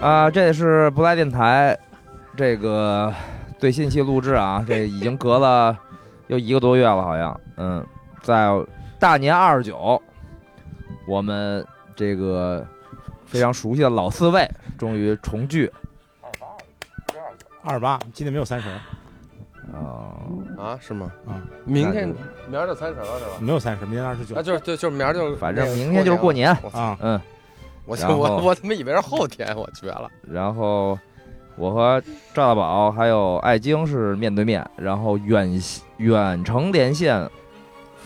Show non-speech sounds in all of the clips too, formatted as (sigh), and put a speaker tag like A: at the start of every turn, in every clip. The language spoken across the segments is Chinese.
A: 啊、这是不来电台这个最新期录制啊，这已经隔了又一个多月了，好像，嗯，在大年二十九，我们这个非常熟悉的老四位终于重聚，
B: 二十八，今天没有三十，
A: 啊、
C: 啊，是吗？
B: 嗯，
C: 明天明儿就三十了是吧？
B: 没有三十，明天二十九
C: 啊，。就是就就是明儿就
A: 反正明天就是过年
C: 我操！
B: 啊，
A: 嗯，
C: 我
A: 然后
C: 我我他妈以为是后天，我绝了。
A: 然后我和赵大宝还有艾晶是面对面，然后远远程连线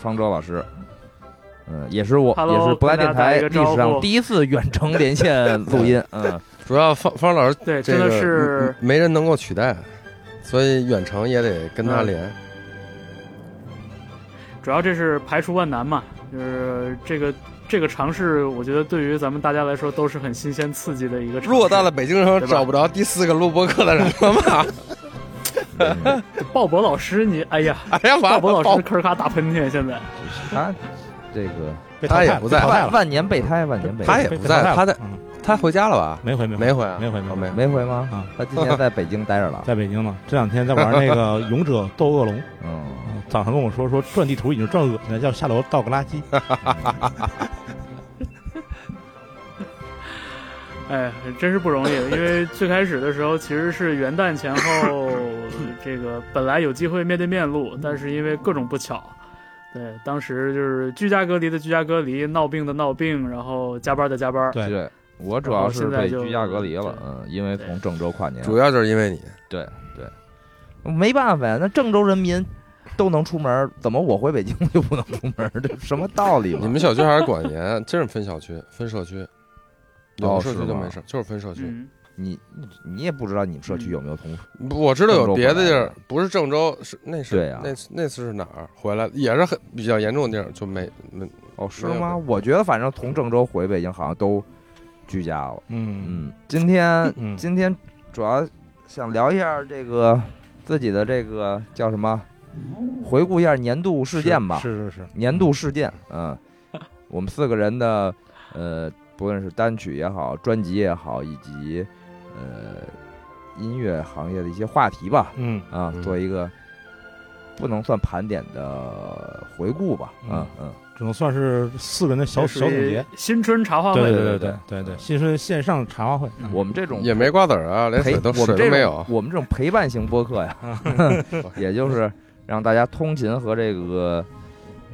A: 方舟老师，嗯，也是我
D: Hello，
A: 也是不赖电台
D: 跟
A: 历
D: 大家打
A: 史
D: 一个招
A: 上
D: 呼
A: 第一次远程连线录音，
D: (laughs)
A: 嗯，
C: 主要方方老师
D: 对，
C: 这
D: 真
C: 个
D: 的是
C: 嗯没人能够取代，所以远程也得跟他连。
D: 主要这是排除万难嘛，就是这个这个尝试，我觉得对于咱们大家来说都是很新鲜刺激的一个尝试。
C: 弱到了北京城
D: 对吧
C: 找不着第四个录播课的人了吗？
A: 嗯
D: 鲍勃老师，你哎呀，
C: (laughs) 哎呀，
D: 鲍
C: 完
D: 勃
C: 了，
D: 老
C: (laughs) 爆
D: 师咔咔打喷嚏，现在
A: 他这个
B: 被淘汰
C: 他也
B: 了
C: 不在
B: 被淘汰
A: 万
B: 了，
A: 万年备胎，万年备
C: 他
A: 胎，
C: 也
B: 被
C: 不在，
B: 被淘汰
C: 他
B: 了
C: 在
B: 嗯
C: 他回家了吧？
B: 没回没
C: 没
B: 回
C: 回啊？
B: 没回没
C: 哦
B: 回
C: 没，
A: 没回吗？
B: 啊
A: 他今天在北京待着了，
B: 在北京呢。这两天在玩那个《勇者斗恶龙》，
D: (laughs)
A: 嗯，
B: 嗯早上跟我说说转地图已经转恶心了，要下楼倒个垃圾。
D: 哎，真是不容易。因为最开始的时候其实是元旦前后，这个本来有机会面对面录，但是因为各种不巧，对，当时就是居家隔离的居家隔离，闹病的闹病，然后加班的加班。
B: 对
A: 对。我主要是
D: 然后现在
A: 被
D: 就
A: 居家隔离了，嗯，因为从郑州跨年，
C: 主要就是因为你。
A: 对对，没办法呀，那郑州人民都能出门，怎么我回北京就不能出门？这什么道理
C: 你
A: 嘛？
C: 们小区还是管严，真是分小区、分社区，有
A: 哦
C: 的社区
A: 是
C: 就
A: 吗
C: 没事，就是分社区。
D: 嗯，
A: 你你也不知道你们社区有没有同
C: 不我知道有别的地
A: 郑州
C: 儿，不是郑州，是那是
A: 对啊
C: 那次那次是哪儿回来也是很比较严重的地儿，就没没
A: 哦，是
C: 没
A: 吗？
C: 有
A: 我觉得反正从郑州回北京好像都居家了。
B: 嗯
A: 嗯，今天
B: 嗯
A: 今天主要想聊一下这个自己的这个叫什么？回顾一下年度事件吧，
B: 是是是，
A: 年度事件。嗯，我们四个人的呃，不论是单曲也好，专辑也好，以及呃音乐行业的一些话题吧，
B: 嗯
A: 啊，
C: 嗯
A: 做一个不能算盘点的回顾吧，嗯嗯，
B: 只能算是四个人的小
D: 这
B: 小总
D: 属于
B: 结。
D: 新春茶话
B: 对
D: 会，
B: 对
A: 对
B: 对对对，新春线上茶话会，嗯
A: 我们这种
C: 也没瓜子儿啊，连
A: 陪
C: 水都
A: 我们
C: 水
A: 这
C: 都
A: 种
C: 没有。
A: 我们这种陪伴型播客
C: (laughs)
A: 呀，也就是让大家通勤和这个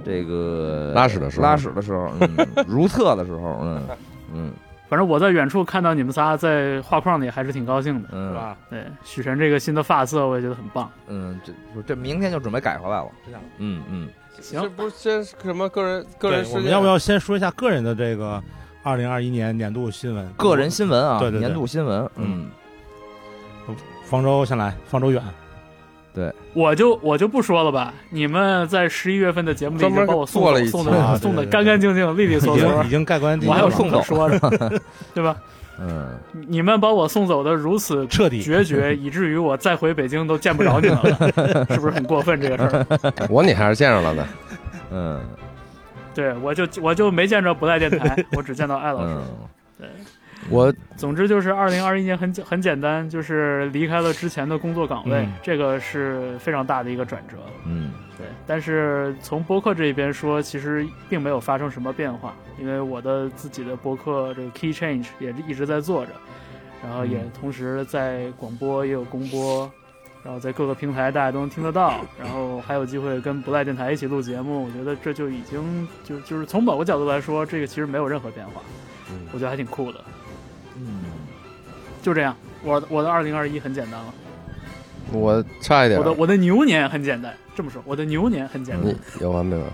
A: 这个
C: 拉屎的时候
A: 拉屎的时候，嗯，如厕的时候，嗯嗯
D: 反正我在远处看到你们仨在画框里，还是挺高兴的。
B: 是
A: 嗯
B: 吧？
D: 对，许晨这个新的发色，我也觉得很棒。
A: 嗯，这这明天就准备改回来了
B: 这样，
A: 嗯嗯，
D: 行
C: 这不是先是什么个人个
B: 对
C: 人，
B: 我
C: 事
B: 们
C: 件？
B: 要不要先说一下个人的这个二零二一年年度新闻？
A: 个人新闻啊，
B: 对对对
A: 年度新闻，嗯，
B: 方舟先来，方舟远，
D: 我就我就不说了吧，你们在十一月份的节目里已
C: 专门
D: 经把我送
C: 做了一期
D: 送
B: 啊
D: 的
B: 对
D: 送的
B: 对对
D: 干干净净、利利索
B: 已经
D: 索
B: 已，经盖棺定
D: 我还有
B: 论
D: 什
B: 了，
D: 么可说的， (laughs) 对吧？
A: 嗯，
D: 你们把我送走的如此
B: 彻底
D: 决绝，以至于我再回北京都见不着你们了， (laughs) 是不是很过分这个事儿？
C: 我你还是见
A: (laughs)
C: 着了的，
A: 嗯
D: 对我就我就没见着不赖电台，我只见到艾老师。
A: 嗯，
D: 对，
C: 我
D: 总之就是二零二一年很简很简单，就是离开了之前的工作岗位，
B: 嗯
D: 这个是非常大的一个转折。
A: 嗯
D: 对，但是从播客这一边说，其实并没有发生什么变化，因为我的自己的播客这个 Key Change 也一直在做着，然后也
B: 嗯
D: 同时在广播也有公播，然后在各个平台大家都能听得到，
B: (laughs)
D: 然后还有机会跟不赖电台一起录节目，我觉得这就已经就就是从某个角度来说，这个其实没有任何变化，
C: 嗯
D: 我觉得还挺酷的。
A: 嗯，
D: 就这样，我我的二零二一很简单了，
C: 我差一点
A: 啊
D: 我
C: 儿
D: 的，我的牛年很简单，这么说，我的牛年很简单
C: 你，有完没完？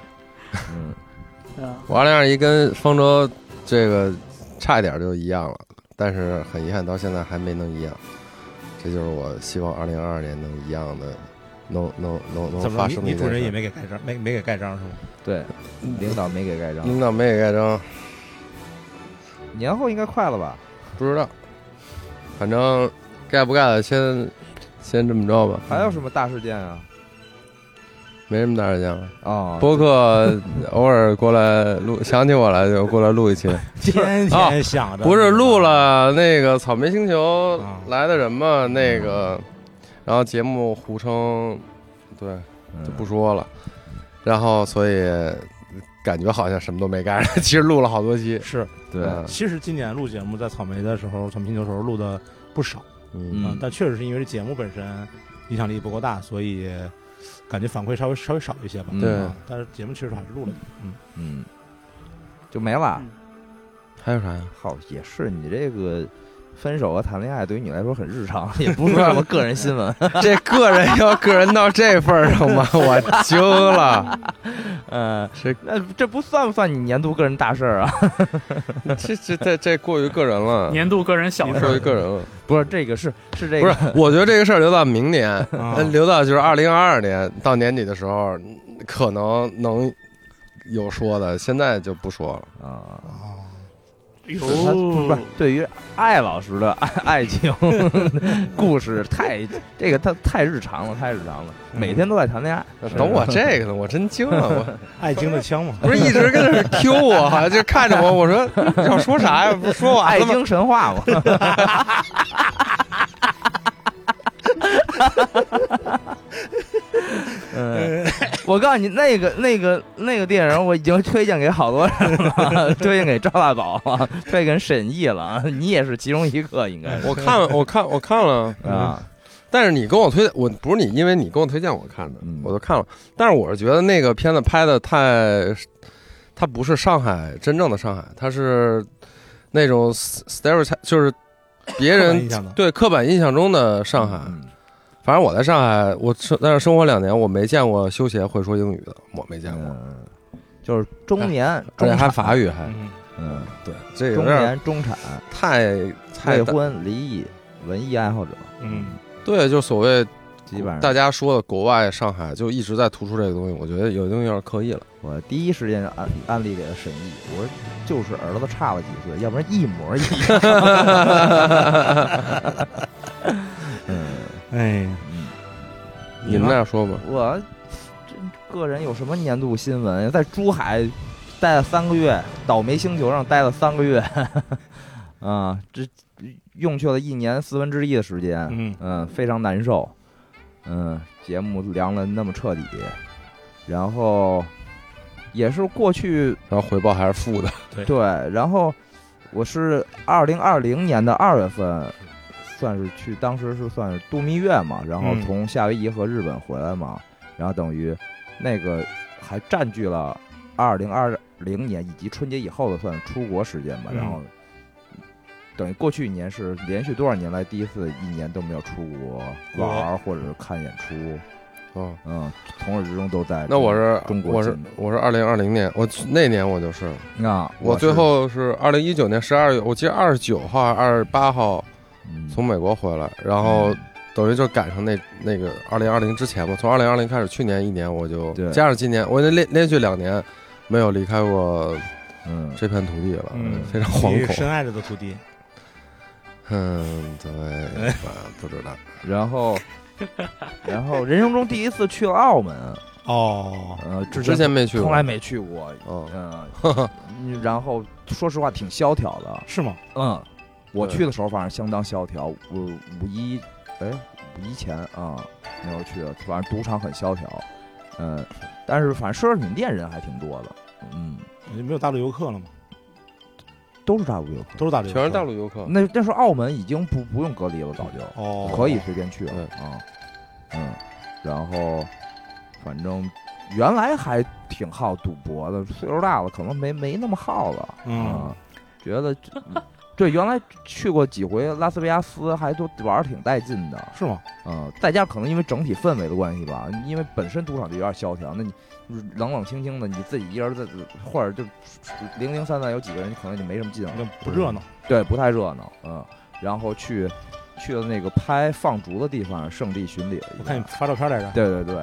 A: 嗯
D: 嗯。
C: 我二零二一跟方舟这个差一点就一样了，但是很遗憾到现在还没能一样。这就是我希望二零二二年能一样的，能能能能
B: 怎么
C: 发
B: 着？
C: 生
B: 你
C: 的一
B: 你
C: 件
B: 主任也
C: 事。
B: 没给盖章，没没给盖章是 (laughs) 吗？
A: 对，领导没给盖章，
C: 领导没给盖章，
A: 年后应该快了吧？
C: 不知道，反正盖不盖的先先这么着吧，
A: 还有什么大事件啊？
C: 没什么大事情了。
A: 哦，
C: 播客偶尔过来录，想起我来就过来录一期。
B: 天天想着
C: 不是录了那个草莓星球
B: 啊
C: 来的人嘛？那个，然后节目呼称，对，
A: 嗯
C: 就不说了。然后所以感觉好像什么都没干， (laughs) 其实录了好多期。
B: 是，
A: 对，
C: 嗯
B: 其实今年录节目在草莓的时候，草莓星球的时候录的不少
C: 嗯
B: 啊
A: 嗯，
B: 但确实是因为这节目本身影响力不够大，所以感觉反馈稍微稍微少一些吧。
A: 嗯
C: 对
B: 啊但是节目确实还是录了。 (laughs)
A: 嗯，就没了。
C: 还有啥呀？ (laughs)
A: 好，也是你这个分手啊、谈恋爱，对于你来说很日常，也不是什么个人新闻。 (laughs)
C: 这个人要个人到这份儿上吗？我 (laughs) 惊了，
A: 嗯，
C: 这
A: 那这不算不算你年度个人大事儿啊？
C: (laughs) 这这这这过于个人了，
D: 嗯年度个人小事
C: 过于
D: 儿，
C: 个人了。
A: 不是，这个是是这
C: 不
A: 个
C: 是，我觉得这个事儿留到明年，
B: 啊
C: 那留到就是二零二二年到年底的时候，可能能有说的，现在就不说了。
A: 啊。
B: 啊，
A: 他不
D: 哟
A: 嗯是，对于艾老师的爱 (laughs) 爱
C: (laughs)
A: 情故事太这个他太日常了，太日常了，每天都在谈恋爱。
C: 嗯等我这个呢，我真惊了，我，
B: (laughs) 爱京的枪 (laughs) 嘛
C: 不是一直跟那儿 Q 我，好像就看着我，我说要说啥呀？不是 (laughs) 说完
A: 爱
C: 了吗？
A: 情神话嘛，嗯，我告诉你，那个、那个、那个电影，我已经推荐给好多人了， (laughs) 推荐给赵大宝了，推荐给沈毅了，你也是其中一个，应该是
C: 我看，我看，我看了，
A: 啊，
C: 但是你跟我推荐，我不是你，因为你跟我推荐我看的
A: 嗯，
C: 我都看了。但是我是觉得那个片子拍的太，它不是上海真正的上海，它是那种 stereotype，就是别
B: 刻板
C: 人
B: 印象的
C: 对刻板印象中的上海。
A: 嗯
C: 反正我在上海，我生在这生活两年，我没见过修鞋会说英语的，我没见过，
A: 嗯，就是中年，
C: 哎而且还
A: 中产
C: 法，语还，
B: 嗯，
A: 嗯，对，
C: 这有
A: 中
C: 点
A: 年中产，
C: 太
A: 未
C: 太大
A: 婚离异，文艺爱好者，
B: 嗯，
C: 对，就所谓
A: 基本上
C: 大家说的国外上海就一直在突出这个东西，我觉得有东西有点刻意了。
A: 我第一时间就安安利给了沈毅，我说就是儿子差了几岁，要不然一模一样。
B: 哎呀，
C: 你们
A: 呢？
C: 俩说吧，
A: 我这个人有什么年度新闻？在珠海待了三个月，倒霉星球上待了三个月， (laughs) 啊，这用去了一年四分之一的时间，
B: 嗯
A: 嗯，非常难受。嗯，节目凉了那么彻底，然后也是过去
C: 然后回报还是负的，
A: 对，然后我是二零二零年的二月份，算是去当时是算是度蜜月嘛，然后
B: 嗯
A: 从夏威夷和日本回来嘛，然后等于那个还占据了二零二零年以及春节以后的算是出国时间吧，然
B: 嗯
A: 后等于过去一年是连续多少年来第一次一年都没有出国玩儿或者是看演出，
C: 嗯。
A: 嗯，从始至终都在中。
C: (laughs) 那我是
A: 中国
C: 我是
A: 境内
C: 我是二零二零年，我那年我就是
A: 啊，
C: 我
A: 是
C: 最后是二零一九年十二月，我记得二十九号、二十八号
A: 嗯
C: 从美国回来，然后等于就赶上那那个二零二零之前嘛，从二零二零开始，去年一年我就
A: 对
C: 加上今年，我那连连续两年没有离开过
A: 嗯
C: 这片土地了，
B: 嗯
C: 非常惶
B: 你
C: 恐。
B: 深爱着的徒弟，
C: 嗯，对吧？不知道，
A: 然后， (laughs) 然后人生中第一次去了澳门，
B: 哦，
A: 呃，之
C: 之前没去过，
A: 从来没去过，
C: 哦 (laughs)
A: 嗯、嗯然后说实话挺萧条的，
B: 是吗？
A: 嗯，我
C: 对
A: 去的时候反正相当萧条，我五一，哎，五一前啊、那时候去的，反正赌场很萧条，嗯，但是反正奢侈品店人还挺多的，嗯，
B: 没有大陆游客了吗？
A: 都是大陆游客，
B: 都是大陆游客，
C: 全是大陆游客。
A: 那那时候澳门已经不不用隔离了，早就，
B: 哦，
A: 可以随便去了
C: 对
A: 啊，嗯，然后反正原来还挺好赌博的，岁数大了可能没没那么好了，
B: 嗯
A: 啊，觉得 (laughs) 对原来去过几回拉斯维加斯，还都玩儿挺带劲的，
B: 是吗？
A: 嗯，再加上可能因为整体氛围的关系吧，因为本身赌场就有点萧条，那你冷冷清清的，你自己一人在，或者就零零散散有几个人，可能就没什么劲了。
B: 那不热闹，
A: 对，不太热闹，嗯，然后去去了那个拍放逐的地方，圣地巡礼了一
B: 我看你
A: 下。
B: 发照片来着，
A: 对对对，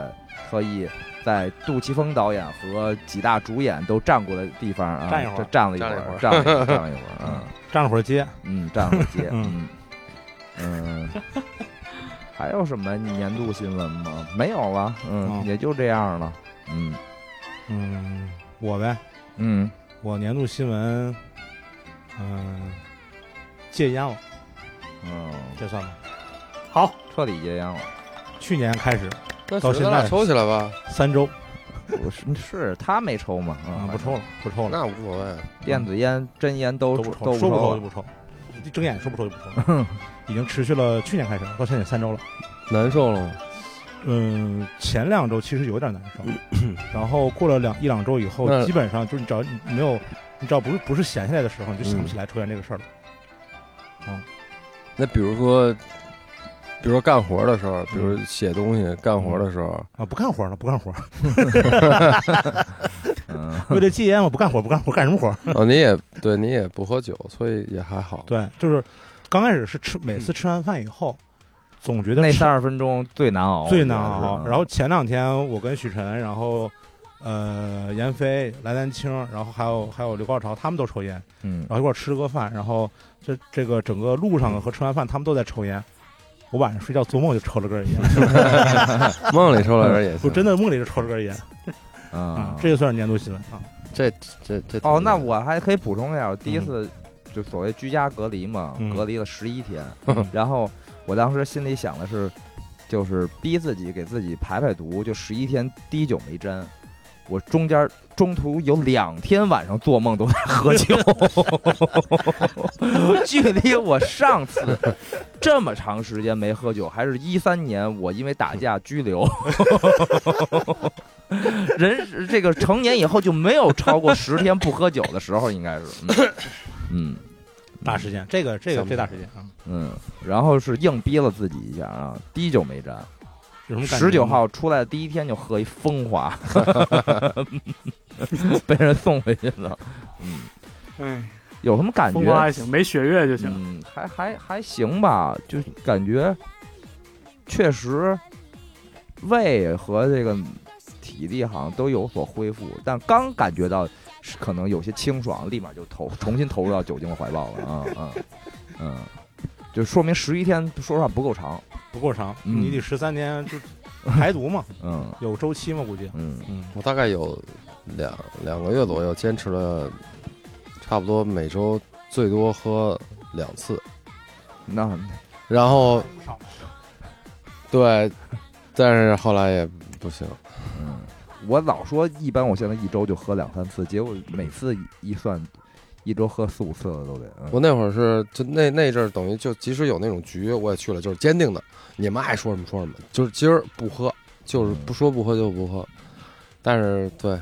A: 特意在杜琪峰导演和几大主演都站过的地方啊，
B: 站一会儿
A: 这站了一会儿，站了一会 (laughs) 儿，站了一会儿，嗯
B: 站会儿街，
A: 嗯，站了
B: (laughs)
A: 街，嗯
B: 嗯
A: 嗯，还有什么年度新闻吗？没有了，嗯，
B: 嗯
A: 也就这样了，嗯
B: 嗯，我呗，
A: 嗯，
B: 我年度新闻，嗯，戒烟了，
A: 嗯，
B: 这算吗？
D: 好，
A: 彻底戒烟
B: (laughs)
A: 了。
B: 去年开始
C: 那
B: 到
C: 行咱俩
B: 现在
C: 抽起来吧，
B: 三周
A: 我是是他没抽嘛？啊，，
B: 啊不抽了，不抽了，
C: 那无所谓。
A: 电子烟、真烟都
B: 都不
A: 抽
B: 抽，
A: 抽
B: 说不抽就
A: 了。
B: 不 (laughs) 抽，一睁眼说不抽就不 (laughs) 抽，已经持续了去年开始到现在三周了。
C: 难受了吗？
B: 嗯，前两周其实有点难受， (clears throat) 然后过了两一两周以后
C: 那，
B: 基本上就是你只要你没有，你只要不是不是闲下来的时候，你就想不起来抽烟这个事儿了。
C: 那比如说，比如说干活的时候，比如写东西、干活的时候，
B: 啊，不干活了，不干活， (laughs)
A: 嗯，
B: 为了戒烟，我不干活，不干活，干什么活？
C: 哦，你也对，你也不喝酒，所以也还好。
B: (laughs) 对，就是刚开始是吃，每次吃完饭以后，总觉得
A: 那
B: 吃
A: 三十分钟最难熬，
B: 最难
A: 我觉得
B: 熬。
A: 是嗯
B: 然后前两天我跟许晨，然后呃闫飞、蓝丹青，然后还有还有刘高潮，他们都抽烟，
A: 嗯
B: 然后一块儿吃了个饭，然后这这个整个路上和吃完饭他们都在抽烟。我晚上睡觉做梦就抽了根烟，
C: 梦里抽来点也行。
B: 我真的梦里就抽了根烟啊
A: 嗯，，
B: 这就算是年度新闻啊。
C: 这这这
A: 哦，那我还可以补充一下，我第一次就所谓居家隔离嘛，
B: 嗯
A: 隔离了十一天
B: (laughs) 嗯，
A: 然后我当时心里想的是，就是逼自己给自己排排毒，就十一天滴酒没沾。我中间中途有两天晚上做梦都在喝
B: (laughs)
A: 酒，距离我上次这么长时间没喝酒，还是一三年我因为打架拘留。人是这个成年以后就没有超过十天不喝酒的时候，应该是，嗯，嗯
B: 大事件，这个这个
C: 咱们
B: 最大事件啊，
A: 嗯，然后是硬逼了自己一下啊，滴酒没沾。
B: 有什么感觉？
A: 十九，号出来的第一天就喝一风华， (laughs) 被人送回去了。嗯，
D: 哎，
A: 有什么感
D: 风花还
A: 觉？
D: 行，没血月就行。
A: 嗯，还还还行吧，就感觉确实胃和这个体力好像都有所恢复，但刚感觉到是可能有些清爽，立马就投重新投入到酒精的怀抱了啊啊嗯，就说明十一天说实话不够长，
B: 不够长，
A: 嗯
B: 你得十三天就排毒嘛，
A: 嗯
B: 有周期嘛，估计。
A: 嗯
B: 嗯，
C: 我大概有两两个月左右坚持了，差不多每周最多喝两次，，
A: 那
C: 然后对，但是后来也不行。
A: 嗯，我老说一般，我现在一周就喝两三次，结果每次一算，一周喝四五次了都得。嗯
C: 我那会儿是就那那阵儿，等于就即使有那种局，我也去了，就是坚定的，你们爱说什么说什么，就是今儿不喝，就是不说不喝就不喝。但是对，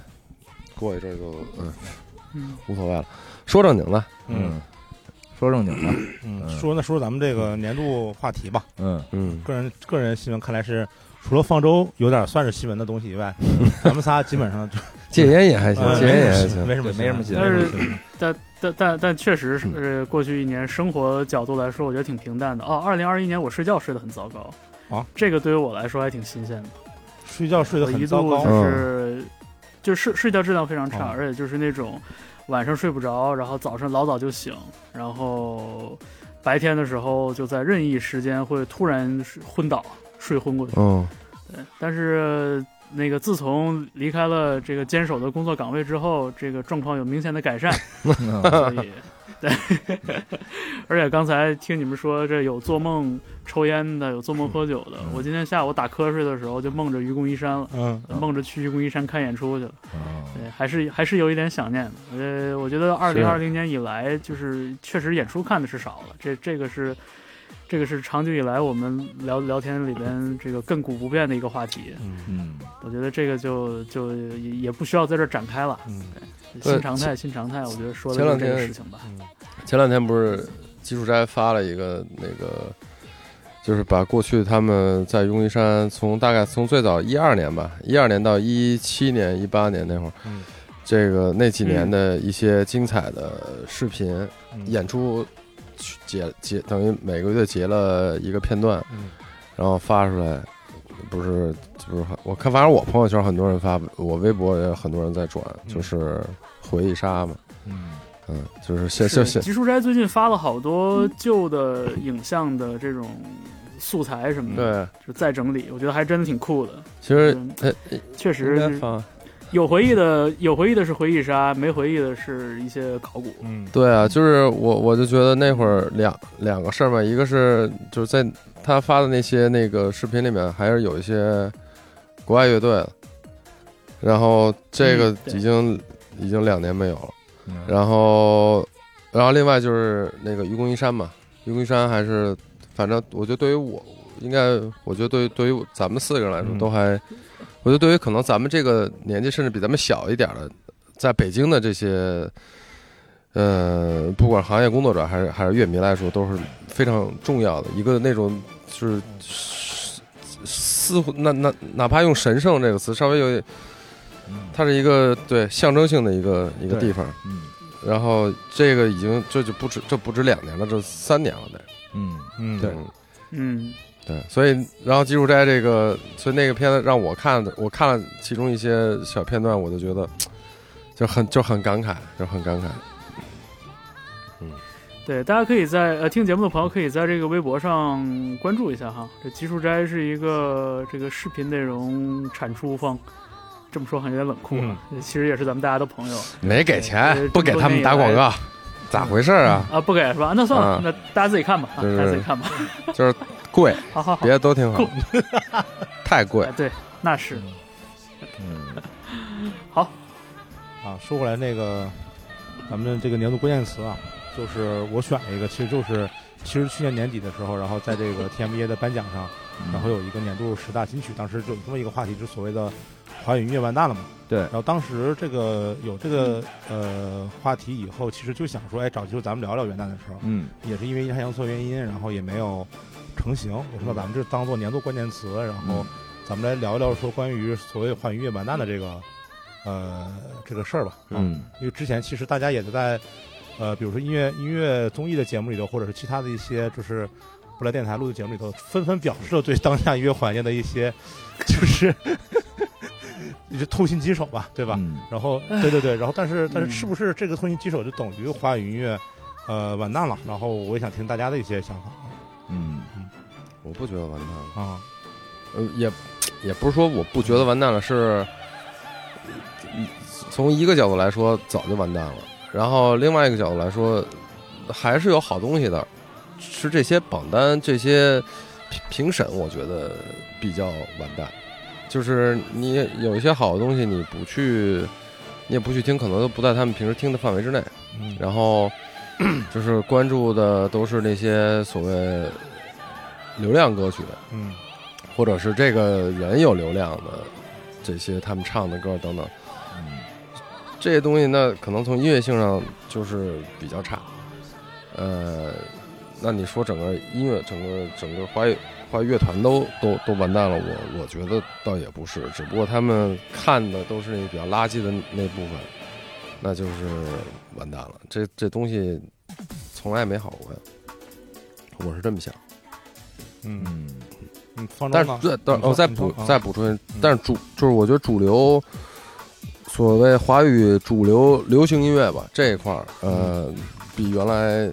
C: 过一阵儿就嗯
D: 嗯，
C: 无所谓了。说正经的，
B: 嗯，
A: 说正经的，
B: 嗯，
A: 嗯
B: 说那说咱们这个年度话题吧，
A: 嗯，
C: 嗯，
B: 个人个人新闻看来是除了方舟有点算是新闻的东西以外，咱们仨基本上就
C: 戒烟也还行，
B: 呃
C: 戒烟也还行。
B: 没什
A: 对
B: 么
A: 没什么新
B: 新
A: 闻
B: 闻，没什么
D: 但是
B: 新闻
D: 但但但但确实是、
A: 嗯
D: 呃过去一年生活角度来说，我觉得挺平淡的。哦，二零二一年我睡觉睡得很糟糕
A: 哦
B: 啊，
D: 这个对于我来说还挺新鲜的。
B: 睡觉睡得
D: 我
B: 很
D: 一
B: 糟
D: 度
B: 糕
D: 就
C: 嗯
D: 是就睡睡觉质量非常差，
B: 哦
D: 而且就是那种晚上睡不着，然后早上老早就醒，然后白天的时候就在任意时间会突然睡昏倒，睡昏过去。
C: 嗯，
D: 对，但是那个自从离开了这个坚守的工作岗位之后，这个状况有明显的改善，
B: (laughs)
D: 所以。对， (laughs) 而且刚才听你们说这有做梦抽烟的，有做梦喝酒的。我今天下午打瞌睡的时候，就梦着愚公移山了，
B: 嗯，
D: 梦着去愚公移山看演出去了。
A: 嗯
D: 对，还是还是有一点想念的。呃，我觉得二零二零年以来，就是确实演出看的是少了，这这个是这个是长久以来我们聊聊天里边这个亘古不变的一个话题。
B: 嗯
A: 嗯，
D: 我觉得这个就就也也不需要在这儿展开了。
B: 嗯
D: 新常态，新常态，我觉得说的
C: 前
D: 就是
C: 两
D: 这个
C: 天
D: 事情吧。
B: 嗯
C: 前两天不是基础斋发了一个那个，就是把过去他们在庸医山从大概从最早一二年吧，一二年到一七年、一八年那会儿，
B: 嗯
D: 嗯
C: 这个那几年的一些精彩的视频、
B: 嗯
C: 演出，去截截，等于每个月截了一个片段，
B: 嗯
C: 然后发出来，不是就是很我看，反正我朋友圈很多人发，我微博也有很多人在转，
B: 嗯
C: 就是回忆杀嘛，
B: 嗯，
C: 嗯，就是现
D: 是
C: 现现，
D: 吉叔斋最近发了好多旧的影像的这种素材什么的，
C: 嗯对，
D: 就再整理，我觉得还真的挺酷的。
C: 其实
D: 嗯
C: 呃
D: 确
C: 应
D: 实
C: 该
D: 是
C: 放，
D: 有回忆的，有回忆的是回忆杀，没回忆的是一些考古。
B: 嗯，
C: 对啊，就是我我就觉得那会儿两两个事儿嘛，一个是就是在他发的那些那个视频里面，还是有一些国外乐队的，然后这个
D: 嗯对
C: 已经、已经两年没有了，
B: 嗯
C: 然后然后另外就是那个愚公移山嘛，愚公移山还是反正我觉得对于我应该，我觉得对于对于咱们四个人来说
B: 嗯
C: 都还，我觉得对于可能咱们这个年纪甚至比咱们小一点的，在北京的这些。呃，不管行业工作者还是还是乐迷来说，都是非常重要的一个那种，就是似乎那那哪怕用“神圣”这个词，稍微有点，它是一个对象征性的一个一个
B: 对
C: 地方。
A: 嗯
C: 然后这个已经这就不止这不止两年了，这三年了得。
A: 嗯，
B: 嗯，
C: 对
D: 嗯，
C: 对，所以然后《基础斋》这个，所以那个片子让我看，我看了其中一些小片段，我就觉得就很就很感慨，就很感慨。
D: 对，大家可以在呃听节目的朋友可以在这个微博上关注一下哈。这吉叔斋是一个这个视频内容产出方，这么说好像有点冷酷啊，其实也是咱们大家的朋友
C: 没给
D: 对
C: 钱，不给他们打广告，咋回事啊？ (laughs)
D: 啊，不给是吧？那算了，
C: 啊
D: 那大家自己看吧，啊
C: 就是
D: 大家自己看吧。
C: 就是贵，
D: 好好好
C: 别，的都挺好
D: 贵， (laughs)
C: 太贵
D: 啊。对，那是
A: 嗯
B: 啊，说回来那个咱们这个年度关键词啊，就是我选一个，其实就是其实去年年底的时候，然后在这个 TMBA 的颁奖上，然后有一个年度十大金曲，当时就有这么一个话题，就所谓的华语音乐完蛋了嘛。
A: 对
B: 然后当时这个有这个呃话题以后，其实就想说，哎，找机会咱们聊聊元旦的时候，
A: 嗯
B: 也是因为阴差阳错原因，然后也没有成型。我说
A: 嗯
B: 咱们这当做年度关键词，然后
A: 嗯
B: 咱们来聊一聊说关于所谓华语音乐完蛋的这个呃这个事儿吧。啊，
A: 嗯
B: 因为之前其实大家也都在呃，比如说音乐音乐综艺的节目里头，或者是其他的一些就是不来电台录的节目里头，纷纷表示了对当下音乐环境的一些就是 (laughs) 就是痛心疾首吧，对吧？
A: 嗯
B: 然后对对对，然后但是但是
D: 嗯
B: 是不是这个痛心疾首就等于华语音乐呃完蛋了？然后我也想听大家的一些想法
A: 嗯
C: 我不觉得完蛋了。
B: 啊，
C: 呃，也也不是说我不觉得完蛋了，是嗯从一个角度来说早就完蛋了，然后另外一个角度来说还是有好东西的，是这些榜单这些评评审，我觉得比较完蛋，就是你有一些好的东西你不去。你也不去听，可能都不在他们平时听的范围之内。
B: 嗯，
C: 然后就是关注的都是那些所谓流量歌曲，
B: 嗯
C: 或者是这个人有流量的这些他们唱的歌等等，这些东西呢，可能从音乐性上就是比较差。呃，那你说整个音乐，整个整个华语华语乐团都都都完蛋了，我我觉得倒也不是，只不过他们看的都是那比较垃圾的那部分，那就是完蛋了。这这东西从来没好过呀，我是这么想。
B: 嗯
A: 嗯
B: 嗯，方舟
C: 但是
B: 呢？
C: 对，但
B: 你说
C: 我再
B: 你说
C: 补
B: 啊
C: 再补充一，但是主就是我觉得主流，所谓华语主流流行音乐吧这一块儿，
B: 嗯
C: 呃，比原来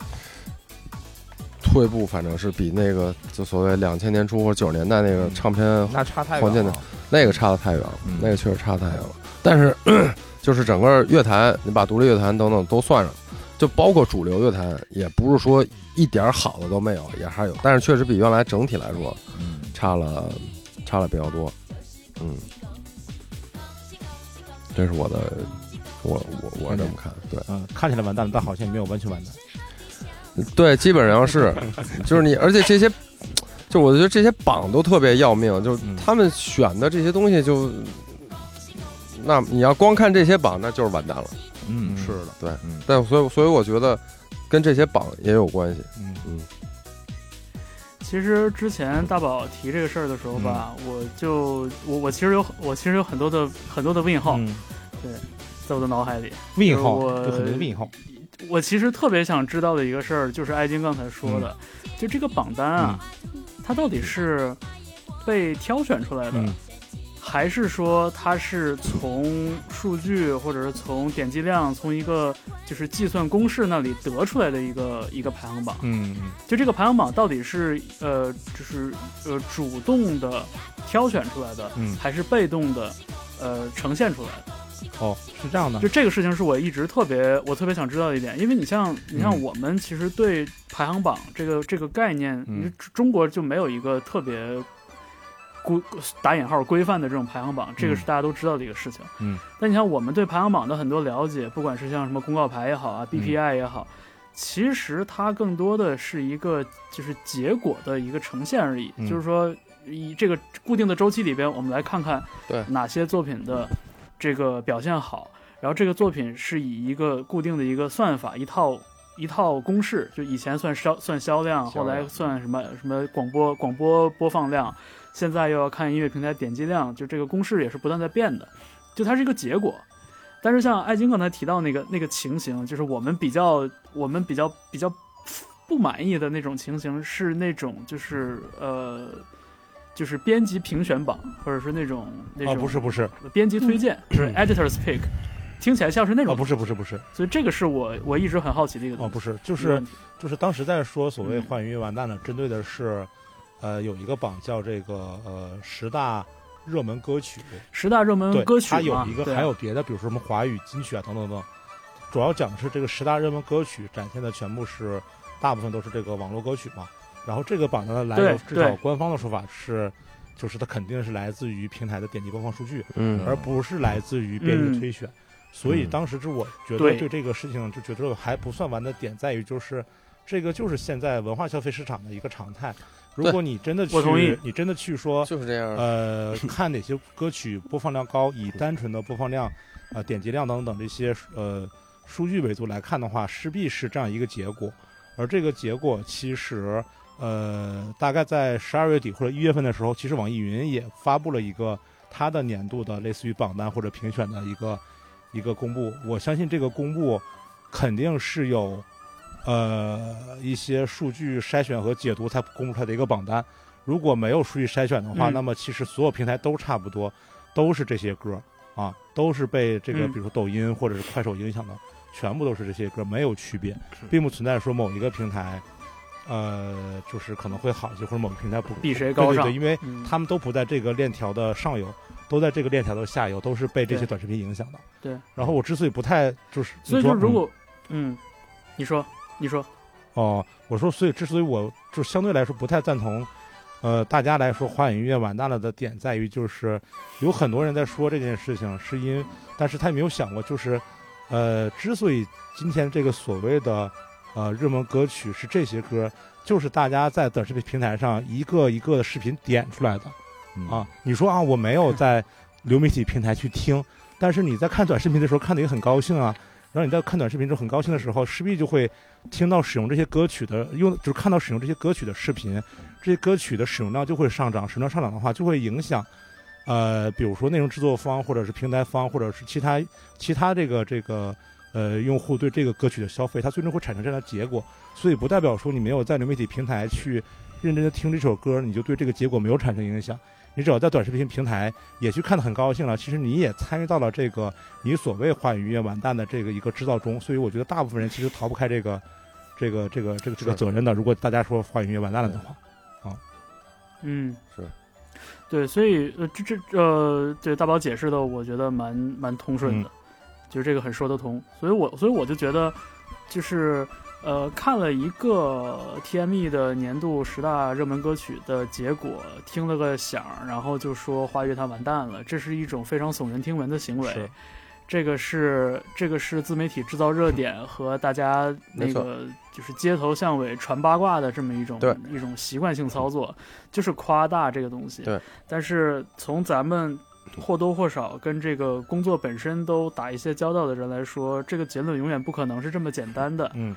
C: 退步，反正是比那个就所谓两千年初或者九十年代那个
B: 嗯
C: 唱片
A: 那差太
C: 关
A: 远
C: 键
A: 了
C: 的。那个差的太远了
A: 嗯，
C: 那个确实差得太远了。但是 (clears throat) 就是整个乐坛，你把独立乐坛等等都算上，就包括主流乐坛，也不是说一点儿好的都没有，也还有，但是确实比原来整体来说
A: 嗯
C: 差了差了比较多。嗯，这是我的，我我我是这么看，对。
B: 嗯，看起来完蛋了，但好像也没有完全完蛋。
C: 对，基本上是，就是你，而且这些，就我觉得这些榜都特别要命，就是
B: 嗯
C: 他们选的这些东西就，那你要光看这些榜，那就是完蛋了。
A: 嗯是
C: 的，对
A: 嗯，
C: 但所以所以我觉得跟这些榜也有关系。
B: 嗯
D: 其实之前大宝提这个事儿的时候吧，我就我我其实有我其实有很多的很多的问号
B: 嗯，
D: 在我的脑海里，
B: 问号
D: 我
B: 有很多的问号。
D: 我其实特别想知道的一个事儿，就是艾金刚才
B: 嗯
D: 说的，就这个榜单啊，它到底是被挑选出来的，
B: 嗯
D: 还是说它是从数据或者是从点击量，从一个就是计算公式那里得出来的一个一个排行榜？
B: 嗯嗯
D: 就这个排行榜到底是呃，就是呃主动的挑选出来的，
B: 嗯
D: 还是被动的呃呈现出来的？
B: 哦，是这样的
D: 就，这个事情是我一直特别我特别想知道的一点，因为你像你像
B: 嗯
D: 我们其实对排行榜这个这个概念，
B: 嗯
D: 你中国就没有一个特别规打引号规范的这种排行榜，这个是大家都知道的一个事情。
B: 嗯，
D: 但你像我们对排行榜的很多了解，不管是像什么公告牌也好啊
B: 嗯
D: ，BPI 也好。其实它更多的是一个就是结果的一个呈现而已，
B: 嗯
D: 就是说以这个固定的周期里边，我们来看看
C: 对
D: 哪些作品的这个表现好，然后这个作品是以一个固定的一个算法一套。一套公式，就以前算销算销量，
C: 销
D: 后
C: 量
D: 来算什么什么广播广播播放量，现在又要看音乐平台点击量，就这个公式也是不断在变的，就它是一个结果。但是像艾金刚才提到那个那个情形，就是我们比较我们比较比较不满意的那种情形是那种就是呃就是编辑评选榜，或者是那种那种、
B: 哦，不是不是，
D: 编辑推荐，就是 editors pick，听起来像是那
B: 嗯哦
D: 种，
B: 不是不是不是，
D: 所以这个是我我一直很好奇的一个
B: 哦
D: 东西。
B: 不是，就
D: 一个
B: 是
D: 问题
B: 就是当时在说所谓
D: 嗯
B: 换音乐完蛋呢，针对的是，呃，有一个榜叫这个呃十大热门歌曲，
D: 十大热门
B: 对，
D: 歌曲
B: 它有
D: 嘛
B: 一个
D: 对啊
B: 还有别的，比如说什么华语金曲啊等等等，主要讲的是这个十大热门歌曲，展现的全部是大部分都是这个网络歌曲嘛。然后这个榜单的来
D: 对
B: 源，至少
D: 对
B: 官方的说法是，就是它肯定是来自于平台的点击播放数据，
C: 嗯
B: 而不是来自于编辑的
D: 嗯
B: 推选。所以当时是我觉得
D: 对
B: 对这个事情就觉得还不算完的点在于，就是这个就是现在文化消费市场的一个常态。如
C: 对
B: 果你真的去
D: 我同意，
B: 你真的去说，
C: 就是这样。
B: 呃，看哪些歌曲播放量高，以单纯的播放量、呃点击量等等这些呃数据维度来看的话，势必是这样一个结果。而这个结果其实，呃，大概在十二月底或者一月份的时候，其实网易云也发布了一个它的年度的类似于榜单或者评选的一个一个公布。我相信这个公布肯定是有呃一些数据筛选和解读才公布出来的一个榜单。如果没有数据筛选的话，
D: 嗯
B: 那么其实所有平台都差不多，都是这些歌啊，都是被这个
D: 嗯
B: 比如说抖音或者是快手影响的，全部都是这些歌，没有区别，并不存在说某一个平台。呃，就是可能会好一些，或者某个平台不
D: 比谁
B: 对
D: 高
B: 对
D: 尚
B: 对因为
D: 嗯
B: 他们都不在这个链条的上游，都在这个链条的下游，都是被这些
D: 对
B: 短视频影响的。
D: 对
B: 然后我之所以不太就是，
D: 所以
B: 你说
D: 说如
B: 嗯
D: 果嗯，你说你说
B: 哦，我说，所以之所以我就相对来说不太赞同，呃，大家来说华语音乐完蛋了的点在于，就是有很多人在说这件事情，是因，但是他也没有想过，就是，呃，之所以今天这个所谓的呃热门歌曲是这些歌，就是大家在短视频平台上一个一个的视频点出来的。
A: 嗯
B: 啊，你说啊，我没有在流媒体平台去听，但是你在看短视频的时候看的也很高兴啊。然后你在看短视频之后很高兴的时候，势必就会听到使用这些歌曲的用，就是看到使用这些歌曲的视频，这些歌曲的使用量就会上涨，使用量上涨的话就会影响，呃，比如说内容制作方或者是平台方或者是其他其他这个这个呃用户对这个歌曲的消费，它最终会产生这样的结果。所以不代表说你没有在流媒体平台去认真的听这首歌，你就对这个结果没有产生影响。你只要在短视频平台也去看得很高兴了，其实你也参与到了这个你所谓华语音乐完蛋的这个一个制造中，所以我觉得大部分人其实逃不开这个这个这个这个这个
C: 是
B: 责任的。如果大家说华语音乐完蛋了的话，
D: 嗯
C: 是。
D: 对，所以呃，这这呃，对大宝解释的，我觉得蛮蛮通顺的，就是这个很说得通。所以我所以我就觉得，就是呃，看了一个 TME 的年度十大热门歌曲的结果，听了个响儿，然后就说华乐坛完蛋了，这是一种非常耸人听闻的行为。
B: 是
D: 这个是这个是自媒体制造
C: (laughs)
D: 热点和大家那
C: 没错
D: 个就是街头巷尾传八卦的这么一种
C: 对
D: 一种习惯性操作，就是夸大这个东西。
C: 对，
D: 但是从咱们或多或少跟这个工作本身都打一些交道的人来说，这个结论永远不可能是这么简单的，
B: 嗯，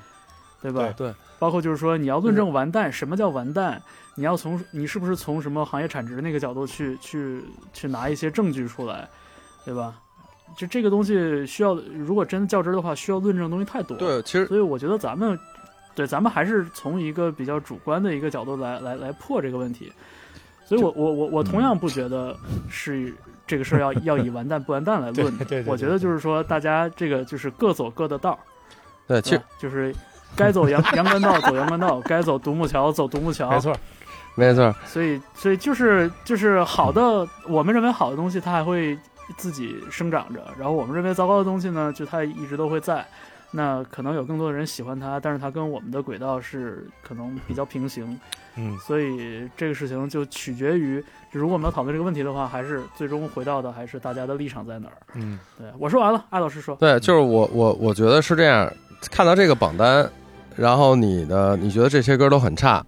D: 对吧？
B: 对
C: 对，
D: 包括就是说你要论证
B: 嗯
D: 完蛋，什么叫完蛋？你要从你是不是从什么行业产值那个角度去去去拿一些证据出来，对吧？就这个东西需要，如果真较真儿的话，需要论证的东西太多。，
C: 对，其实
D: 所以我觉得咱们，对，咱们还是从一个比较主观的一个角度来来来破这个问题。所以我我我我同
B: 嗯
D: 样不觉得是这个事儿要要以完蛋不完蛋来论
B: (laughs)
D: 的。
B: 对对对
D: 我觉得就是说，大家这个就是各走各的道儿，
C: 对，其实
D: 对
B: 嗯
D: 吧就是该走阳阳关道走阳关道，该走独木桥走独木桥。
B: 没错，
C: 没错，
D: 所以，所以就是就是好的，我们认为好的东西，它还会自己生长着；然后我们认为糟糕的东西呢，就它一直都会在。那可能有更多的人喜欢它，但是它跟我们的轨道是可能比较平行，
B: 嗯，
D: 所以这个事情就取决于，就如果我们要讨论这个问题的话，还是最终回到的还是大家的立场在哪儿。
B: 嗯，
D: 对我说完了，艾老师说，
C: 对，就是我我我觉得是这样，看到这个榜单，然后你的你觉得这些歌都很差，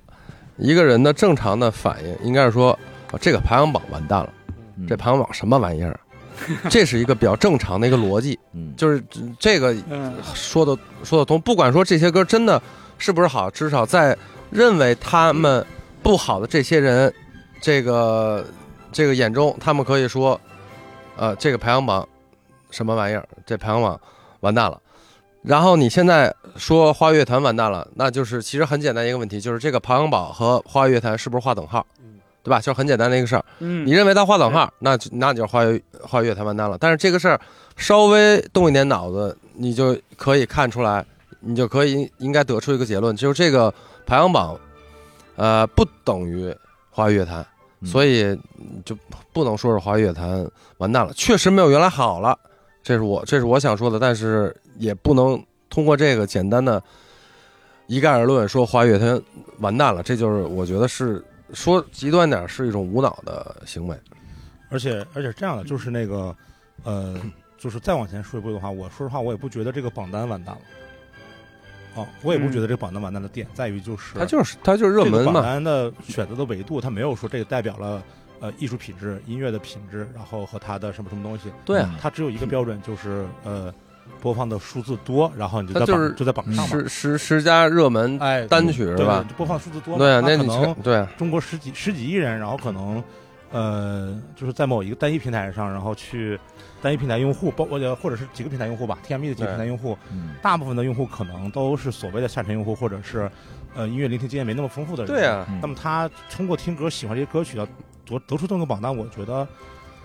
C: 一个人的正常的反应应该是说，哦、这个排行榜完蛋了，
A: 嗯
C: 这排行榜什么玩意儿？啊 (laughs) 这是一个比较正常的一个逻辑，
A: 嗯
C: 就是这个
D: 嗯，
C: 说的说得通，不管说这些歌真的是不是好，至少在认为他们不好的这些人，这个这个眼中，他们可以说，呃，这个排行榜什么玩意儿？这排行榜完蛋了。然后你现在说花乐坛完蛋了，那就是其实很简单一个问题，就是这个排行榜和花乐坛是不是划等号
B: 嗯？
C: 对吧？就是很简单的一个事儿。
D: 嗯，
C: 你认为他划等号，那就那你就是花月花月太完蛋了。但是这个事儿稍微动一点脑子，你就可以看出来，你就可以应该得出一个结论，就是这个排行榜，呃，不等于花月坛，
A: 嗯
C: 所以就不能说是花月坛完蛋了，确实没有原来好了。这是我这是我想说的，但是也不能通过这个简单的一概而论说花月坛完蛋了，这就是我觉得是说极端点儿是一种无脑的行为。
B: 而且而且是这样的，
C: 嗯
B: 就是那个，呃，就是再往前说一步的话，我说实话，我也不觉得这个榜单完蛋了，啊，我也不觉得这个榜单完蛋的点在于就是
C: 嗯它就是它就是热
B: 这个
C: 门
B: 榜
C: 嘛，
B: 单的选择的维度，它没有说这个代表了呃艺术品质、音乐的品质，然后和它的什么什么东西，
C: 对啊，
B: 它只有一个标准，就是呃播放的数字多，然后你就在
C: 它
B: 榜
C: 就是
B: 就在榜嗯上嘛。
C: 十十十佳热门
B: 哎，
C: 单曲是
B: 对
C: 吧？？
B: 播放数字多嘛，
C: 对啊，
B: 它
C: 那
B: 可
C: 你
B: 能
C: 看对啊，
B: 中国十几十几亿人，然后可能呃，就是在某一个单一平台上，然后去单一平台用户，包括或者是几个平台用户吧，TME 的几个
C: 对
B: 平台用户，
A: 嗯
B: 大部分的用户可能都是所谓的下沉用户，或者是呃音乐聆听经验没那么丰富的人。
C: 对啊，
A: 嗯
B: 那么他通过听歌喜欢这些歌曲，要得得出这么个榜单，我觉得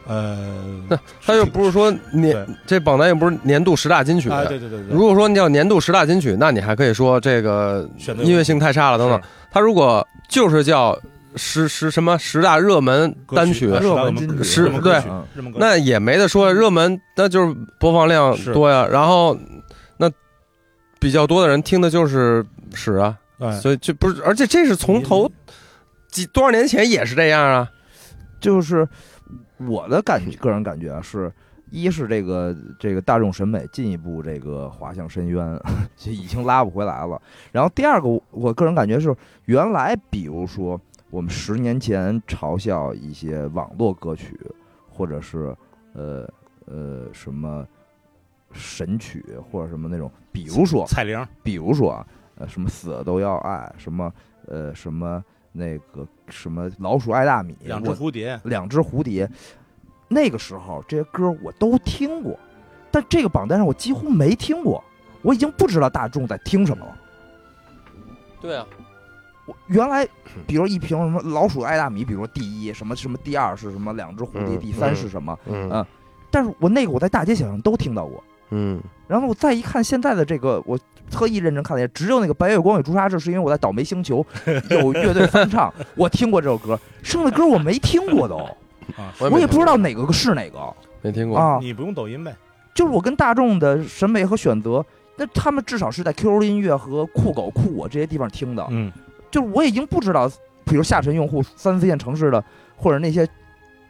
B: 呃，
C: 那它又不是说年
B: 对
C: 这榜单又不是年度十大金曲。
B: 啊，对对对对，
C: 如果说你要年度十大金曲，那你还可以说这个
B: 选择
C: 音乐性太差了等等。它如果就是叫十十什么十大热门单
B: 啊
C: 曲，
A: 热门
B: 金
A: 金曲
C: 是
B: 热门
C: 对
B: 歌曲，热门歌曲
C: 那也没得说，热门那就是播放量
B: 是
C: 多呀，然后那比较多的人听的就是屎啊，
B: 哎
C: 所以这不是，而且这是从头几多少年前也是这样啊，
A: 就是我的感觉，个人感觉啊，是一是这个这个大众审美进一步这个滑向深渊， (laughs) 就已经拉不回来了。然后第二个，我我个人感觉是，原来比如说我们十年前嘲笑一些网络歌曲，或者是呃呃什么神曲或者什么那种，比如说
B: 彩铃，
A: 比如说啊，呃，什么死了都要爱，什么呃，什么那个什么老鼠爱大米，
B: 两只
A: 我
B: 蝴蝶，
A: 两只蝴蝶，那个时候这些歌我都听过，但这个榜单上我几乎没听过，我已经不知道大众在听什么了。
C: 对啊，
A: 我原来，比如一瓶什么老鼠爱大米，比如说第一什么什么第二是什么两只蝴蝶，
C: 嗯
A: 第三是什么？
C: 嗯
A: 啊但是我那个我在大街小巷都听到过，
C: 嗯，
A: 然后我再一看现在的这个，我特意认真看了一下，只有那个《白月光与朱砂痣》是因为我在倒霉星球 (laughs) 有乐队翻唱，我听过这首歌， (laughs) 剩下的歌我没听过都，
B: 啊，
C: 我
A: 我也
C: 没
A: 不知道哪个是哪个
C: 没听过，
A: 啊。
B: 你不用抖音呗，
A: 就是我跟大众的审美和选择，那他们至少是在 QQ 音乐和酷狗、酷我这些地方听
C: 啊
A: 的，
B: 嗯，
A: 就是我已经不知道，比如下沉用户、三四线城市的，或者那些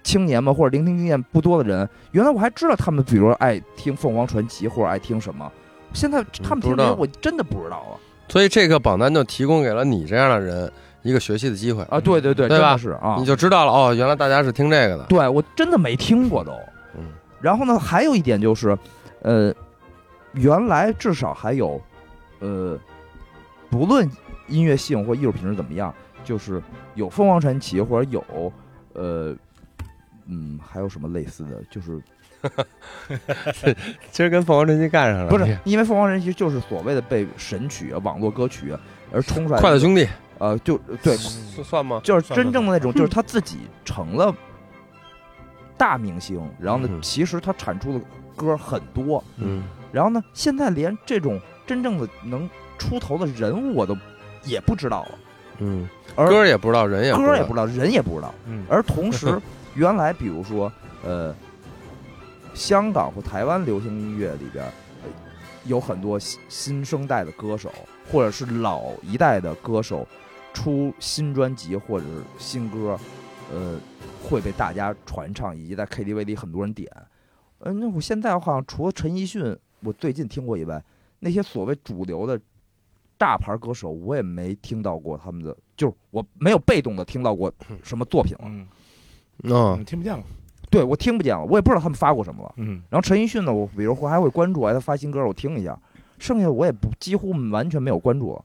A: 青年们，或者聆听经验不多的人，原来我还知道他们，比如说爱听凤凰传奇或者爱听什么，现在他们
C: 不知
A: 听这些
C: 道
A: 我真的不知道啊！
C: 所以这个榜单就提供给了你这样的人一个学习的机会，
A: 啊，对对对，
C: 对
A: 真
C: 吧
A: 的是啊
C: 你，就知道了哦，原来大家是听这个的，
A: 对我真的没听过都。
C: 嗯，
A: 然后呢，还有一点就是，呃，原来至少还有，呃，不论音乐性或艺术品质怎么样，就是有凤凰传奇或者有，呃，嗯，还有什么类似的？就是
C: 今儿跟凤凰传奇干上了，
A: 不是因为凤凰神奇就是所谓的被神曲、啊网络歌曲而冲出来的，
C: 快乐兄弟
A: 呃，就对，
C: 算算吗？
A: 就是
B: 算
A: 真
B: 了
A: 正的那种，就是他自己成了大明星，然后呢
C: 嗯，
A: 其实他产出的歌很多，
C: 嗯，
A: 然后呢，现在连这种真正的能出头的人物我都也不知道了，
C: 嗯，
A: 而
C: 歌儿也不知道，人也
A: 歌也不
C: 知
A: 知道，人也不知道，
B: 嗯，
A: 而同时，原来比如说呃，香港或台湾流行音乐里边。呃有很多新新生代的歌手，或者是老一代的歌手，出新专辑或者是新歌，呃，会被大家传唱，以及在 KTV 里很多人点。嗯、那我现在好像除了陈奕迅，我最近听过以外，那些所谓主流的大牌歌手，我也没听到过他们的，就是我没有被动的听到过什么作品了。
B: 嗯，
C: 道
B: 嗯，听不见了，
A: 对我听不见了，我也不知道他们发过什么了。
B: 嗯，
A: 然后陈奕迅呢，我比如还会关注，哎，他发新歌我听一下，剩下的我也不几乎完全没有关注了，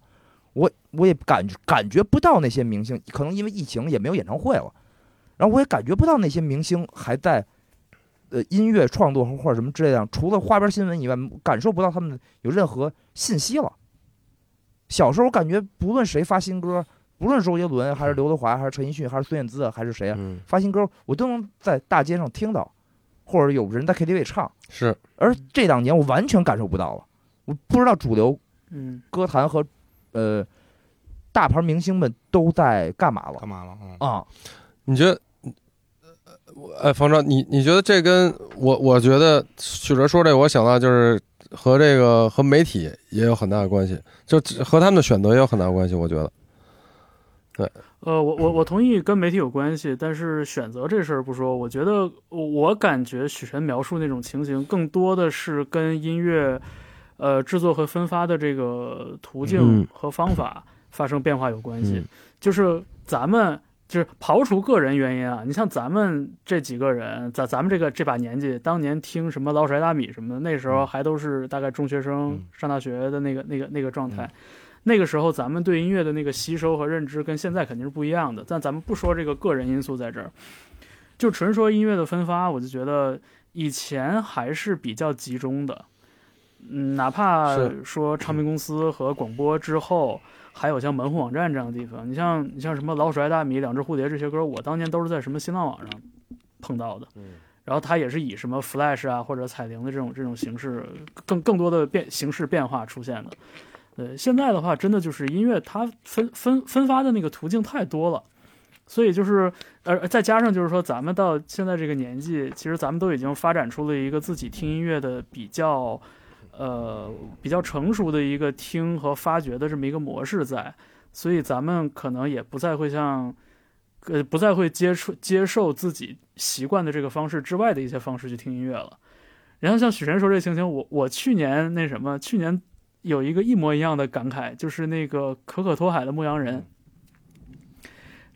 A: 我我也感感觉不到那些明星，可能因为疫情也没有演唱会了，然后我也感觉不到那些明星还在，呃，音乐创作或者什么之类的，除了花边新闻以外，感受不到他们有任何信息了。小时候感觉不论谁发新歌，不论是周杰伦还是刘德华还是陈奕迅还是孙燕姿还是谁啊，
C: 嗯，
A: 发新歌，我都能在大街上听到，或者有人在 KTV 唱。
C: 是
A: 而这两年我完全感受不到了，我不知道主流
D: 嗯，
A: 歌坛和呃大牌明星们都在干嘛了
B: 干嘛了？
C: 哦
B: 嗯，
A: 啊。
C: 你觉得？呃，冯超，你你觉得这跟我我觉得许哲说这个，我想到就是和这个和媒体也有很大的关系，就只和他们的选择也有很大的关系。我觉得，
D: 呃，我我我同意跟媒体有关系，但是选择这事儿不说，我觉得我我感觉许晨描述那种情形，更多的是跟音乐，呃，制作和分发的这个途
C: 嗯
D: 径和方法发生变化有关系。
C: 嗯
D: 就是咱们就是刨除个人原因啊，你像咱们这几个人，咱咱们这个这把年纪，当年听什么老鼠爱大米什么的，那时
C: 嗯
D: 候还都是大概中学生
B: 嗯
D: 上大学的那个那个那个状态。那个时候咱们对音乐的那个吸收和认知跟现在肯定是不一样的，但咱们不说这个个人因素在这儿，就纯说音乐的分发，我就觉得以前还是比较集中的，嗯，哪怕
C: 是
D: 说唱片公司和广播之后，还有像门户网站这样的地方，你像你像什么老鼠爱大米、两只蝴蝶这些歌，我当年都是在什么新浪网上碰到的，然后它也是以什么 Flash 啊或者彩铃的这种这种形式，更更多的变形式变化出现的。对，呃现在的话，真的就是音乐它分分分发的那个途径太多了，所以就是呃，再加上就是说，咱们到现在这个年纪，其实咱们都已经发展出了一个自己听音乐的比较呃比较成熟的一个听和发掘的这么一个模式在，所以咱们可能也不再会像。呃，不再会接触接受自己习惯的这个方式之外的一些方式去听音乐了。然后像许晨说这个情形，我我去年那什么，去年有一个一模一样的感慨，就是那个可可托海的《牧羊人》
B: 嗯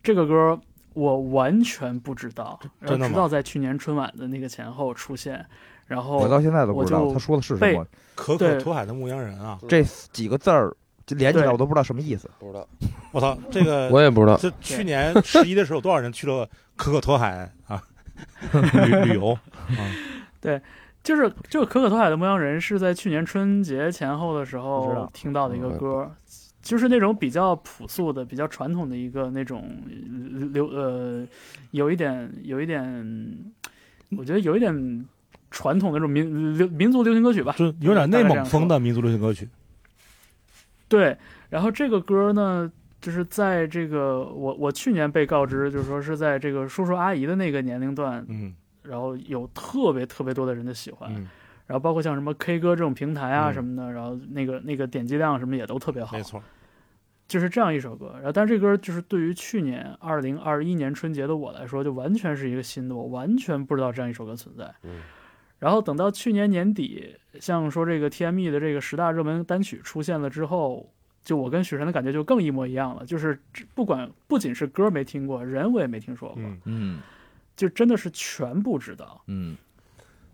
D: 这个歌，我完全不知道，然
B: 真的吗
D: 后直到在去年春晚的那个前后出现，然后
A: 我到现在都不知
D: 我
A: 道
D: 就
A: 他说的是什
D: 被
A: 么，
B: 可可
D: 对
B: 托海的牧羊人啊，
A: 这几个字儿就连起来
D: 对
A: 我都不知道什么意思。
C: 不知道，
B: 我操，这个
C: 我也不知道。
B: 这去年十一的时候，有多少人去了可可托海啊？ (laughs) 旅旅游，
D: 就是就是可可托海的《牧羊人》是在去年春节前后的时
A: 我知道嗯
D: 候听到的一个歌，就是那种比较朴素的、比较传统的一个那种呃流呃，有一点有一点，我觉得有一点传统的那种民流民族流行歌曲吧。
B: 就有点内蒙风的民族流行歌曲。
D: 对，然后这个歌呢，就是在这个我我去年被告知，就是说是在这个叔叔阿姨的那个年龄段，
B: 嗯
D: 然后有特别特别多的人的喜欢。
B: 嗯，
D: 然后包括像什么 K 歌这种平台啊
B: 嗯
D: 什么的，然后那个那个点击量什么也都特别好
B: 没，错，
D: 就是这样一首歌。然后但是这歌就是对于去年二零二一年春节的我来说，就完全是一个新的，我完全不知道这样一首歌存在。
C: 嗯
D: 然后等到去年年底，像说这个 TME 的这个十大热门单曲出现了之后，就我跟许晨的感觉就更一模一样了，就是只不管不仅是歌没听过，人我也没听说过，
B: 嗯，
A: 嗯
D: 就真的是全不知道。
A: 嗯，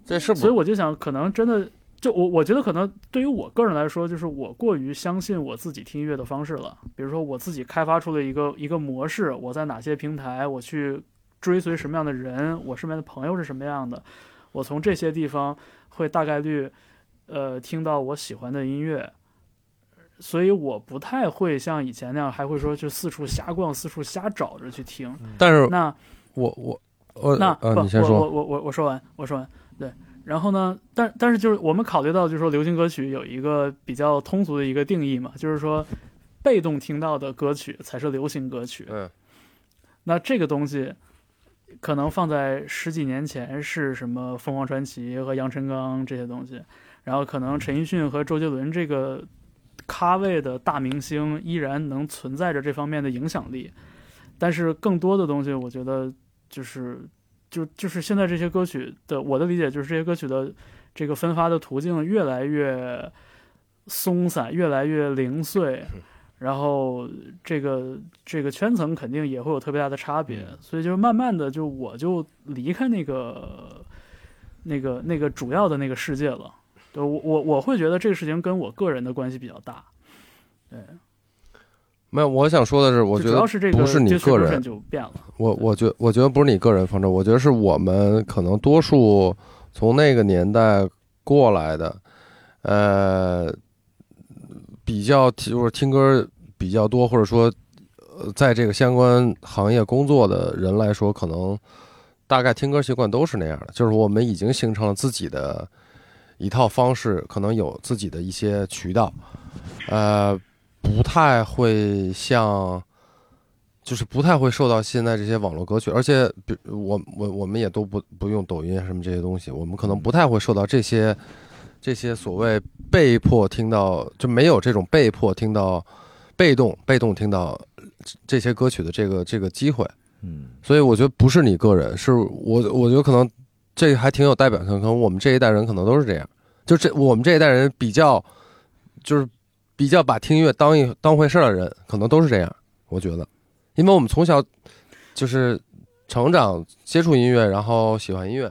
C: 这是
D: 所以
C: 不
D: 我就想，可能真的，就我我觉得可能对于我个人来说，就是我过于相信我自己听音乐的方式了。比如说，我自己开发出了一个一个模式，我在哪些平台我去追随什么样的人，我身边的朋友是什么样的，我从这些地方会大概率呃听到我喜欢的音乐。所以我不太会像以前那样，还会说去四处瞎逛、四处瞎找着去听。
C: 但是
D: 那
C: 我我我
D: 那不，
C: 呃，你先
D: 我
C: 说，
D: 我我我说完，我说完。对，然后呢，但但是就是我们考虑到，就是说流行歌曲有一个比较通俗的一个定义嘛，就是说被动听到的歌曲才是流行歌曲。
C: 嗯，
D: 那这个东西可能放在十几年前是什么凤凰传奇和杨臣刚这些东西，然后可能陈奕迅和周杰伦这个咖位的大明星依然能存在着这方面的影响力，但是更多的东西，我觉得就是就就是现在这些歌曲的我的理解就是这些歌曲的这个分发的途径越来越松散，越来越零碎。然后这个这个圈层肯定也会有特别大的差别，
C: 嗯
D: 所以就是慢慢的就我就离开那个那个那个主要的那个世界了。对我我我会觉得这个事情跟我个人的关系比较大，
C: 没有，我想说的是，我
D: 就
C: 觉
D: 主要
C: 得
D: 是这个
C: 不是你
D: distribution
C: 个人
D: 就变了。
C: 我我觉我觉得不是你个人方针，我觉得是我们可能多数从那个年代过来的，呃，比较就是听歌比较多，或者说呃，在这个相关行业工作的人来说，可能大概听歌习惯都是那样的，就是我们已经形成了自己的一套方式，可能有自己的一些渠道，呃，不太会像。就是不太会受到现在这些网络歌曲，而且比我我我们也都不不用抖音啊什么这些东西，我们可能不太会受到这些这些所谓被迫听到，就没有这种被迫听到、被动被动听到这些歌曲的这个这个机会。
A: 嗯，
C: 所以我觉得不是你个人，是我我觉得可能这还挺有代表性，可能我们这一代人可能都是这样，就这我们这一代人比较就是比较把听音乐当一当回事儿的人，可能都是这样，我觉得，因为我们从小就是成长接触音乐，然后喜欢音乐。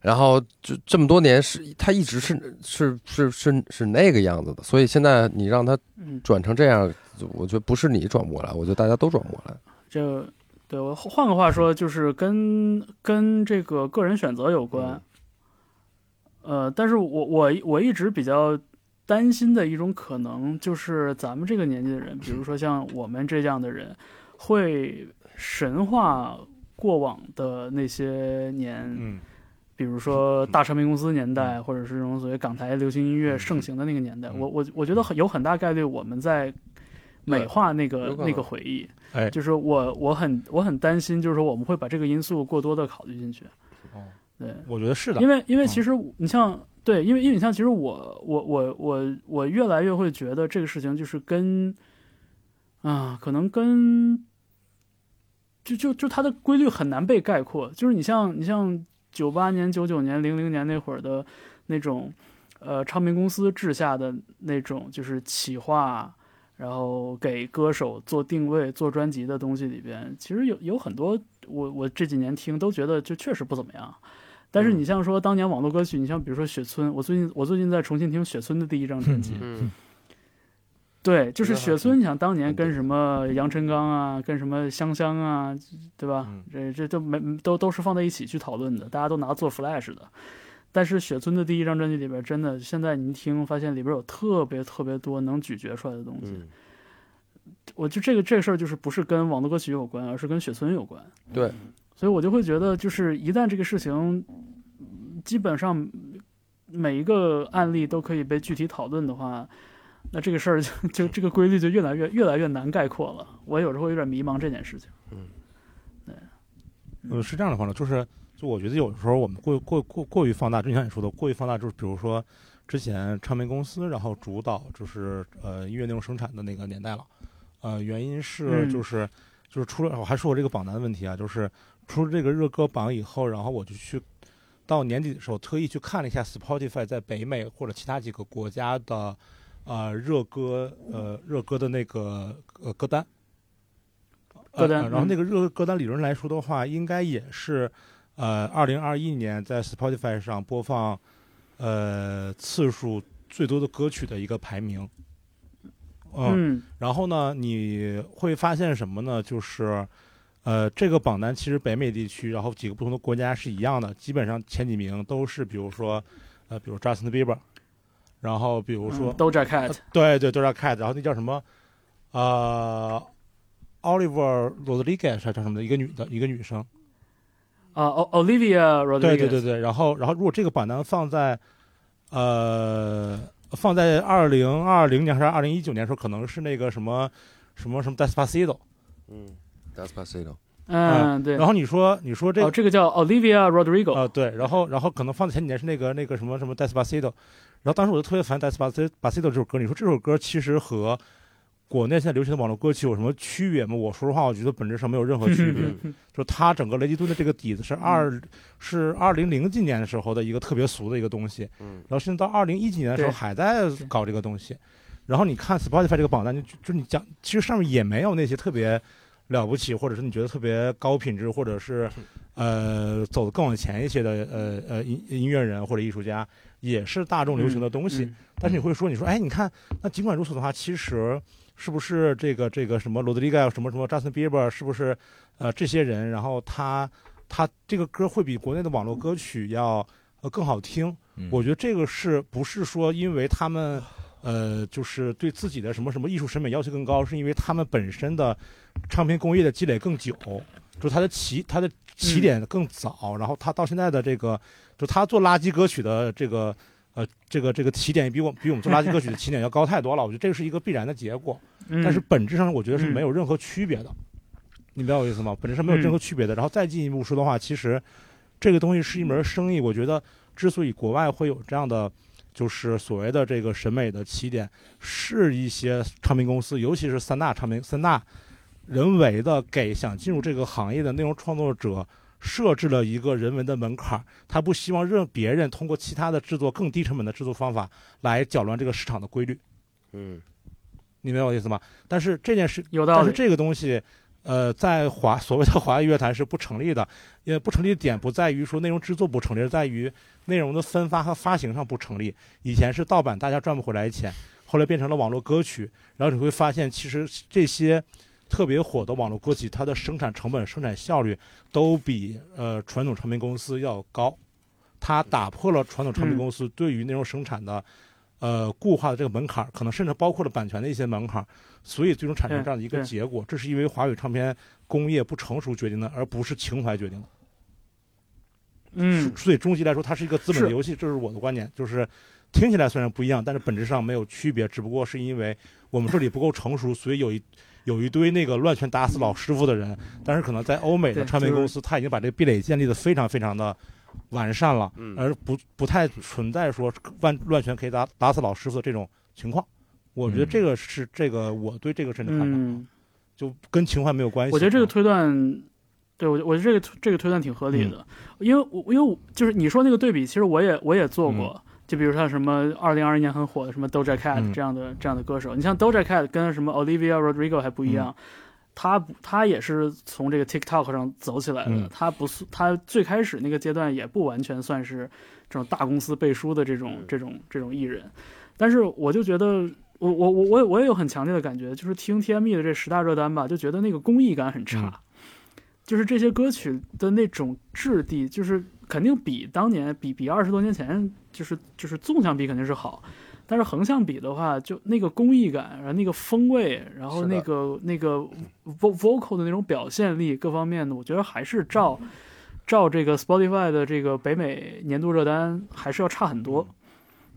C: 然后就这么多年是，他一直是是是是是那个样子的，所以现在你让他
D: 嗯，
C: 转成这样，我觉得不是你转不过来，我觉得大家都转不过来。
D: 这对我换个话说，就是跟跟这个个人选择有关。呃，但是我我我一直比较担心的一种可能，就是咱们这个年纪的人，比如说像我们这样的人，会神话过往的那些年，
B: 嗯
D: 比如
C: 嗯
D: 说大唱片公司年代，或者是这种所谓港台流行音乐盛行的那个年代。
B: 嗯
D: 我我我觉得很有很大概率我们在美化那
C: 有
D: 个
C: 可能
D: 那个回忆。
B: 哎
D: 就是我我很我很担心，就是说我们会把这个因素过多的考虑进去。
B: 哦，
D: 对，
B: 我觉得是的
D: 因，为因为
B: 嗯
D: 其实我你像对，因为因为你像其实我我我我我越来越会觉得这个事情就是跟啊，可能跟就就就它的规律很难被概括。就是你像你像九八年、九九年、零零年那会儿的那种呃唱片公司制下的那种就是企划。然后给歌手做定位、做专辑的东西里边，其实有有很多我我这几年听都觉得就确实不怎么样，但是你像说当年网络歌曲，你像比如说雪村，我最近我最近在重新听雪村的第一张专辑，
C: 嗯，
D: 对，就是
C: 觉得还
D: 雪村，你想当年
C: 很
D: 跟
C: 对
D: 什么杨臣刚啊，跟什么香香啊，对吧？
B: 嗯
D: 这这都没都都是放在一起去讨论的，大家都拿做 Flash 的。但是雪村的第一张专辑里边，真的现在你一听发现里边有特别特别多能咀嚼出来的东西。
C: 嗯
D: 我就这个这个事儿就是不是跟网络歌曲有关，而是跟雪村有关。
C: 对，
D: 所以我就会觉得，就是一旦这个事情，嗯基本上每一个案例都可以被具体讨论的话，那这个事儿 (laughs) 就就这个规律就越来越越来越难概括了。我有时候有点迷茫这件事情。
B: 嗯，是这样的，方式，就是就我觉得有时候我们过过过过于放大，就像你说的，过于放大，就是比如说之前唱片公司然后主导就是呃音乐内容生产的那个年代了，呃，原因是
D: 嗯
B: 就是、就是出了我还说我这个榜单的问题啊，就是出了这个热歌榜以后，然后我就去到年底的时候特意去看了一下 Spotify 在北美或者其他几个国家的呃热歌呃热歌的那个呃歌单。
D: 歌单
B: 呃然后
D: 嗯
B: 那个热歌单理论来说的话，应该也是，呃，二零二一年在 Spotify 上播放，呃，次数最多的歌曲的一个排名。嗯
D: 嗯
B: 哦然后呢，你会发现什么呢？就是，呃，这个榜单其实北美地区，然后几个不同的国家是一样的，基本上前几名都是，比如说，呃，比如 Justin Bieber，然后比如说，呃
D: Doja Cat，
B: 对对，都叫 Cat，然后那叫什么，呃，Oliver Rodriguez 还叫什么的，一个女的，一个女生，
D: 啊，O- Olivia Rodriguez，
B: 对对对对，然后然后如果这个榜单放在，呃，放在二零二零年还是二零一九年的时候，可能是那个什么什么什么 Despacito，
C: 嗯，Despacito，
D: 嗯对，
B: 啊然后你说你说这
D: 哦这个叫 Olivia
B: 啊、
D: Rodrigo，
B: 对，然后然后可能放在前几年是那个那个什么什么 Despacito，然后当时我就特别烦 Despacito Despacito 这首歌，你说这首歌其实和国内现在流行的网络歌曲有什么区别吗？我说实话，我觉得本质上没有任何区
D: 嗯
B: 别。就它整个雷吉顿的这个底子是二、是二零零几年的时候的一个特别俗的一个东西，
C: 嗯，
B: 然后甚至到二零一几年的时候
D: 对
B: 还在搞这个东西。然后你看 Spotify 这个榜单，就就你讲，其实上面也没有那些特别了不起，或者是你觉得特别高品质，或者是呃走得更往前一些的呃呃音音乐人或者艺术家，也是大众流行的东西。
D: 嗯
B: 但是你会说，你说，哎，你看，那尽管如此的话，其实是不是这个这个什么罗德里盖什么什么 Justin Bieber 是不是呃这些人，然后他他这个歌会比国内的网络歌曲要呃更好听？
A: 嗯
B: 我觉得这个是不是说因为他们呃就是对自己的什么什么艺术审美要求更高，是因为他们本身的唱片工业的积累更久，就是他的起他的起点更早，然后他到现在的这个，就他做垃圾歌曲的这个呃这个这个起点比我比我们做垃圾歌曲的起点要高太多了，我觉得这个是一个必然的结果，
D: 嗯
B: 但是本质上我觉得是
D: 嗯
B: 没有任何区别的，你明白我意思吗？本质上没有任何区别的。然后再进一步说的话，其实这个东西是一
D: 嗯
B: 门生意，我觉得之所以国外会有这样的。就是所谓的这个审美的起点，是一些唱片公司，尤其是三大唱片三大人为的给想进入这个行业的内容创作者设置了一个人文的门槛儿，他不希望让别人通过其他的制作更低成本的制作方法来搅乱这个市场的规律，
C: 嗯，
B: 你明白我意思吗？但是这件事，
D: 有道
B: 但是
D: 理，
B: 这个东西，呃，在华所谓的华语乐坛是不成立的，也不成立的点不在于说内容制作不成立，而在于内容的分发和发行上不成立。以前是盗版，大家赚不回来钱，后来变成了网络歌曲，然后你会发现，其实这些特别火的网络歌曲，它的生产成本、生产效率都比呃传统唱片公司要高，它打破了传统唱片公司对于内容生产的。呃，固化的这个门槛儿，可能甚至包括了版权的一些门槛儿，所以最终产生
D: 对
B: 这样的一个
D: 对
B: 结果。这是因为华语唱片工业不成熟决定的，而不是情怀决定的。
D: 嗯，
B: 所以终极来说，它是一个资本的
D: 是
B: 游戏，这是我的观点。就是听起来虽然不一样，但是本质上没有区别，只不过是因为我们这里不够成熟，所以有一 (laughs) 有一堆那个乱拳打死老师傅的人。但是可能在欧美的
D: 嗯对
B: 唱片公司，它已经把这个壁垒建立的非常非常的完善了，
C: 嗯
B: 而不不太存在说乱乱拳可以打打死老师傅的这种情况。我觉得
A: 嗯
B: 这个是这个我对这个真的看法，啊
D: 嗯，
B: 就跟情怀没有关系。
D: 我觉得这个
B: 嗯
D: 推断，对我我觉得这个推这个推断挺合理的，
B: 嗯
D: 因为我因为我就是你说那个对比，其实我也我也做过。就比如像什么二零二一年很火的什么 Doja
B: 嗯
D: Cat 这样的、这样的歌手，你像 Doja Cat 跟什么 Olivia Rodrigo 还不一样，他不他也是从这个 TikTok 上走起来的，
B: 嗯
D: 他不是他最开始那个阶段也不完全算是这种大公司背书的这种、这种这种艺人，但是我就觉得我我我我也我也有很强烈的感觉，就是听 TME 的这十大热单吧，就觉得那个工艺感很差，
B: 嗯
D: 就是这些歌曲的那种质地，就是肯定比当年比比二十多年前，就是就是纵向比肯定是好，但是横向比的话，就那个工艺感，然后那个风味，然后
C: 是的
D: 那个那个 vo- vocal 的那种表现力各方面的，我觉得还是照照这个 Spotify 的这个北美年度热单还是要差很
B: 嗯
D: 多。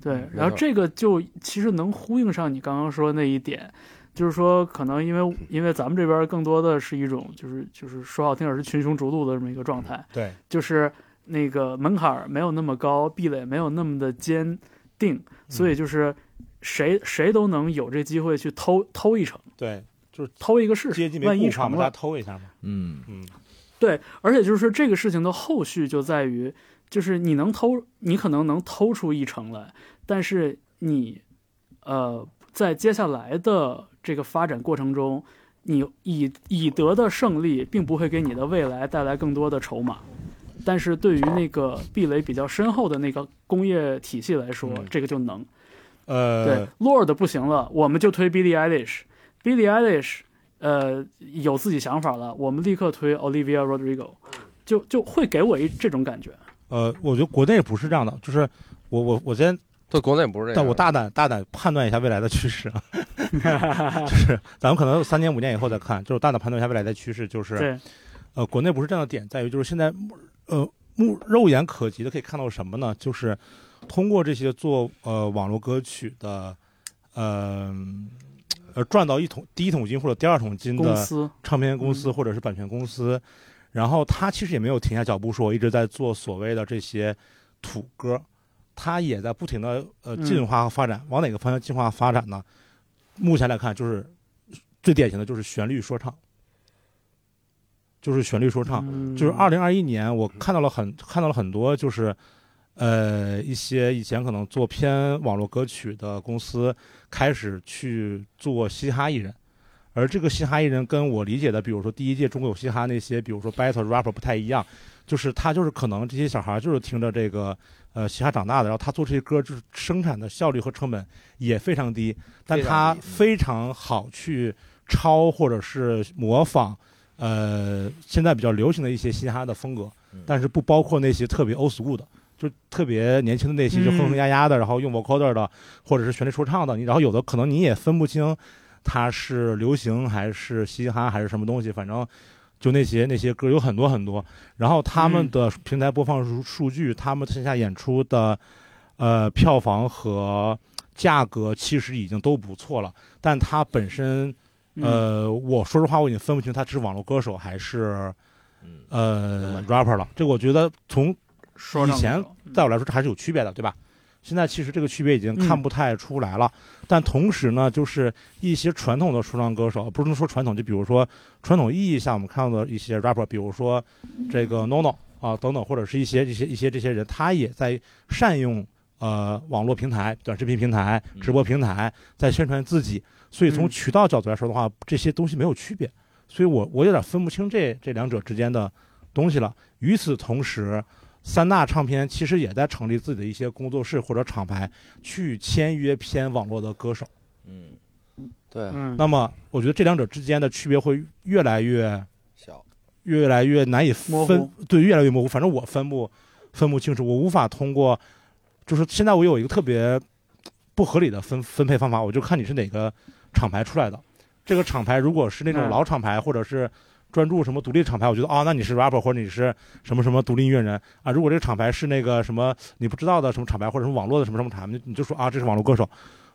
D: 对，然后
C: 错
D: 这个就其实能呼应上你刚刚说的那一点，就是说可能因为因为咱们这边更多的是一种就是就是说好听点是群雄逐鹿的这么一个状态，
B: 对，
D: 就是那个门槛儿没有那么高，壁垒没有那么的坚定，所
B: 嗯
D: 以就是谁谁都能有这机会去偷偷一成，
B: 对，
D: 偷一个试
B: 接
D: 试
B: 近，
D: 万
B: 没
D: 一
B: 固化
D: 成
B: 嘛，大家
D: 了，
B: 偷一下嘛。
A: 嗯
B: 嗯，
D: 对，而且就是这个事情的后续就在于，就是你能偷，你可能能偷出一成来，但是你，呃，在接下来的这个发展过程中，你已已得的胜利，并不会给你的未来带来更多的筹码。但是对于那个壁垒比较深厚的那个工业体系来说，
B: 嗯
D: 这个就能。
B: 呃
D: 对，，Lord 不行了，我们就推 Billie Eilish。Billie Eilish，呃有自己想法了，我们立刻推 Olivia Rodrigo，就就会给我一这种感觉。
B: 呃，我觉得国内不是这样的，就是我我我先，
C: 对，啊国内不是这样。
B: 但我大胆大胆判断一下未来的趋势啊， (laughs) 就是咱们可能三年五年以后再看，就是大胆判断一下未来的趋势，就是
D: 对，
B: 呃，国内不是这样的点在于，就是现在呃目肉眼可及的可以看到什么呢？就是通过这些做呃网络歌曲的，呃。呃，赚到一桶第一桶金或者第二桶金的
D: 公司
B: 唱片公司或者是版权公司，然后他其实也没有停下脚步说，我一直在做所谓的这些土歌，他也在不停的呃
D: 嗯
B: 进化和发展，往哪个方向进化发展呢？目前来看，就是最典型的就是旋律说唱，就是旋律说唱，
D: 嗯
B: 啊就是二零二一年，我看到了很看到了很多就是。呃，一些以前可能做偏网络歌曲的公司，开始去做嘻哈艺人，而这个嘻哈艺人跟我理解的，比如说第一届中国有嘻哈那些，比如说 battle rapper 不太一样，就是他就是可能这些小孩就是听着这个呃嘻哈长大的，然后他做这些歌就是生产的效率和成本也非常低，嗯但他非常好去抄或者是模仿，呃，现在比较流行的一些嘻哈的风格
A: 嗯，
B: 但是不包括那些特别 old school 的。就是特别呃年轻的那些，就哼哼呀呀的，然后用 vocoder 的，或者是旋律说唱的，你然后有的可能你也分不清它是流行还是嘻哈还是什么东西，反正就那些那些歌有很多很多。然后他们的平台播放数数据，他们线下演出的呃票房和价格其实已经都不错了，但它本身
D: 嗯
B: 呃，我说实话我已经分不清它是网络歌手还是呃 rapper 了。这个我觉得从
D: 说唱
B: 以前
D: 歌手嗯
B: 在我来说，这还是有区别的，对吧？现在其实这个区别已经看不太出来了，但同时呢，就是一些传统的说唱歌手，不能说传统，就比如说传统意义上我们看到的一些 rapper，比如说这个 NONO 啊等等，或者是一些一些一些这些人，他也在善用呃网络平台、短视频平台、直播平台，在宣传自己。所以从
D: 嗯
B: 渠道角度来说的话，这些东西没有区别，所以我我有点分不清这这两者之间的东西了。与此同时，三大唱片其实也在成立自己的一些工作室或者厂牌，去签约偏网络的歌手。
A: 嗯
C: 对
D: 嗯，
B: 那么，我觉得这两者之间的区别会越来越
C: 小，
B: 越来越难以
D: 模
B: 分
D: 糊，
B: 对，越来越模糊。反正我分不分不清楚，我无法通过，就是现在我有一个特别不合理的分分配方法，我就看你是哪个厂牌出来的。这个厂牌如果是那种
D: 嗯
B: 老厂牌，或者是专注什么独立厂牌，我觉得啊、那你是 rapper 或者你是什么什么独立音乐人啊。如果这个厂牌是那个什么你不知道的什么厂牌或者什么网络的什么什么厂牌，你就说啊这是网络歌手。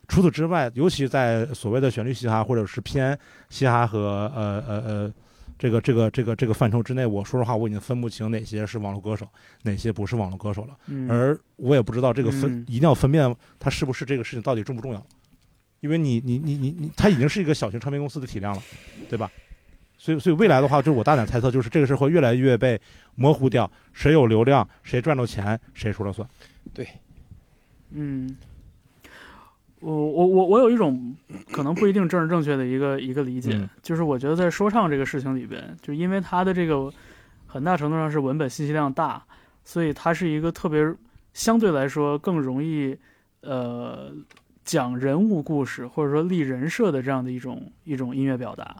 B: 除此之外，尤其在所谓的旋律嘻哈或者是偏嘻哈和呃呃呃这个这个这个这个范畴之内，我说实话我已经分不清哪些是网络歌手，哪些不是网络歌手了。
D: 嗯
B: 而我也不知道这个分、
D: 嗯
B: 一定要分辨它是不是这个事情到底重不重要，因为你你你你你，它已经是一个小型唱片公司的体量了，对吧？所以所以未来的话，就是我大胆猜测，就是这个事会越来越被模糊掉，谁有流量，谁赚到钱，谁说了算。
D: 嗯，我我我我有一种可能不一定正正确的一个一个理解，
B: 嗯
D: 就是我觉得在说唱这个事情里边，就因为它的这个很大程度上是文本信息量大，所以它是一个特别相对来说更容易呃讲人物故事或者说立人设的这样的一种一种音乐表达。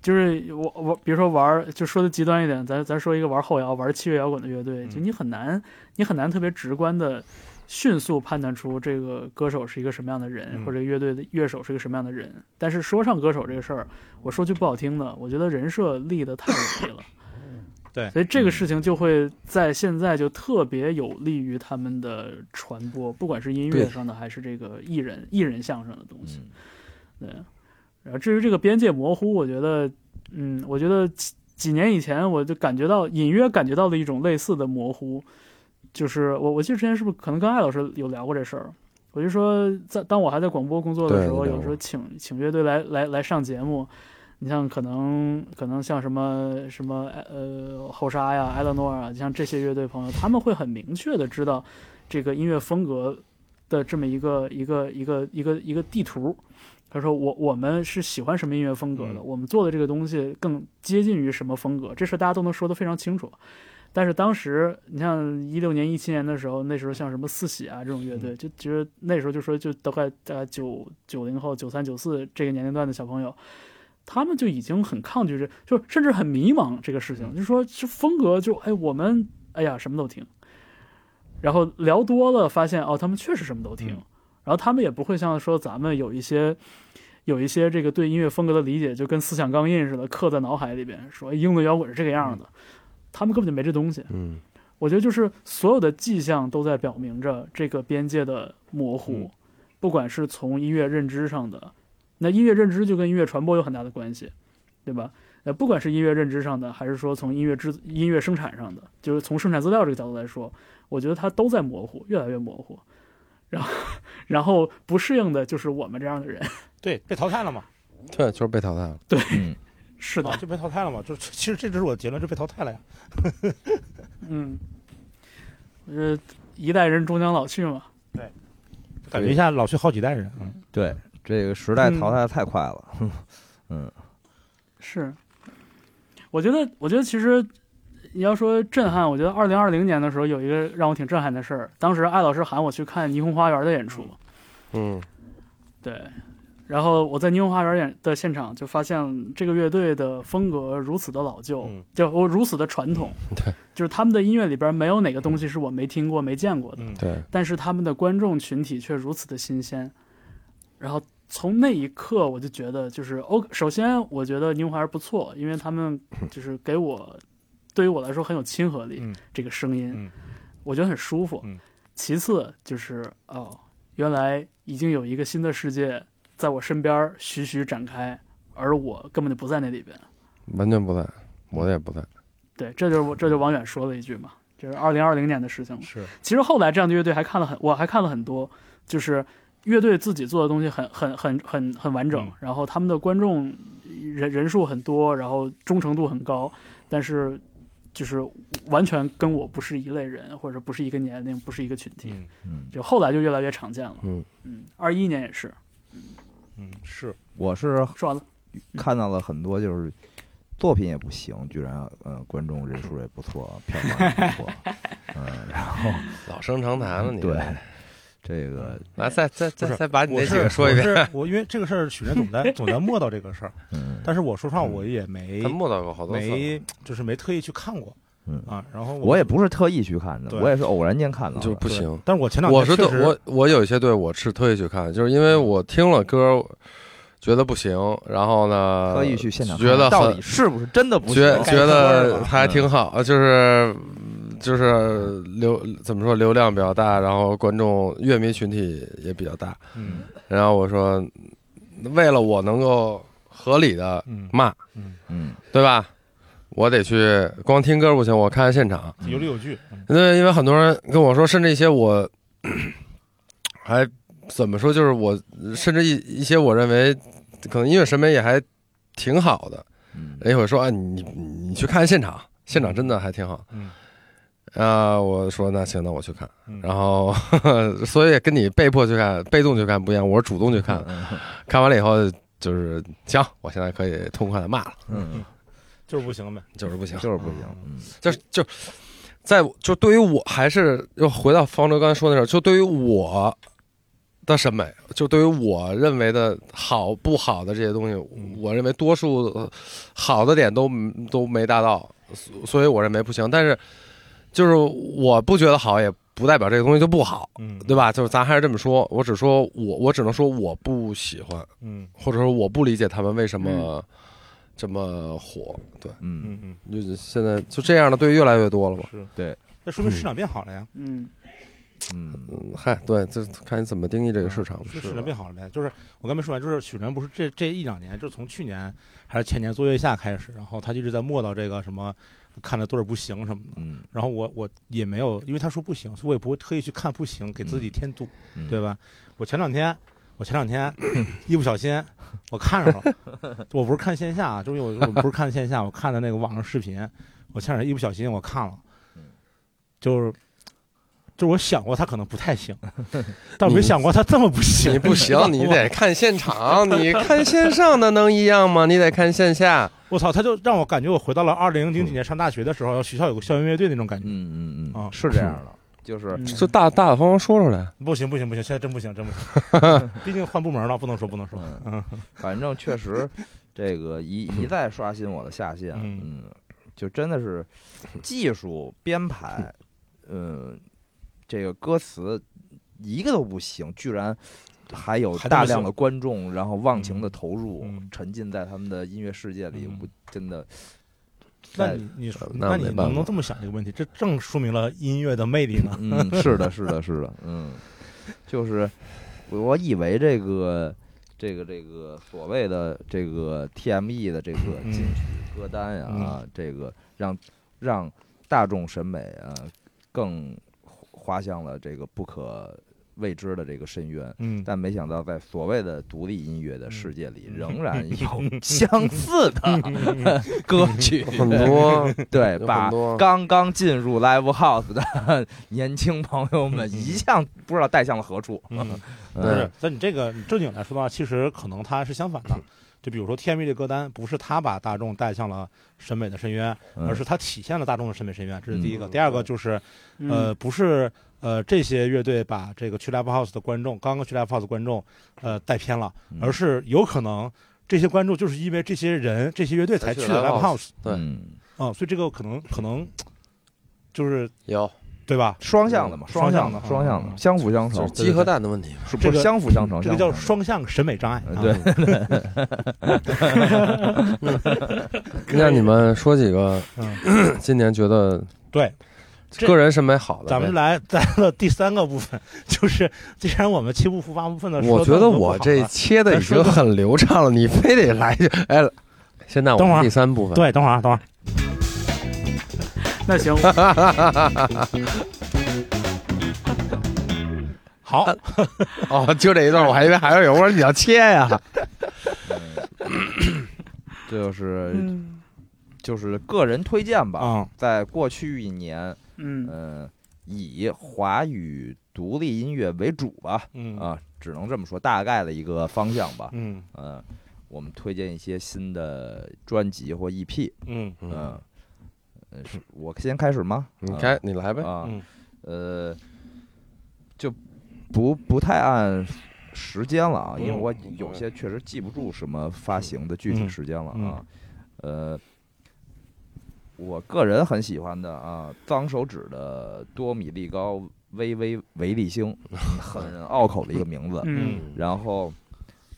D: 就是我我比如说玩儿，就说的极端一点，咱咱说一个玩后摇、玩器乐摇滚的乐队，就你很难你很难特别直观的迅速判断出这个歌手是一个什么样的人，
B: 嗯。
D: 或者乐队的乐手是个什么样的人。但是说唱歌手这个事儿，我说句不好听的，我觉得人设立的太容易了
B: 对
D: 所以这个事情就会在现在就特别有利于他们的传播，不管是音乐
C: 对
D: 上的还是这个艺人艺人相声的东西。
A: 嗯
D: 对，然后至于这个边界模糊，我觉得，嗯，我觉得几几年以前我就感觉到隐约感觉到了一种类似的模糊，就是我我记得之前是不是可能跟艾老师有聊过这事儿？我就说在当我还在广播工作的
C: 对
D: 时候，
C: 聊过
D: 有时候请请乐队来来来上节目，你像可能可能像什么什么呃后沙呀、埃勒诺啊，像这些乐队朋友，他们会很明确的知道这个音乐风格的这么一个一个一个一个一个地图。他说我我们是喜欢什么音乐风格的，
B: 嗯
D: 我们做的这个东西更接近于什么风格，这事大家都能说得非常清楚。但是当时，你像一六年、一七年的时候，那时候像什么四喜啊这种乐队，就觉得那时候就说就大概大概九九零后、九三、九四这个年龄段的小朋友，他们就已经很抗拒这，就甚至很迷茫这个事情，就说这风格就哎我们哎呀什么都听，然后聊多了发现哦他们确实什么都听，
B: 嗯
D: 然后他们也不会像说咱们有一些。有一些这个对音乐风格的理解，就跟思想钢印似的，刻在脑海里边，说哎英伦摇滚是这个样的，他们根本就没这东西。
C: 嗯
D: 我觉得就是所有的迹象都在表明着这个边界的模糊，
B: 嗯
D: 不管是从音乐认知上的，那音乐认知就跟音乐传播有很大的关系，对吧？呃，不管是音乐认知上的，还是说从音乐制音乐生产上的，就是从生产资料这个角度来说，我觉得它都在模糊，越来越模糊。然后，然后不适应的就是我们这样的人。 (laughs)
B: 对，被淘汰了嘛，
C: 对，就是被淘汰了。
A: 嗯，
D: 是的
B: 啊，，就被淘汰了嘛，这这其实这就是我的结论，这被淘汰了呀。
D: 嗯，呃，一代人终将老去嘛。
B: 感觉一下老去好几代人，嗯，
A: 对，这个时代淘汰的太快了。
D: 是，我觉得，我觉得其实你要说震撼，我觉得二零二零年的时候有一个让我挺震撼的事儿，当时艾老师喊我去看霓虹花园的演出，
C: 嗯
D: 对，然后我在霓虹花园演的现场就发现这个乐队的风格如此的老旧，
B: 嗯
D: 就我如此的传统，
C: 对，
D: 就是他们的音乐里边没有哪个东西是我没听过、没见过的，
B: 嗯，
C: 对，
D: 但是他们的观众群体却如此的新鲜。然后从那一刻，我就觉得就是哦，首先我觉得霓虹还是不错，因为他们就是给我，对于我来说很有亲和力，
B: 嗯
D: 这个声音，
B: 嗯
D: 我觉得很舒服。
B: 嗯
D: 其次就是哦，原来已经有一个新的世界在我身边徐徐展开，而我根本就不在那里边。
C: 完全不在，我的也不在。
D: 对，这就是我这就王远说了一句嘛，这是二零二零年的事情嘛。
B: 是，
D: 其实后来这样的乐队还看了很，我还看了很多，就是乐队自己做的东西很很很很很完整
B: 嗯，
D: 然后他们的观众人人数很多，然后忠诚度很高，但是就是完全跟我不是一类人，或者不是一个年龄，不是一个群体，
B: 嗯
A: 嗯，
D: 就后来就越来越常见了。
C: 嗯
D: 嗯，二一年也是，
B: 嗯是，
A: 我是
D: 说完了，
A: 看到了很多，就是作品也不行，居然呃观众人数也不错，票房也不错，嗯，然后
C: 老生常谈了你。
A: 对这个
C: 来再再
B: 不
C: 再
B: 是
C: 再把你
B: 我
C: 那几
B: 是
C: 个说一遍。
B: 我是我因为这个事儿，许晨总在总在磨叨这个事儿，
A: 嗯
B: 但是我说实话，我也没
C: 他磨叨过好多次了。
B: 没就是没特意去看过
A: 嗯，
B: 啊，然后
A: 我也不是特意去看的，
B: 对
A: 我也是偶然间看到的，
C: 就是不行。
B: 但是我前两
C: 我
B: 天
C: 是
B: 确
C: 特
B: 实
C: 我我有一些队我是特意去看，就是因为我听了歌，觉得不行，然后呢，
A: 特意去现场看
C: 觉得
A: 到
C: 很
A: 底是不是真的不行
C: 觉
B: 该
C: 觉
B: 说
C: 得
B: 了吧
C: 还挺好，呃就是就是流怎么说流量比较大，然后观众乐迷群体也比较大，
B: 嗯
C: 然后我说，为了我能够合理的
B: 嗯
C: 骂，
B: 嗯
A: 嗯，
C: 对吧？我得去光听歌不行，我看现场，
B: 有理有据，嗯
C: 因为因为很多人跟我说，甚至一些我还怎么说，就是我甚至一一些我认为可能音乐审美也还挺好的，
A: 嗯
C: 人也会说啊，你你你去看现场，现场真的还挺好。
B: 嗯
C: 啊、我说那行，那我去看。
B: 嗯，
C: 然后， (laughs) 呵呵所以跟你被迫去看、被动去看不一样，我是主动去看。
A: 嗯
C: 看完了以后，就是行，我现在可以痛快的骂了，
A: 嗯，
B: 就是不行呗，
C: 就是不行，
A: 就是不行，嗯
C: 就是就在我就对于我还是又回到方舟刚才说那事儿，就对于我的审美，就对于我认为的好不好的这些东西，
B: 嗯
C: 我认为多数呃好的点都都没达到，所所以我认为不行。但是就是我不觉得好，也不代表这个东西就不好，
B: 嗯
C: 对吧？就是咱还是这么说，我只说我我只能说我不喜欢，
B: 嗯
C: 或者说我不理解他们为什么这么火。对，
A: 嗯，
B: 嗯嗯
C: 就是现在就这样的队越来越多了嘛。
B: 是，
A: 对，
B: 那说明市场变好了呀。
D: 嗯
A: 嗯
C: 嗯，嗨，对，这看你怎么定义这个市场
B: 是嗯
C: 是
B: 市
C: 吧
B: 场变好了呗？就是我刚没说完，就是许晨不是这这一两年，就是从去年还是前年坐月下开始，然后他就一直在磨叨这个什么看着多少不行什么的。
A: 嗯
B: 然后我我也没有，因为他说不行，所以我也不会特意去看不行，给自己添堵，
A: 嗯
B: 对吧？我前两天，我前两天一不小心我看上了，我不是看线下，就是我我不是看线下，我看的那个网上视频，我前两天一不小心我看了
A: 嗯，
B: 就是。就是我想过他可能不太行，但我没想过他这么不行。
C: 你不行，你得看现场，你 (laughs) 看线上的能一样吗？你得看线下。
B: 我操，他就让我感觉我回到了二零零几年上大学的时候，学校有个校园乐队那种感觉。
A: 嗯嗯
B: 啊
A: 嗯，是这样的，就是
D: 嗯
C: 就大大大方方说出来，
B: 不行不行不行，(laughs)
C: (laughs)
B: 现在真不行真不行，毕竟换部门了，不能说不能说。
A: 嗯
B: 嗯 (laughs)
A: 反正确实，这个一一再刷新我的下限，
B: 嗯
A: 嗯，就真的是技术编
B: (laughs)
A: 排，嗯，这个歌词一个都不行，居然还有
B: 还那么
A: 大量
B: 行
A: 的观众，然后忘情的投入，
B: 嗯
A: 沉浸在他们的音乐世界里，
B: 嗯
A: 我真的
B: 那
A: 在
B: 你你说，
C: 呃那
B: 那你
C: 没
B: 能
C: 办
B: 不能
C: 法
B: 这么想这个问题？这正说明了音乐的魅力 (laughs)
C: (laughs)
B: 呢。
A: 嗯，是的，是的，是的，嗯，就是我我以为这个这个这个所谓的这个 TME 的这个
B: 嗯
A: 金曲歌单呀、啊，这个让让大众审美啊更滑向了这个不可未知的这个深渊。
B: 嗯，
A: 但没想到，在所谓的独立音乐的世界里，仍
B: (laughs)
A: 然有
B: 嗯
A: 相似的
B: (laughs)
A: 歌曲，
C: (laughs) 很多，
A: (laughs) 对，
C: 有
A: 把
C: (laughs) 很
B: 嗯
C: 多
A: 刚刚进入 Live House 的 (laughs) 年轻朋友们一向不知道带向了何处。
B: 嗯
A: 嗯
B: 不嗯是，但你这个你正经来说的话，其实可能它是相反
C: 嗯
B: 的。就比如说《天命》这歌单，不是他把大众带向了审美的深渊，
A: 嗯
B: 而是他体现了大众的审美深渊，这是第一个。
C: 嗯
B: 第二个就是，
D: 嗯
B: 呃，不是呃这些乐队把这个去 Live House 的观众，刚刚去 Live House 的观众，呃带偏了，
A: 嗯
B: 而是有可能这些观众就是因为这些人、这些乐队才
C: 才去
B: 去的
C: Live
B: Live House
C: 对
A: 嗯
B: 啊、所以这个可能可能就是
C: 有
B: 对吧？
A: 双向的嘛，
B: 嗯双
A: 向
B: 向
A: 的
B: 的，
A: 双向的，
B: 嗯
A: 相辅相
C: 就
A: 成
C: 是，鸡和蛋的问题嘛，
A: 是不
B: 这
A: 是
B: 个
A: 相辅相成？
B: 这个叫
A: 相辅
B: 双向审美障碍。
A: 相
B: 啊
A: 成。呃，对，
C: 那你们说几个
B: 嗯，
C: (clears throat) 今年觉得
B: 对，这
C: 个人审美好的呗？
B: 咱们来来到第三个部分，就是既然我们七部复八部分的，
C: 我觉得我这切的已经很流畅了，你非得来一句哎。现在我
B: 等会
C: 们
B: 儿
C: 第三部分，
B: 对，等会儿啊，等会儿，
D: 那行，
B: 好，
C: 哦，就这一段，我还以为还有，我说你要切呀，
A: 这 (laughs) 就是
D: 嗯
A: 就是个人推荐吧。
B: 嗯
A: 在过去一年，
B: (laughs)
D: 嗯
A: 呃，以华语独立音乐为主吧，
B: 嗯
A: 啊，只能这么说，大概的一个方向吧。
B: 嗯
A: 呃，我们推荐一些新的专辑或 E EP。
B: 嗯
A: 嗯，呃是我先开始吗？
C: 你
A: 啊
C: 开你来呗，
A: 啊
B: 嗯，
A: 呃，就不不太按时间了啊，因为
B: 嗯
A: 我有些确实记不住什么发行的具体时间了啊，呃。我个人很喜欢的啊，脏手指的多米利高微微维利星，很拗口的一个名字。
D: 嗯
A: 然后，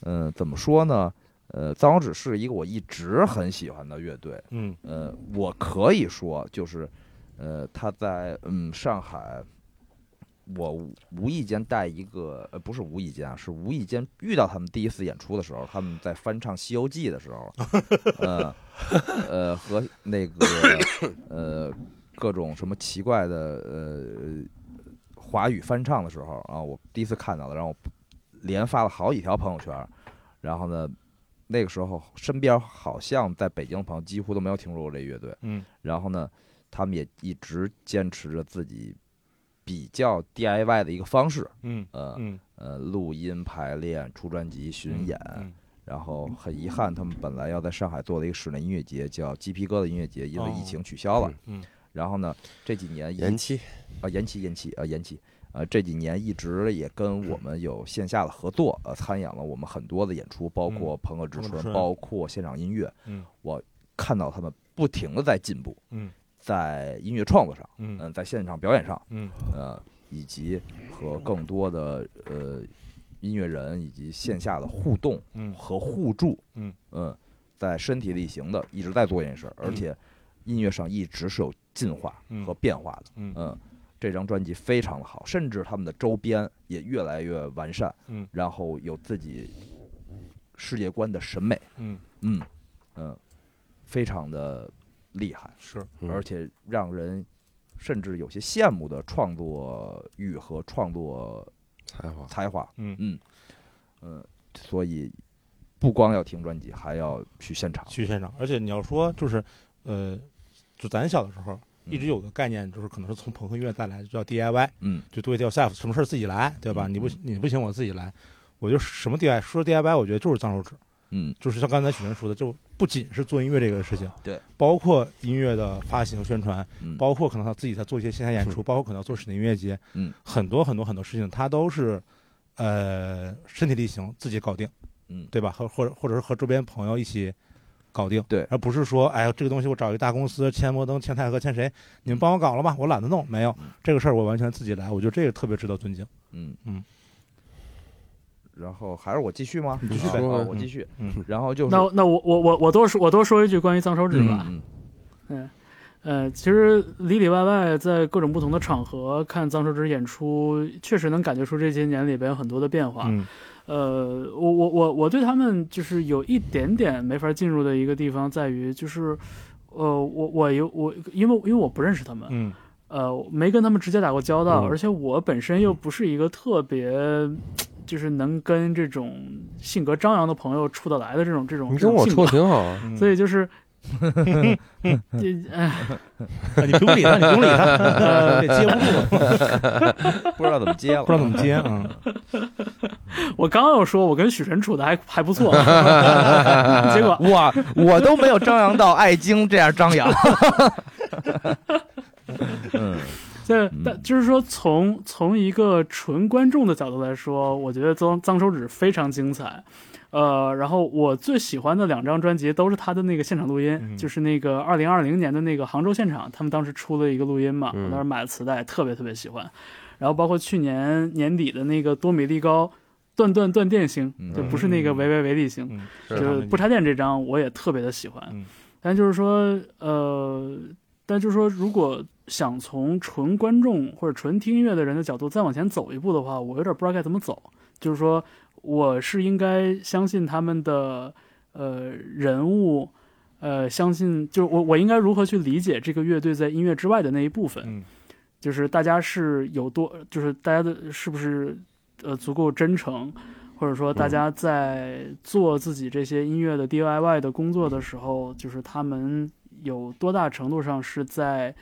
A: 嗯、怎么说呢？呃，脏手指是一个我一直很喜欢的乐队，
B: 嗯
A: 呃，我可以说就是，呃，他在嗯上海，我无无意间带一个呃不是无意间啊，是无意间遇到他们第一次演出的时候，他们在翻唱《西游记》的时候， (laughs) 呃呃和那个呃各种什么奇怪的呃华语翻唱的时候啊，我第一次看到的，然后我连发了好几条朋友圈儿，然后呢。那个时候，身边好像在北京的朋友几乎都没有听说过这乐队。
B: 嗯
A: 然后呢，他们也一直坚持着自己比较 DIY 的一个方式，
B: 嗯
A: 呃
B: 嗯，
A: 呃，录音、排练、出专辑、巡演。
B: 嗯
A: 然后很遗憾，他们本来要在上海做的一个室内音乐节，叫鸡皮疙瘩音乐节，因为
B: 哦
A: 疫情取消了。
B: 嗯嗯
A: 然后呢，这几年一
C: 延期，
A: 啊，延期，延期，啊，延期。呃，这几年一直也
B: 嗯
A: 跟我们有线下的合作，呃，参演了我们很多的演出，包括朋克之
B: 嗯朋克
A: 春，
B: 之春
A: 包括现场音乐。
B: 嗯，
A: 我看到他们不停的在进步。
B: 嗯，
A: 在音乐创作上，
B: 嗯
A: 嗯，在现场表演上，
B: 嗯
A: 呃，以及和更多的呃音乐人以及线下的互动
B: 嗯
A: 和互助，
B: 嗯
A: 嗯，在身体力行的一直在做这件事儿，而且音乐上一直是有进化
B: 嗯
A: 和变化的。
B: 嗯
A: 嗯，这张专辑非常的好，甚至他们的周边也越来越完善，
B: 嗯
A: 然后有自己世界观的审美，
B: 嗯
A: 嗯嗯，非常的厉害，
B: 是，
C: 嗯
A: 而且让人甚至有些羡慕的创作欲和创作
C: 才华，
A: 才华，
B: 嗯
A: 嗯嗯，所以不光要听专辑，还要去现场，
B: 去现场，而且你要说就是呃，就咱小的时候。一直有个概念，就是可能是从朋克音乐带来，就叫 DIY，
A: 嗯
B: 就do it yourself，什么事儿自己来，对吧？你不你不行，我自己来。我就什么 DIY，说 DIY，我觉得就是脏手指，
A: 嗯
B: 就是像刚才许晨说的，就不仅是做音乐这个事情，
A: 对，
B: 包括音乐的发行、宣传，
A: 嗯，
B: 包括可能他自己在做一些线下演出，包括可能做室内音乐节，
A: 嗯，
B: 很多很多很多事情，他都是呃身体力行自己搞定，
A: 嗯
B: 对吧？和或者或者是和周边朋友一起搞定，
A: 对
B: 而不是说，哎呀，这个东西我找一大公司签摩登、签泰和、签谁，你们帮我搞了吧，我懒得弄，没有这个事儿，我完全自己来，我觉得这个特别值得尊敬。
A: 嗯
B: 嗯。
A: 然后还是我继续吗？
B: 你继续
A: 啊
B: 呗
A: 啊
C: 嗯
A: 我继续。
B: 嗯
A: 然后就是
D: 那那我我我我多说我多说一句关于藏手指吧，
A: 嗯
D: 呃，其实里里外外在各种不同的场合看藏手指演出，确实能感觉出这些年里边有很多的变化。
B: 嗯
D: 呃，我我我我对他们就是有一点点没法进入的一个地方在于，就是呃，我我有我，因为因为我不认识他们，
B: 嗯
D: 呃，没跟他们直接打过交道，
B: 嗯
D: 而且我本身
C: 嗯
D: 又不是一个特别。就是能跟这种性格张扬的朋友处得来的这种这种，
C: 你
D: 这种
C: 跟我
D: 性
C: 处嗯
D: 格
C: 的挺好啊，
B: 嗯， (laughs)
D: 所以就是， (laughs) 这哎，
B: 啊你不用理他，你不用理他，呃 (laughs) 这接不住，
A: 嗯不知道怎么接
B: (laughs)
A: 了，
B: 不知道
A: (laughs)
B: 怎么接啊。
D: 我刚要说，我跟许晨处的还还
B: (laughs)
D: 不错，结
B: 嗯
D: 果
A: 我我都没有张扬到爱京这样张
B: (laughs)
A: 扬。嗯
D: 这
A: 嗯
D: 但就是说从从一个纯观众的角度来说，我觉得脏脏手指非常精彩。呃，然后我最喜欢的两张专辑都是他的那个现场录音，
B: 嗯
D: 就是那个二零二零年的那个杭州现场，他们当时出了一个录音嘛，
C: 嗯
D: 我当时买了磁带，特别特别喜欢。然后包括去年年底的那个多米粒高，断断断电星，
A: 嗯
D: 就不是那个
B: 嗯
D: 维维维力星，
B: 嗯，
C: 是
D: 就是不插电这张我也特别的喜欢，
B: 嗯
D: 但就是说，呃，但就是说，如果想从纯观众或者纯听音乐的人的角度再往前走一步的话，我有点不知道该怎么走。就是说，我是应该相信他们的呃人物，呃，相信就是我我应该如何去理解这个乐队在音乐之外的那一部分？
B: 嗯
D: 就是大家是有多，就是大家的是不是呃足够真诚，或者说大家在做自己这些音乐的 DIY 的工作的时候，就是他们有多大程度上是在，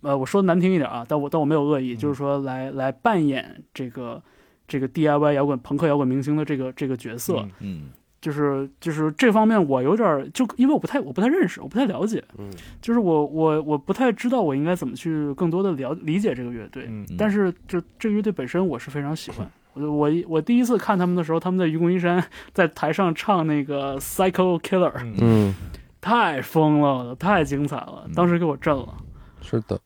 D: 呃，我说的难听一点啊，但我但我没有恶意，就是说来来扮演这个这个 DIY 摇滚朋克摇滚明星的这个这个角色，
B: 嗯
A: 嗯
D: 就是就是这方面我有点儿就因为我不太我不太认识，我不太了解，
C: 嗯，
D: 就是我我我不太知道我应该怎么去更多的了理解这个乐队，
B: 嗯
A: 嗯
D: 但是就这个乐队本身我是非常喜欢。我就我我第一次看他们的时候，他们在愚公移山在台上唱那个《Psycho Killer》，
B: 嗯
C: 嗯，
D: 太疯了，我的太精彩了，
A: 嗯
D: 当时给我震了。
C: 是的，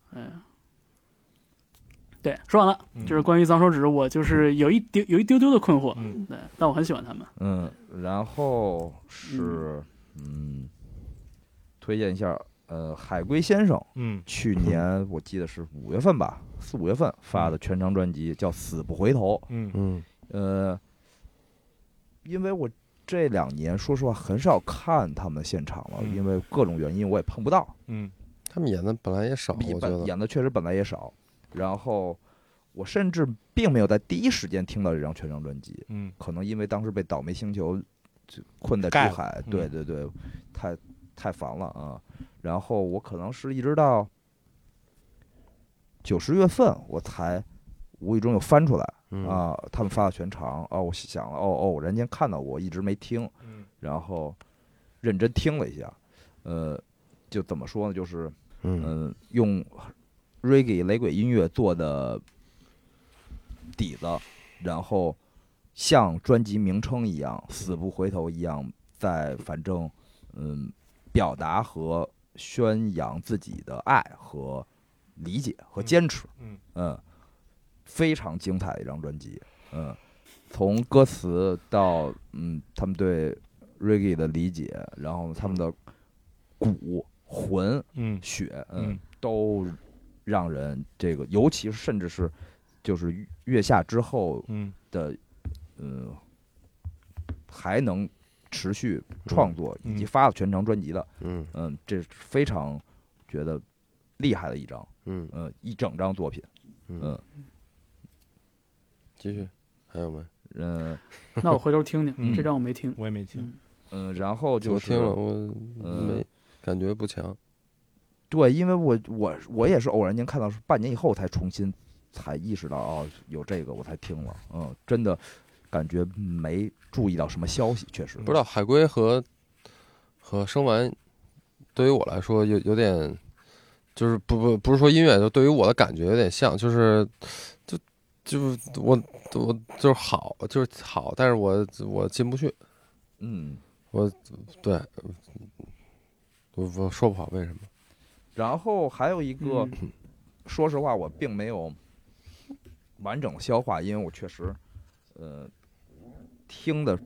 D: 对，说完了，
B: 嗯
D: 就是关于脏手指，我就是有一丢有一丢丢的困惑，
B: 嗯
D: 对，但我很喜
A: (laughs)
D: 欢他们。
A: 嗯，然后是嗯，推荐一下呃，海龟先生
B: 嗯
A: 去年我记得是五月份吧，四五月份发的全长专辑叫《死不回头》。
B: 嗯
C: 嗯
A: 呃，因为我这两年说实话很少看他们现场了，
B: 嗯
A: 因为各种原因我也碰不到。
B: 嗯
C: 他们演的本来也
B: 哦
C: 少，
A: 比
C: 我觉
A: 本
C: 得，
A: 演的确实本来也少，然后我甚至并没有在第一时间听到这张全张专辑，
B: 嗯
A: 可能因为当时被倒霉星球就困在
B: 盖
A: 珠
B: 了
A: 海，
B: 嗯
A: 对对对，太太烦了啊。然后我可能是一直到九十月份我才无意中又翻出来
C: 嗯，
A: 啊，他们发的全长啊，我想了，哦哦，我人家看到我一直没听，
B: 嗯
A: 然后认真听了一下，呃，就怎么说呢，就是。
C: 嗯
A: 嗯，用 reggae 雷鬼音乐做的底子，然后像专辑名称一样，死不回头一样，在反正嗯，表达和宣扬自己的爱和理解和坚持，
B: 嗯
A: 嗯，非常精彩的一张专辑，嗯，从歌词到嗯他们对 reggae 的理解，然后他们的鼓魂，
B: 嗯
A: 血，
B: 嗯，
A: 都让人这个，尤其是甚至是就是月下之后
B: 嗯
A: 的，嗯、还能持续创作以及发了全长专辑的，
C: 嗯
A: 嗯，这是非常觉得厉害的一张，
C: 嗯
A: 嗯、一整张作品，
C: 嗯，继续，还有没？
A: 嗯、
D: 那我回头听听，
B: 嗯
D: 这张我没听。
B: 我也没听。
A: 嗯、然后就
C: 我
A: 是
C: 听了，我
A: 嗯
C: 没感觉不强，
A: 对，因为我我我也是偶然间看到，是半年以后才重新才意识到哦，有这个我才听了，嗯，真的感觉没注意到什么消息，确实
C: 不知道海龟和和生完，对于我来说有有点，就是不不不是说音乐，就对于我的感觉有点像，就是就就我我就是好，就是好，但是我我进不去，
A: 嗯，
C: 对，我我说不好为什么。
A: 然后还有一个，
D: 嗯
A: 说实话，我并没有完整消化，因为我确实，呃，听的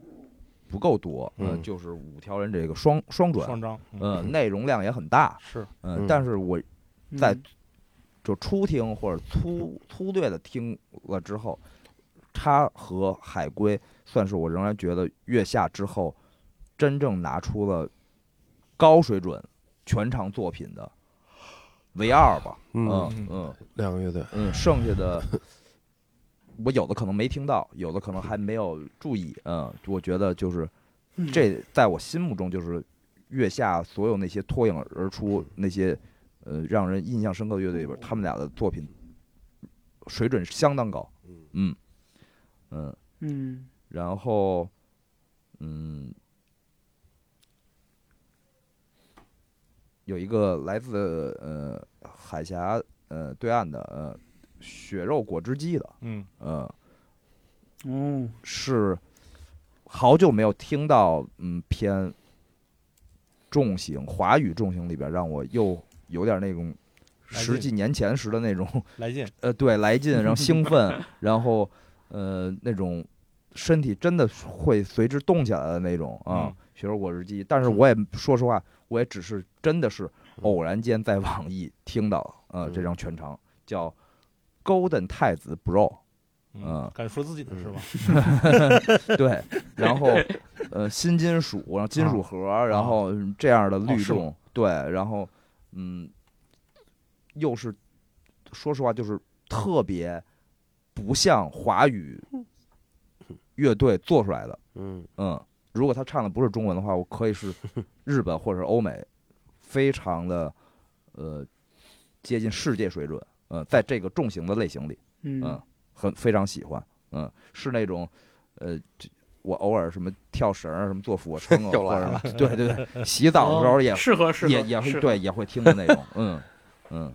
A: 不够多。呃
C: 嗯
A: 就是五条人这个双双转，
B: 双张，嗯，
A: 呃，内容量也很大。
B: 是
A: 呃
C: 嗯
A: 但是我
D: 嗯
A: 在就初听或者粗粗略的听了之后，它和海龟算是我仍然觉得月下之后真正拿出了高水准全场作品的唯二吧。
C: 嗯，
A: 嗯嗯
C: 两个乐队，
A: 嗯，剩下的我有的可能没听到，有的可能还没有注意。嗯，我觉得就是
D: 嗯
A: 这在我心目中就是月下所有那些脱颖而出那些呃让人印象深刻的乐队里边，他们俩的作品水准相当高。嗯嗯，
D: 嗯
A: 然后嗯，有一个来自呃海峡呃对岸的呃血肉果汁机的，
B: 嗯
A: 呃
D: 哦
A: 是好久没有听到嗯偏重型华语重型里边让我又有点那种
B: 来
A: 十
B: 劲
A: 几年前时的那种 (laughs)
B: 来劲，
A: 呃，对，来劲，然后兴奋，然后呃，那种身体真的会随之动起来的那种啊
B: 嗯，
A: 学说果汁机。但是我也说实话，我也只是真的是偶然间在网易听到呃这
C: 嗯
A: 张全长叫《Golden 太子 Bro》，嗯
B: 敢说自己的是吧？ (laughs)
A: 对，然后呃新金属，然后金属盒，然后这样的律
B: 啊哦是吗
A: 动，对，然后嗯，又是说实话，就是特别不像华
B: (laughs)
A: 语乐队做出来的，
C: 嗯
A: 嗯，如果他唱的不是中文的话，我可以
B: (laughs)
A: 是日本或者是欧美，非常的呃接近世界水准，呃，在这个重型的类型里。嗯
D: 嗯，
A: 很非常喜欢，嗯，是那种，呃，这我偶尔什么跳绳儿什么做俯卧撑啊，
C: (laughs) 又来哦
A: 或者对对对，洗澡的时候也、
D: 哦适合适合
A: 也也会
D: 适合
A: 对也会听的那种，嗯
C: (laughs)
A: 嗯。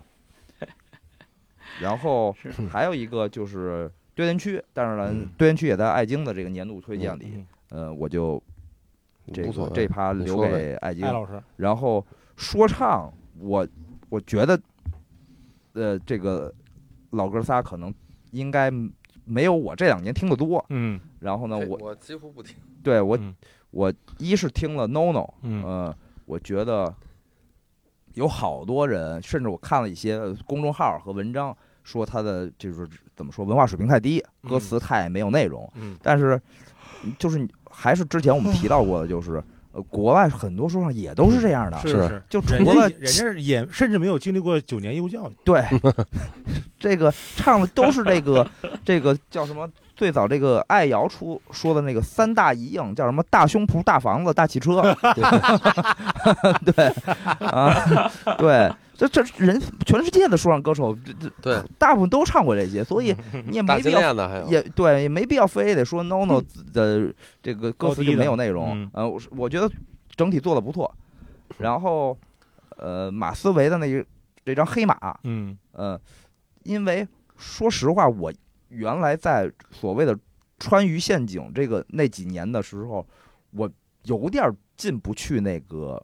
A: 然后
D: 是
A: (laughs) 还有一个就是堆填区，但是呢
C: 嗯，
A: 堆填区也在爱京的这个年度推荐里，呃，我就这
C: 无所
A: 个
C: 谓
A: 这趴
C: 你
A: 留
C: 说呗
A: 给爱京
B: 艾，老师，
A: 然后说唱，我我觉得，呃，这个老哥仨可能应该没有我这两年听的多。
B: 嗯
A: 然后呢，
C: 这
A: 我
C: 我几乎不听。
A: 对我、
B: 嗯
A: 我一是听了 NONO，
B: 嗯
A: 呃，我觉得有好多人，甚至我看了一些呃公众号和文章，说他的就是怎么说文化水平太低，歌
B: 嗯
A: 词太没有内容。
B: 嗯
A: 但是就是你还是之前我们提到过的，就是呃，国外很多说唱也都是这样的，
B: 是
C: 是
B: 是，
A: 就除
B: 人家
A: 了
B: 人家也甚至没有经历过九年义务教育，
C: (laughs)
A: 对，这个唱的都是这个这个叫什么？最早这个爱瑶出说的那个三大一应叫什么？大胸脯、大房子、大汽
C: (laughs)
A: 车。对啊，对，这这人全世界的说唱歌手，这这
C: 对，嗯
A: 大部分都唱过这些，所以你也
C: 大
A: 没必
C: 金
A: 要。
C: 链子还有，
A: 也对，也没必要非得说 no no 的这个歌
B: 高
A: 词
B: 低
A: 就没
B: 的
A: 有内容
B: 嗯。
A: 呃，我是我觉得整体做的不错。然后，呃，马思唯的那一这张黑马，
B: 嗯
A: 呃，因为说实话，我原来在所谓的川渝陷阱这个那几年的时候，我有点儿进不去那个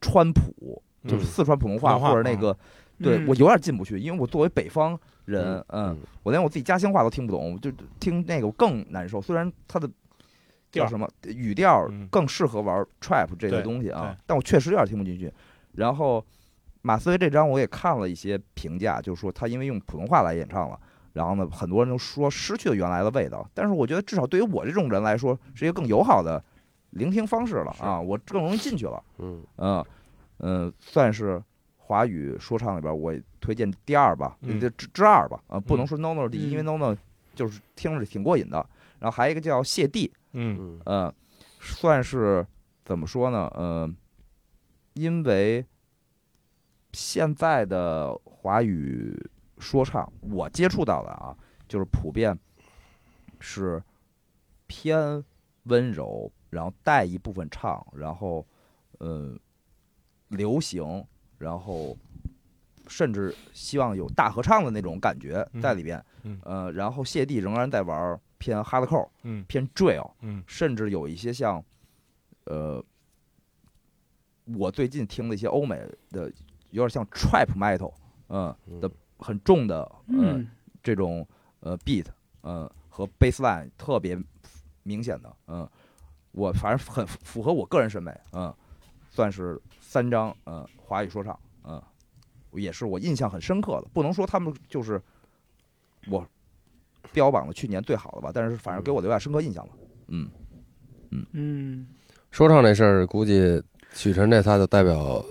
A: 川普，就是
C: 嗯
A: 四川普通话
B: 普通话
A: 或者那个，对
D: 嗯
A: 我有点儿进不去，因为我作为北方人，
C: 嗯
A: 嗯，我连我自己家乡话都听不懂，我就听那个我更难受。虽然他的
B: 调
A: 叫
B: 儿
A: 什么语调儿
B: 嗯
A: 更适合玩 trap 这个
B: 对
A: 东西啊
B: 对，
A: 但我确实有点听不进去。然后马思唯这张我也看了一些评价，就是说他因为用普通话来演唱了，然后呢，很多人都说失去了原来的味道。但是我觉得至少对于我这种人来说，是一个更友好的聆听方式了啊，我更容易进去了。
C: 嗯
A: 嗯嗯，算是华语说唱里边我推荐第二吧，
B: 嗯
A: 这之之二吧，啊，不能
B: 嗯
A: 说 no no 第一，因为
D: 嗯
A: no no 就是听着挺过瘾的。然后还有一个叫谢帝，
B: 嗯
C: 嗯
A: 呃，算是怎么说呢？呃，因为现在的华语说唱，我接触到的啊，就是普遍是偏温柔，然后带一部分唱，然后呃流行，然后甚至希望有大合唱的那种感觉在里边。
B: 嗯
A: 呃，然后谢帝仍然在玩偏哈拉扣，
B: 嗯
A: 偏 drill，
B: 嗯
A: 甚至有一些像呃，我最近听的一些欧美的，有点像 trap metal，嗯、的很重的，呃、
D: 嗯，
A: 这种呃 beat，呃和 bassline 特别明显的，嗯、我反正很符合我个人审美，嗯、算是三张呃华语说唱，嗯、也是我印象很深刻的，不能说他们就是我标榜了去年最好的吧，但是反正给我留下深刻印象了，嗯，
D: 嗯，
C: 说唱这事儿，估计许晨这仨就代表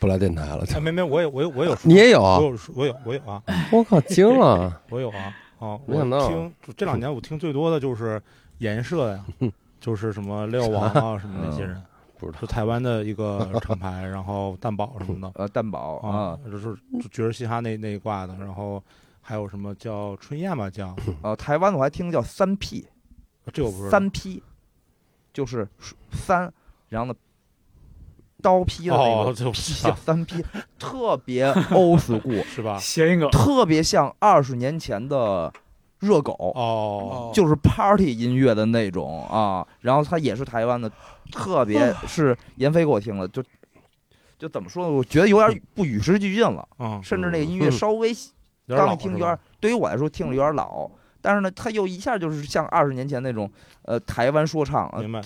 C: 不来电台了。
A: 嗯
B: 哎，没没，我有我有我有说，
C: 你也有啊
B: 我？有说我有我有啊，
C: 我靠，惊了！
B: 我有啊啊！
C: 没
B: 我
C: 想到
B: 听就这两年我听最多的就是颜社
C: (laughs)
B: 呀，就是什么六王啊什么那些人，
C: 不知道
B: 就台湾的一个厂牌，然后蛋堡什么的
A: 呃蛋堡
B: 啊
C: 嗯
A: 啊，，
B: 就是就爵士嘻哈那那一挂的，然后还有什么叫春燕吧，叫
A: 呃台湾的我还听叫三 P，
B: 这我不知道。
A: 三劈，就是三，然后呢，刀劈的那
B: 哦，
A: 个
B: 这我不知
A: 叫 (laughs)
B: 道
A: 三劈，特别 old
B: (laughs)
A: school，
B: 是吧？
D: 谐音梗，
A: 特别像二十年前的热狗，
B: 哦，
A: 就是 party 音乐的那种啊。然后它也是台湾的，特别是闫飞给我听了，就就怎么说呢？我觉得有点不与时俱进了，
B: 嗯，
A: 甚至那个音
B: (laughs)
A: 乐
C: 嗯
A: 稍微
B: 有点
A: 刚
B: 老
A: 一听
B: 是
A: 有点
B: 吧，
A: 对于我来说听着有点老，但是呢，它又一下就是像二十年前那种，呃，台湾说唱，呃
B: 明白，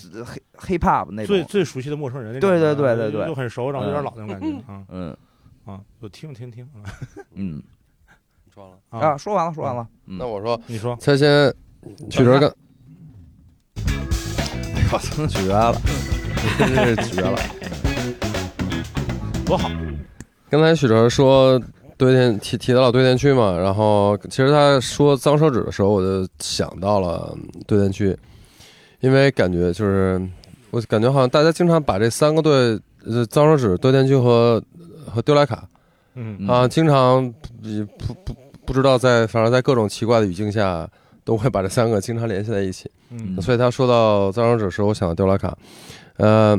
A: 黑 hip-hop 那
B: 最
A: 种，
B: 最熟悉的陌生人那种
A: 对
B: 感觉，
A: 对对对对
B: 就很熟，然后有点老那种感觉啊
A: 嗯
B: 啊，我听听听
A: 嗯
C: 装了。
A: 啊，说完了，说完了，
C: 那
A: 嗯，
C: 我说，
B: 你说
C: 他先曲哲跟，哎呦我操，绝了，真是绝 (laughs) 了！
B: 多好，
C: 刚才许哲说堆填提提到了堆填区嘛，然后其实他说脏手指的时候，我就想到了嗯堆填区，因为感觉就是我感觉好像大家经常把这三个队，呃，脏手指、堆填区和和丢莱卡
B: 嗯
A: 嗯
C: 啊，经常不不不不知道在反正在各种奇怪的语境下，都会把这三个经常联系在一起。
B: 嗯
C: 所以他说到脏手指的时候，我想到丢拉卡，呃，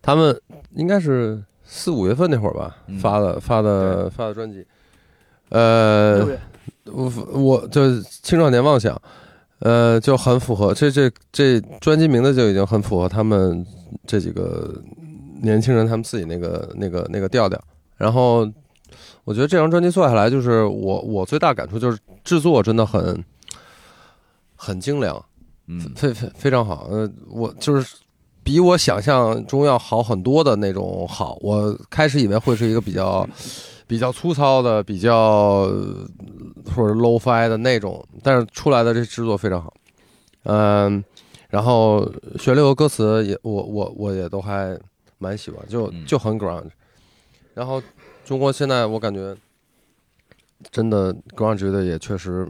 C: 他们应该是四五月份那会儿吧
A: 嗯
C: 发的发的发的专辑，呃
D: 六，月
C: 我我就青少年妄想，呃，就很符合这这这专辑名字就已经很符合他们这几个年轻人他们自己那个那个那个调调。然后我觉得这张专辑做下来，就是我我最大感触就是制作真的很很精良，
A: 嗯
C: 非非非常好，呃，我就是比我想象中要好很多的那种好。我开始以为会是一个
A: (laughs)
C: 比较比较粗糙的、比较呃或者 low fi 的那种，但是出来的这制作非常好，嗯，然后旋律和歌词也，我我我也都还蛮喜欢，就
A: 嗯
C: 就很 grunge。然后中国现在我感觉真的 grunge 的也确实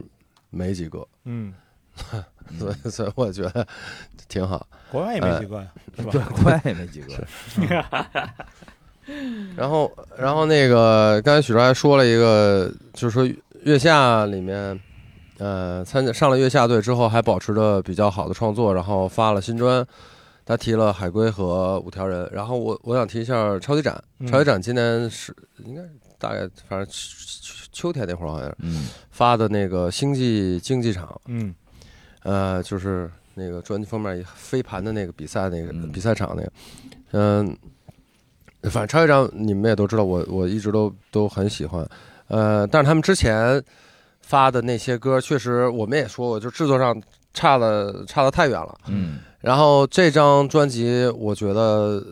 C: 没几个， (laughs)
B: 嗯，
C: 所以所以我觉得挺好。
B: 国外也
C: 呃
B: 没几个呀，是吧？
A: 对，国外也没几个，
C: 然后，然后那个刚才许哲还说了一个，就是说月下里面，呃，参加上了月下队之后，还保持着比较好的创作，然后发了新专。他提了海龟和五条人，然后我我想提一下超级展，
B: 嗯
C: 超级展今年是应该是大概反正秋秋天那会儿好像是
A: 嗯
C: 发的那个星际竞技场，
B: 嗯
C: 呃，就是那个专辑封面一飞盘的那个比赛那个、
A: 嗯
C: 比赛场那个，嗯、反正超越长你们也都知道我，我一直都都很喜欢，呃，但是他们之前发的那些歌，确实我们也说过，就制作上差的差的太远了。
A: 嗯
C: 然后这张专辑，我觉得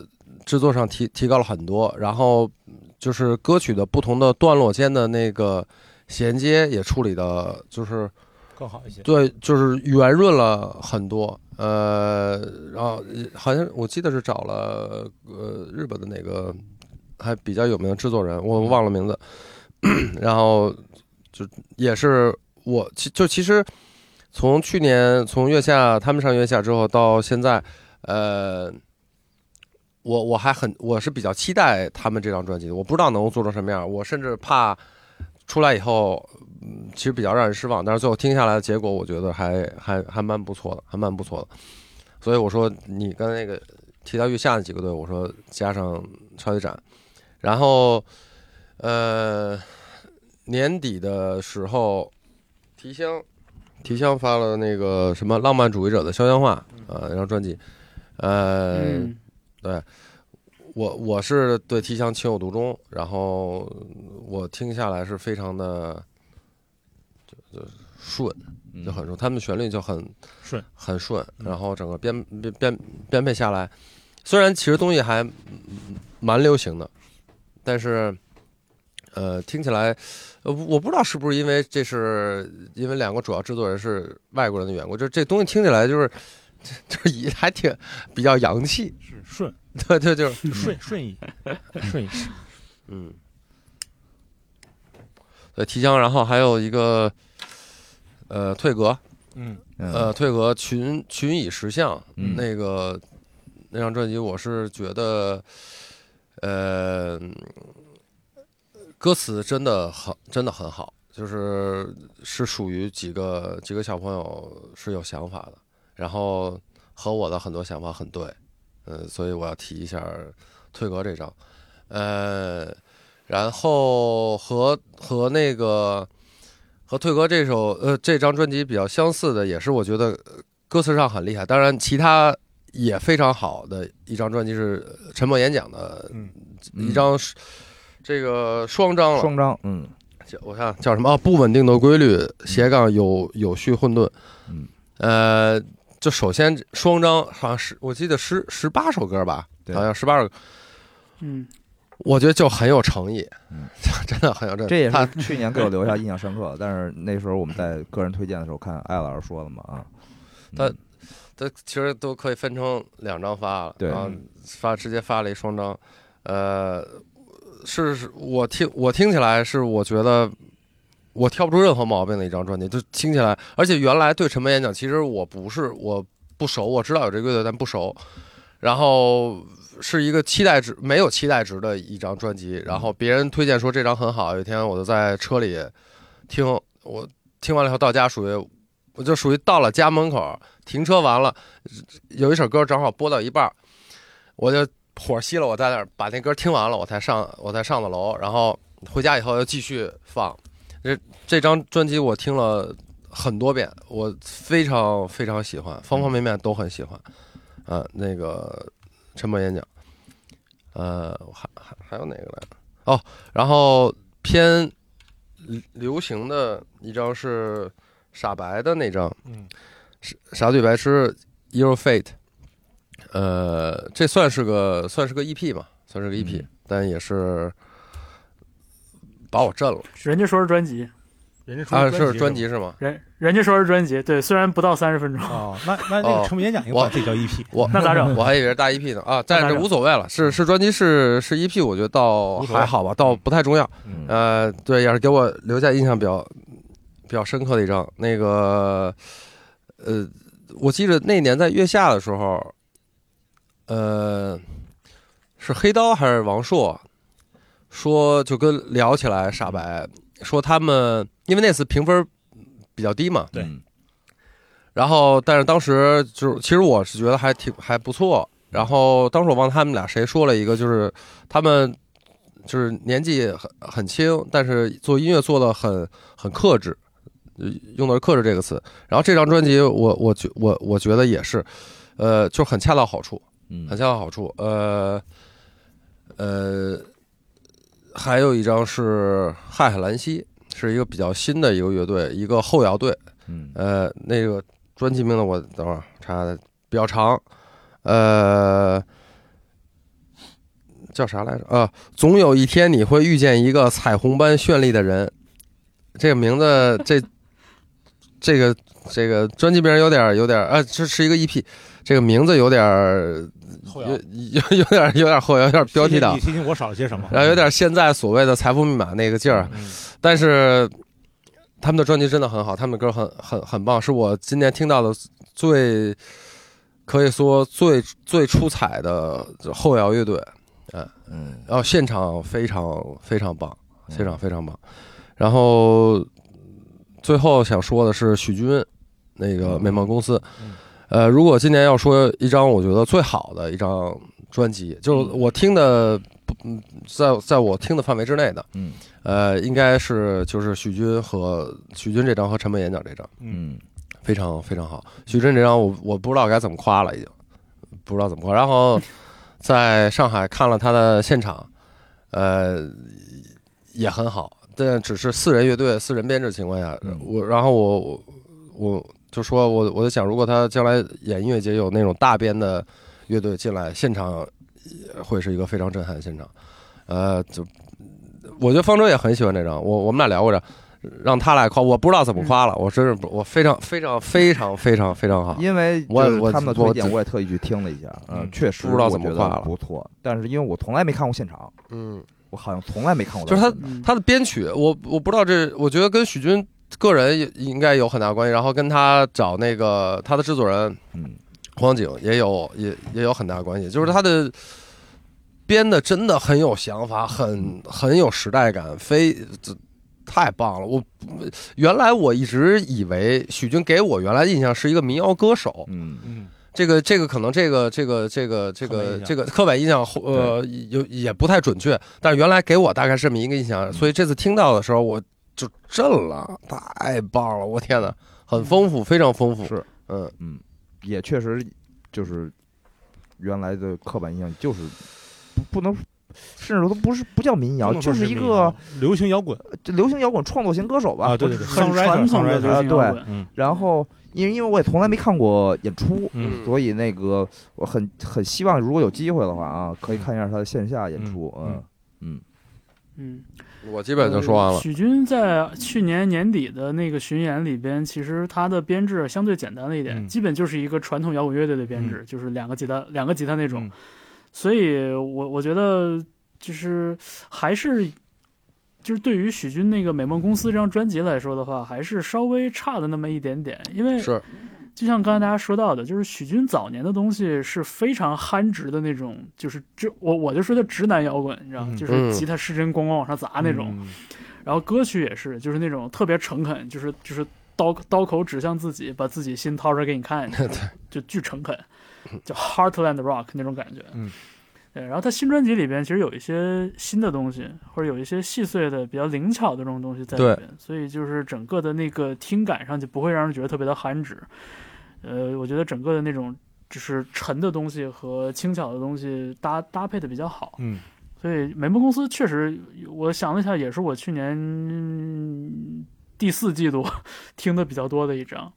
C: 制作上提提高了很多，然后就是歌曲的不同的段落间的那个衔接也处理的，就是
B: 更好一些。
C: 对，就是圆润了很多。呃，然后呃好像我记得是找了呃日本的哪个还比较有名的制作人，我忘了名字。 (clears throat) 然后就也是我其就其实从去年从月下他们上月下之后到现在，呃。我我还很我是比较期待他们这张专辑的，我不知道能够做成什么样，我甚至怕出来以后其实比较让人失望，但是最后听下来的结果，我觉得还还还蛮不错的，还蛮不错的。所以我说，你刚才那个提到月下的几个队，我说加上超级展，然后呃年底的时候，提香提香发了那个什么《浪漫主义者的肖像画》啊，那张专辑，呃，
D: 嗯，
C: 我我是对提香情有独钟，然后我听下来是非常的就就顺，
A: 嗯
C: 就很顺，他们的旋律就很
B: 嗯顺，
C: 很顺，
B: 嗯
C: 然后整个编编编编配下来，虽然其实东西还嗯蛮流行的，但是呃听起来，呃我不知道是不是因为这是因为两个主要制作人是外国人的缘故，就这东西听起来就是 (laughs) 就是也还挺比较洋气，
B: 是顺
C: 对对 (laughs) 就是。
B: 顺顺
C: (laughs)
B: 意顺意，
C: 嗯，对，提香，然后还有一个，呃，退格，
B: 嗯，
A: 嗯
C: 呃，退格群群以石像、
A: 嗯
C: 那个那张专辑，我是觉得，呃，歌词真的很真的很好，就是是属于几个几个小朋友是有想法的，然后和我的很多想法很对，嗯，所以我要提一下退格这张，呃，然后和和那个和退格这首呃这张专辑比较相似的，也是我觉得呃歌词上很厉害，当然其他也非常好的一张专辑是呃陈默演讲的
B: 嗯
C: 一张，这个双张了，
A: 双张，嗯
C: 叫我看叫什么、啊？不稳定的规律斜杠有有序混沌。
A: 嗯，
C: 呃，就首先双张好像是我记得十十八首歌吧，
A: 对
C: 好像十八首歌，
D: 嗯，
C: 我觉得就很有诚意，
A: 嗯
C: (laughs) 真的很有这
A: 这也
C: 他
A: 是去年给我留下印象深刻的。但是那时候我们在个人推荐的时候看艾老师说了嘛啊，
C: 他
A: 嗯
C: 他其实都可以分成两张发了，
A: 对
C: 然后发直接发了一双张，呃，是是我听我听起来是我觉得我挑不出任何毛病的一张专辑，就听起来，而且原来对陈柏演讲，其实我不是我不熟，我知道有这个乐队，但不熟，然后。是一个期待值没有期待值的一张专辑，然后别人推荐说这张很好，有一天我就在车里听，我听完了以后到家属于我就属于到了家门口，停车完了，有一首歌正好播到一半儿，我就火熄了，我在那儿把那歌听完了，我才上我才上的楼，然后回家以后又继续放。这这张专辑我听了很多遍，我非常非常喜欢，方方面面都很喜欢。啊，那个陈默演讲，呃，我还还还有哪个来着？哦，然后偏流行的一张是傻白的那张，
B: 嗯，
C: 傻傻对白痴 Your Fate，呃，这算是个算是个 EP 吧，算是个 EP，、
A: 嗯
C: 但也是把我震了
D: 人家说是专辑，
B: 人家出
C: 啊！是
B: 辑
C: 专
B: 吗
C: 辑是吗？
D: 人人家说是专辑，对，虽然不到三十分钟，
B: 哦，那那那
C: 哦
B: 个成本演讲应该
C: 我
B: 把这叫 E EP，
C: 我
D: 那咋
C: (laughs)
D: 整？
C: 我还以为是大 EP 呢啊，但
D: 那
C: 是
D: 当然
C: 无所谓了，是是专辑是是 EP，我觉得倒
B: 无所谓
C: 还好吧，倒不太重要。
A: 嗯
C: 呃，对，也是给我留下印象比较比较深刻的一张。那个，呃，我记得那年在月下的时候，呃，是黑刀还是王朔说就跟聊起来傻白说他们，因为那次评分比较低嘛，
B: 对
A: 嗯
C: 然后，但是当时就是，其实我是觉得还挺还不错。然后当时我忘了他们俩谁说了一个，就是他们就是年纪很很轻，但是呃做音乐做的很很克制，呃用的是“克制”这个词。然后这张专辑我，我觉我我觉得也是，呃，就很恰到好处，
A: 嗯
C: 很恰到好处。呃呃，还有一张是瀚海兰溪，是一个比较新的一个乐队，一个后摇队。
A: 嗯
C: 呃，那个专辑名字我等会儿查的比较长，呃，叫啥来着？啊，总有一天你会遇见一个彩虹般绚丽的人。这个名字，这这个这个专辑名有点儿有点儿啊，这是一个 EP，这个名字有点儿
B: 后
C: 有
B: 摇
C: 有有有点儿有点儿后摇，有点儿标题党
B: 你，提醒我少了些什么？
C: 然后有点儿现在所谓的财富密码那个劲儿。啊
B: 嗯
C: 但是他们的专辑真的很好，他们的歌很很很棒，是我今年听到的最可以说最最出彩的后摇乐队，
A: 嗯
C: 然后现场非常非常棒，
A: 嗯
C: 现场非常棒。然后最后想说的是许军，那个美梦公司
B: 嗯，
C: 呃，如果今年要说一张我觉得最好的一张专辑，就是
B: 嗯
C: 我听的不，嗯在在我听的范围之内的。
A: 嗯
C: 呃，应该是就是许军和许军这张和陈本演讲这张，
A: 嗯
C: 非常非常好。徐峥这张我我不知道该怎么夸了，已经不知道怎么夸。然后在上海看了他的现场，呃，也很好，但只是四人乐队、四人编制情况下
A: 嗯，
C: 我然后我我我就说我我就想，如果他将来演音乐节有那种大编的乐队进来，现场也会是一个非常震撼的现场。呃，就我觉得方舟也很喜欢这张，我我们俩聊过这，让他来夸，我不知道怎么夸了，我真是不我非常非常非常非常非常好。
A: 因为
C: 啊我
A: 就是
C: 我
A: 他们的
C: 我
A: 推荐，我也特意去听了一下，嗯
B: 嗯，
A: 确实
C: 不知道
A: 我
C: 怎么
A: 觉得
C: 画了
A: 不错。但是因为我从来没看过现场，
C: 嗯，
A: 我好像从来没看过。
C: 就是他
D: 嗯
C: 他的编曲，我我不知道这，我觉得跟许军个人也应该有很大关系，然后跟他找那个他的制作人
A: 嗯，
C: 黄景也有也也有很大关系，就是他的编的真的很有想法，很很有时代感，非这太棒了！我原来我一直以为许军给我原来印象是一个民谣歌手，
A: 嗯
B: 嗯，
C: 这个这个可能这个这个这个这
B: 刻板
C: 个
B: 印象
C: 这个刻板印象后呃有也不太准确，但是原来给我大概是这么一个印
B: 嗯
C: 象，所以这次听到的时候我就震了，太棒了！我天哪，很丰富，非常丰富，
A: 是
C: 嗯，
A: 也确实就是原来的刻板印象就是不不能，甚至都不是不叫民谣，
B: 不能
A: 就
B: 说
A: 是
B: 是
A: 一
B: 民谣
A: 个
B: 流行摇滚
A: 就流行摇滚创作型歌手吧。
B: 啊，对
A: 或
B: 对
A: 者
B: 对，
A: 是啊
D: 很传统的
B: Sunrise，
D: 流行摇滚，
B: 嗯
A: 然后因为因为我也从来没看过演出，
B: 嗯
A: 所以那个我很很希望如果有机会的话啊，可以看一下他的线下演出。
B: 嗯
A: 嗯
B: 嗯，
D: 嗯，
C: 我基本就说完
D: 呃
C: 了，
D: 许军在去年年底的那个巡演里边，其实他的编制相对简单了一点，
B: 嗯
D: 基本就是一个传统摇滚乐队的编制，就是两个吉他两个吉他那种。
B: 嗯
D: 所以我我觉得就是还是。就是对于许军那个《美梦公司》这张专辑来说的话，还是稍微差的那么一点点，因为
C: 是
D: 就像刚才大家说到的，就是许军早年的东西是非常憨直的那种，就是这我我就说叫直男摇滚，你知道吗？
B: 嗯
D: 就是吉他失真咣咣往上
A: 啊
D: 砸那种。，然后歌曲也是，就是那种特别诚恳，就是就是刀刀口指向自己，把自己心掏出来给你看，就巨诚恳，就 Heartland Rock 那种感觉。
B: 嗯，
D: 对。然后他新专辑里边其实有一些新的东西，或者有一些细碎的、比较灵巧的这种东西在里
C: 对
D: 边，所以就是整个的那个听感上就不会让人觉得特别的憨直。呃，我觉得整个的那种就是沉的东西和轻巧的东西搭搭配的比较好。
B: 嗯
D: 所以美梦公司确实，我想了一下，也是我去年嗯第四季度 (laughs) 听的比较多的一张。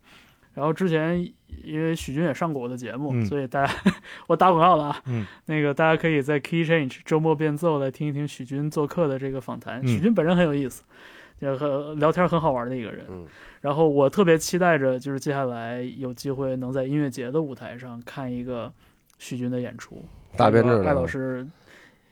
D: 然后之前因为许军也上过我的节目，
B: 嗯
D: 所以大家我打广告了啊。
B: 嗯
D: 那个大家可以在 Key Change 周末变奏来听一听许军做客的这个访谈。
B: 嗯
D: 许军本人很有意思，就很聊天很好玩的一个人。
C: 嗯
D: 然后我特别期待着，就是接下来有机会能在音乐节的舞台上看一个许军的演出。
C: 大编制
D: 艾老
C: 的，
D: 师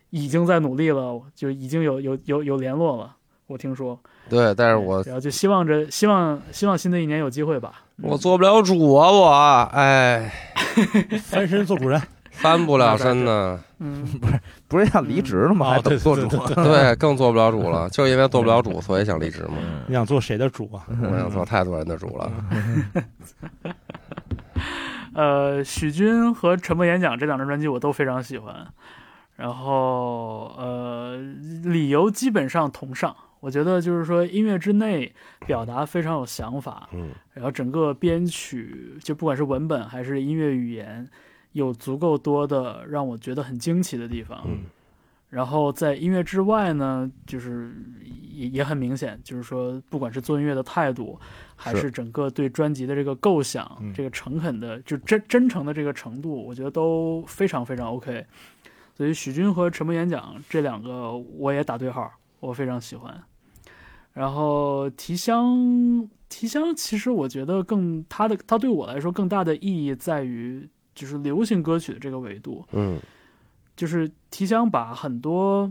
D: 已经在努力了，就已经有有有有联络了，我听说。
C: 对，但是我
D: 然后就希望着希望希望新的一年有机会吧。嗯
C: 我做不了主啊，我哎
B: 嗯，翻身做主人，
C: 翻不了
B: (laughs)
C: 身呢，
D: 嗯，
A: 不是要离职了吗？
B: 嗯
A: 还等做主
B: 哦对？对
C: 对，更做不了主了，就因为做不了
B: 嗯
C: 主，所以想离职嘛，
B: 你想做谁的主啊？
C: 我想做太多人的主了，
D: 呃，许军和《沉默演讲》这两张专辑我都非常喜欢，然后呃，理由基本上同上。我觉得就是说，音乐之内表达非常有想法，
C: 嗯，
D: 然后整个编曲就不管是文本还是音乐语言，有足够多的让我觉得很惊奇的地方。
C: 嗯
D: 然后在音乐之外呢，就是也也很明显，就是说，不管是做音乐的态度，还
C: 是
D: 是整个对专辑的这个构想，
B: 嗯
D: 这个诚恳的，就真真诚的这个程度，我觉得都非常非常 OK。所以许军和沉默演讲这两个我也打对号，我非常喜欢。然后提香，提香其实我觉得更它的它对我来说更大的意义在于就是流行歌曲的这个维度，
C: 嗯
D: 就是提香把很多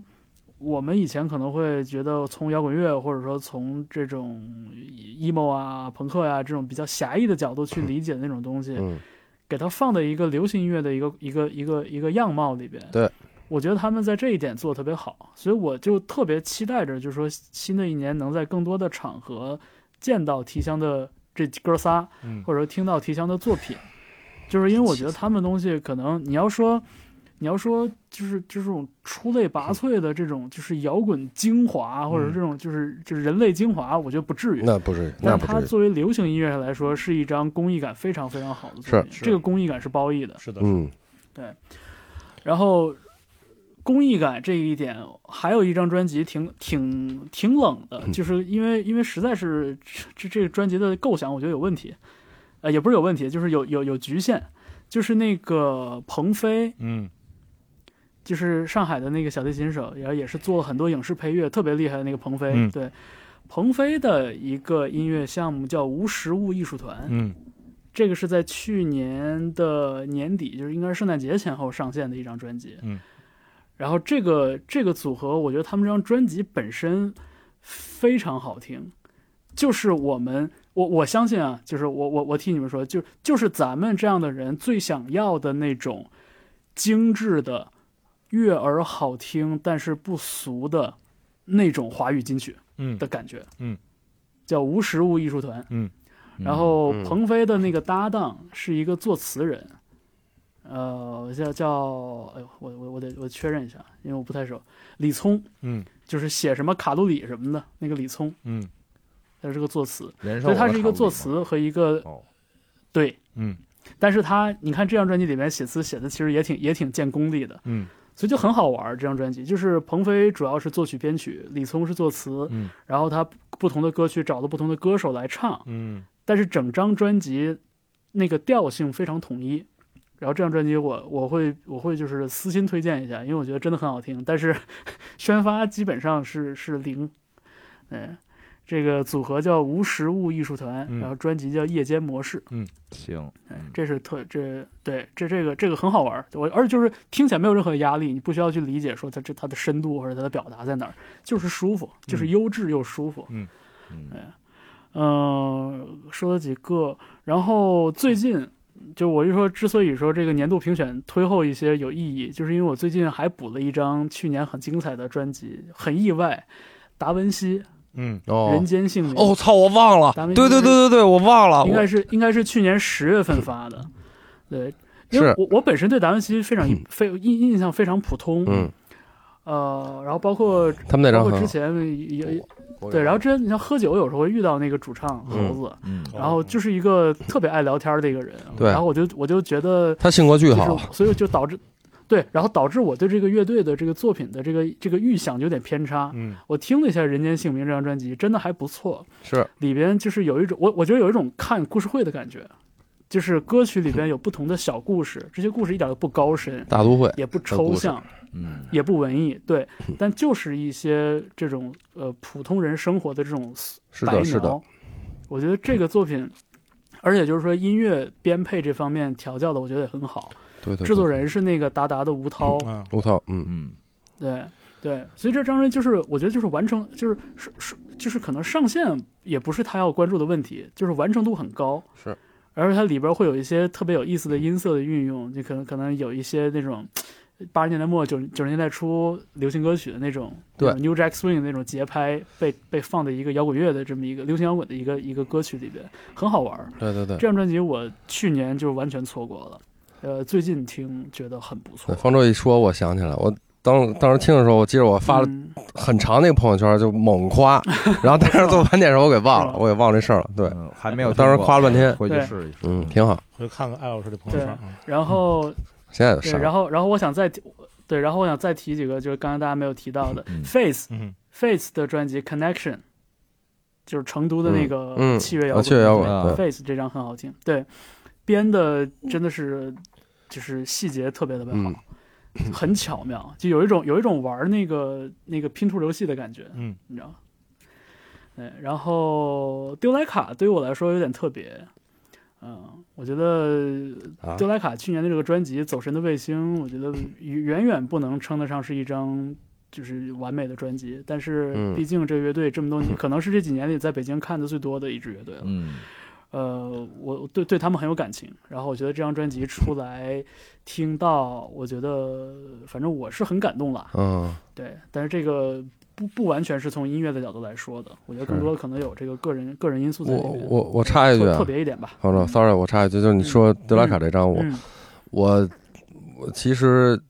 D: 我们以前可能会觉得从摇滚乐或者说从这种 emo 啊、朋克呀、这种比较狭义的角度去理解的那种东西，
C: 嗯，
D: 给它放到一个流行音乐的一个一个一个一个样貌里边。
C: 对，
D: 我觉得他们在这一点做的特别好，所以我就特别期待着，就是说新的一年能在更多的场合见到提香的这哥仨，
B: 嗯
D: 或者说听到提香的作品，就是因为我觉得他们的东西可能你要说。你要说就是就是这种出类拔萃的这种就是摇滚精华，或者这种就是就是人类精华，我觉得不至于。
C: 那不至于，那
D: 但
C: 不
D: 它
C: 至于，
D: 作为流行音乐来说，是一张工艺感非常非常好的作品。
B: 是是
D: 这个工艺感是褒义的。
B: 是的，
C: 嗯
D: 然后工艺感这一点，还有一张专辑挺挺挺冷的，
C: 嗯
D: 就是因为因为实在是这这个专辑的构想，我觉得有问题，呃，也不是有问题，就是有有有局限，就是那个鹏飞，
B: 嗯
D: 就是上海的那个小提琴手，然后也是做了很多影视配乐，特别厉害的那个鹏飞。
B: 嗯
D: 对，鹏飞的一个音乐项目叫无实物艺术团，
B: 嗯
D: 这个是在去年的年底，就是应该是圣诞节前后上线的一张专辑。
B: 嗯，
D: 然后这个这个组合，我觉得他们这张专辑本身非常好听，就是我们我我相信啊，就是我我我替你们说，就就是咱们这样的人最想要的那种精致的、悦耳好听但是不俗的那种华语金曲
B: 嗯
D: 的感觉。
B: 嗯，
D: 叫无实物艺术团。
A: 嗯
D: 然后
B: 嗯
D: 鹏飞的那个搭档是一个作词人，呃，叫叫，哎呦，我我我得我确认一下，因为我不太熟。李聪
B: 嗯
D: 就是写什么卡路里什么的那个李聪，
B: 嗯
D: 他是个作词，
A: 人
D: 所
A: 生
D: 以他是一个作词和一个
A: 哦
D: 对，
B: 嗯
D: 但是他你看这张专辑里面写词写的其实也挺也挺见功力的，
B: 嗯
D: 所以就很好玩儿。这张专辑就是鹏飞主要是作曲编曲，李聪是作词，
B: 嗯
D: 然后他不同的歌曲找了不同的歌手来唱，
B: 嗯
D: 但是整张专辑那个调性非常统一。然后这张专辑我我会我会就是私心推荐一下，因为我觉得真的很好听，但是 (laughs) 宣发基本上是是零。嗯，这个组合叫无实物艺术团，
B: 嗯
D: 然后专辑叫夜间模式。
A: 行，
D: 哎这是特这对这这个这个很好玩儿，我而且就是听起来没有任何压力，你不需要去理解说它这它的深度或者它的表达在哪儿，就是舒服，就是
B: 嗯
D: 优质又舒服。
B: 嗯
A: 嗯
D: 哎，呃，说了几个，然后最近就我就说，之所以说这个年度评选推后一些有意义，就是因为我最近还补了一张去年很精彩的专辑，很意外，达文西
B: 嗯
D: 《人
C: 哦
D: 间姓名》
C: 哦，操，我忘了，
D: 达文西
C: 对对对对对，我忘了，
D: 应
C: 我
D: 该是应该是去年十月份
C: (laughs)
D: 发的，对，因为
C: 是
D: 我我本身对达文西非常一非印印象非常普通，
C: 嗯，
D: 呃，然后包括
C: 他们那
D: 包
C: 张
D: 括
C: 很
D: 之
C: 好
D: 前也也
C: 我
D: 对，然后之前你像喝酒有时候会遇到那个主唱
C: 嗯
D: 猴子，
A: 嗯
B: 哦
D: 然后就是一个特别爱聊天的一个人，
C: 对
D: 然后我就我就觉得
C: 他性格巨
D: 就
C: 好，
D: 是，所以就导致对，然后导致我对这个乐队的这个作品的这个这个预想有点偏差。
B: 嗯
D: 我听了一下《人间姓名》这张专辑，真的还不错，
C: 是
D: 里边就是有一种我我觉得有一种看故事会的感觉，就是歌曲里边有不同的小故事，这些故事一点都不高深，
C: 大都会，
D: 也不抽象，
A: 嗯
D: 也不文艺，对，但就是一些这种呃普通人生活的这种
C: 是
D: 白
C: 的，是的，
D: 描。我觉得这个作品，而且就是说音乐编配这方面调教的，我觉得也很好。
C: 对对对，
D: 制作人是那个达达的吴
C: (laughs)
D: 涛，
B: 啊
C: 我操，嗯，
A: 嗯
D: 对对，所以这张专辑就是我觉得就是完成就是是是就是可能上线也不是他要关注的问题，就是完成度很高。
C: 是。
D: 而且它里边会有一些特别有意思的音色的运用，就可能可能有一些那种八十年代末九九十年代初流行歌曲的那种
C: 对
D: 那种 New Jack Swing 那种节拍被被放在一个摇滚乐的这么一个流行摇滚的一个一个歌曲里边，很好玩儿。
C: 对对对
D: 这，张专辑我去年就完全错过了，呃，最近听觉得很不错
C: 对。方舟一说，我想起来，我当当时听的时候，我记得我发了
D: 嗯
C: 很长那个朋友圈，就猛
D: (laughs)
C: 夸，然后但是做盘点时候我给忘了，我给忘了这事儿了。对，
A: 嗯，还没有
C: 我
A: 听过，
C: 当时夸了半天，
A: 回去
D: 对
A: 试一试，
C: 嗯，挺好。
B: 回去看看艾老师的朋友圈啊，
D: 然后
C: 现在就
D: 对，
C: 删
D: 然
C: 了。
D: 后然后我想再提，对，然后我想再提几个，就是刚才大家没有提到的 (laughs)
A: 嗯
D: Face
B: 嗯
D: Face 的专辑 Connection，就是成都的那个
C: 嗯，
D: 器乐
C: 啊
D: 摇滚，
C: 器乐摇
A: 对
C: 滚，对
D: Face 这张很好听，对，编的真的是就是细节特别特别好，
C: 嗯
D: 很巧妙，就有一种有一种玩那个那个拼图游戏的感觉，
B: 嗯
D: 你知道吗？对，然后丢莱卡对于我来说有点特别，嗯，我觉得
C: 啊
D: 丢莱卡去年的这个专辑《走神的卫星》，我觉得远远不能称得上是一张就是完美的专辑，但是
C: 嗯
D: 毕竟这个乐队这么多
C: (laughs)
D: 年，可能是这几年里在北京看的最多的一支乐队了。
A: 嗯
D: 呃，我我对对他们很有感情，然后我觉得这张专辑出来，听到我觉得反正我是很感动啦，
C: 嗯，
D: 对，但是这个不不完全是从音乐的角度来说的，我觉得更
C: 是
D: 多的可能有这个个人个人因素在
C: 我
D: 里面，
C: 我我插一句
D: 特
C: 啊
D: 特，别一嗯点吧，
C: 方舟，sorry，我插一句，就是你说德拉卡这张，我
D: 嗯
C: 我我其实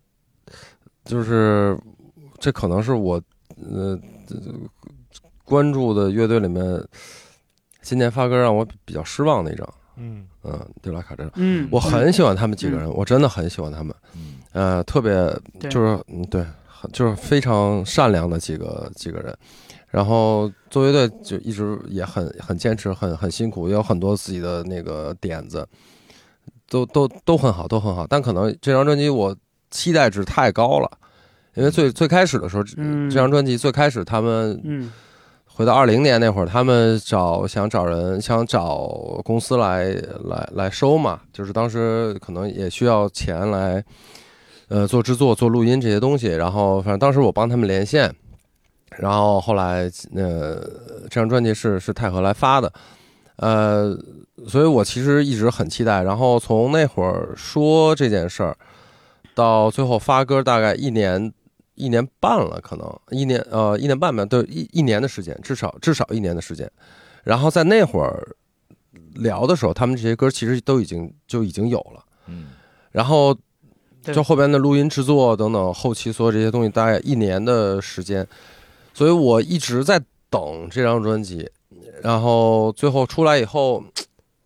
C: 就是这可能是我呃这这关注的乐队里面，今年发歌让我比较失望的一张。
B: 嗯
C: 嗯，迪拉卡这张，
D: 嗯，
C: 我很喜欢他们几个人，
D: 嗯
C: 我真的很喜欢他们。
A: 嗯
C: 呃，特别
D: 对
C: 就是嗯对，很就是非常善良的几个几个人。然后做乐队就一直也很很坚持，很很辛苦，也有很多自己的那个点子，都都都很好，都很好。但可能这张专辑我期待值太高了，因为最最开始的时候，
D: 嗯
C: 这张专辑最开始他们
D: 嗯
C: 回到二零年那会儿，他们找想找人，想找公司来来来收嘛，就是当时可能也需要钱来，呃，做制作、做录音这些东西。然后反正当时我帮他们连线，然后后来呃，这张专辑是是泰和来发的，呃，所以我其实一直很期待。然后从那会儿说这件事儿，到最后发歌，大概一年一年半了，可能一年呃一年半吧，对，一一年的时间，至少至少一年的时间。然后在那会儿聊的时候，他们这些歌其实都已经就已经有了，
A: 嗯
C: 然后
D: 对
C: 就后边的录音制作等等后期所有这些东西，大概一年的时间，所以我一直在等这张专辑，然后最后出来以后，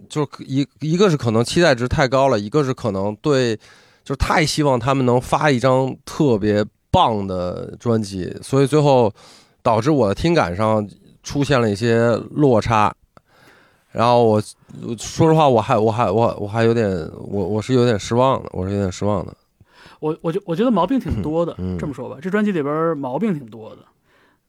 C: 就是一一个是可能期待值太高了，一个是可能对，就是太希望他们能发一张特别棒的专辑，所以最后导致我的听感上出现了一些落差。然后我我说实话，我还我还我我还有点我我是有点失望的，我是有点失望的。
D: 我我觉我觉得毛病挺多的，
C: 嗯
D: 这么说吧，这专辑里边儿毛病挺多的。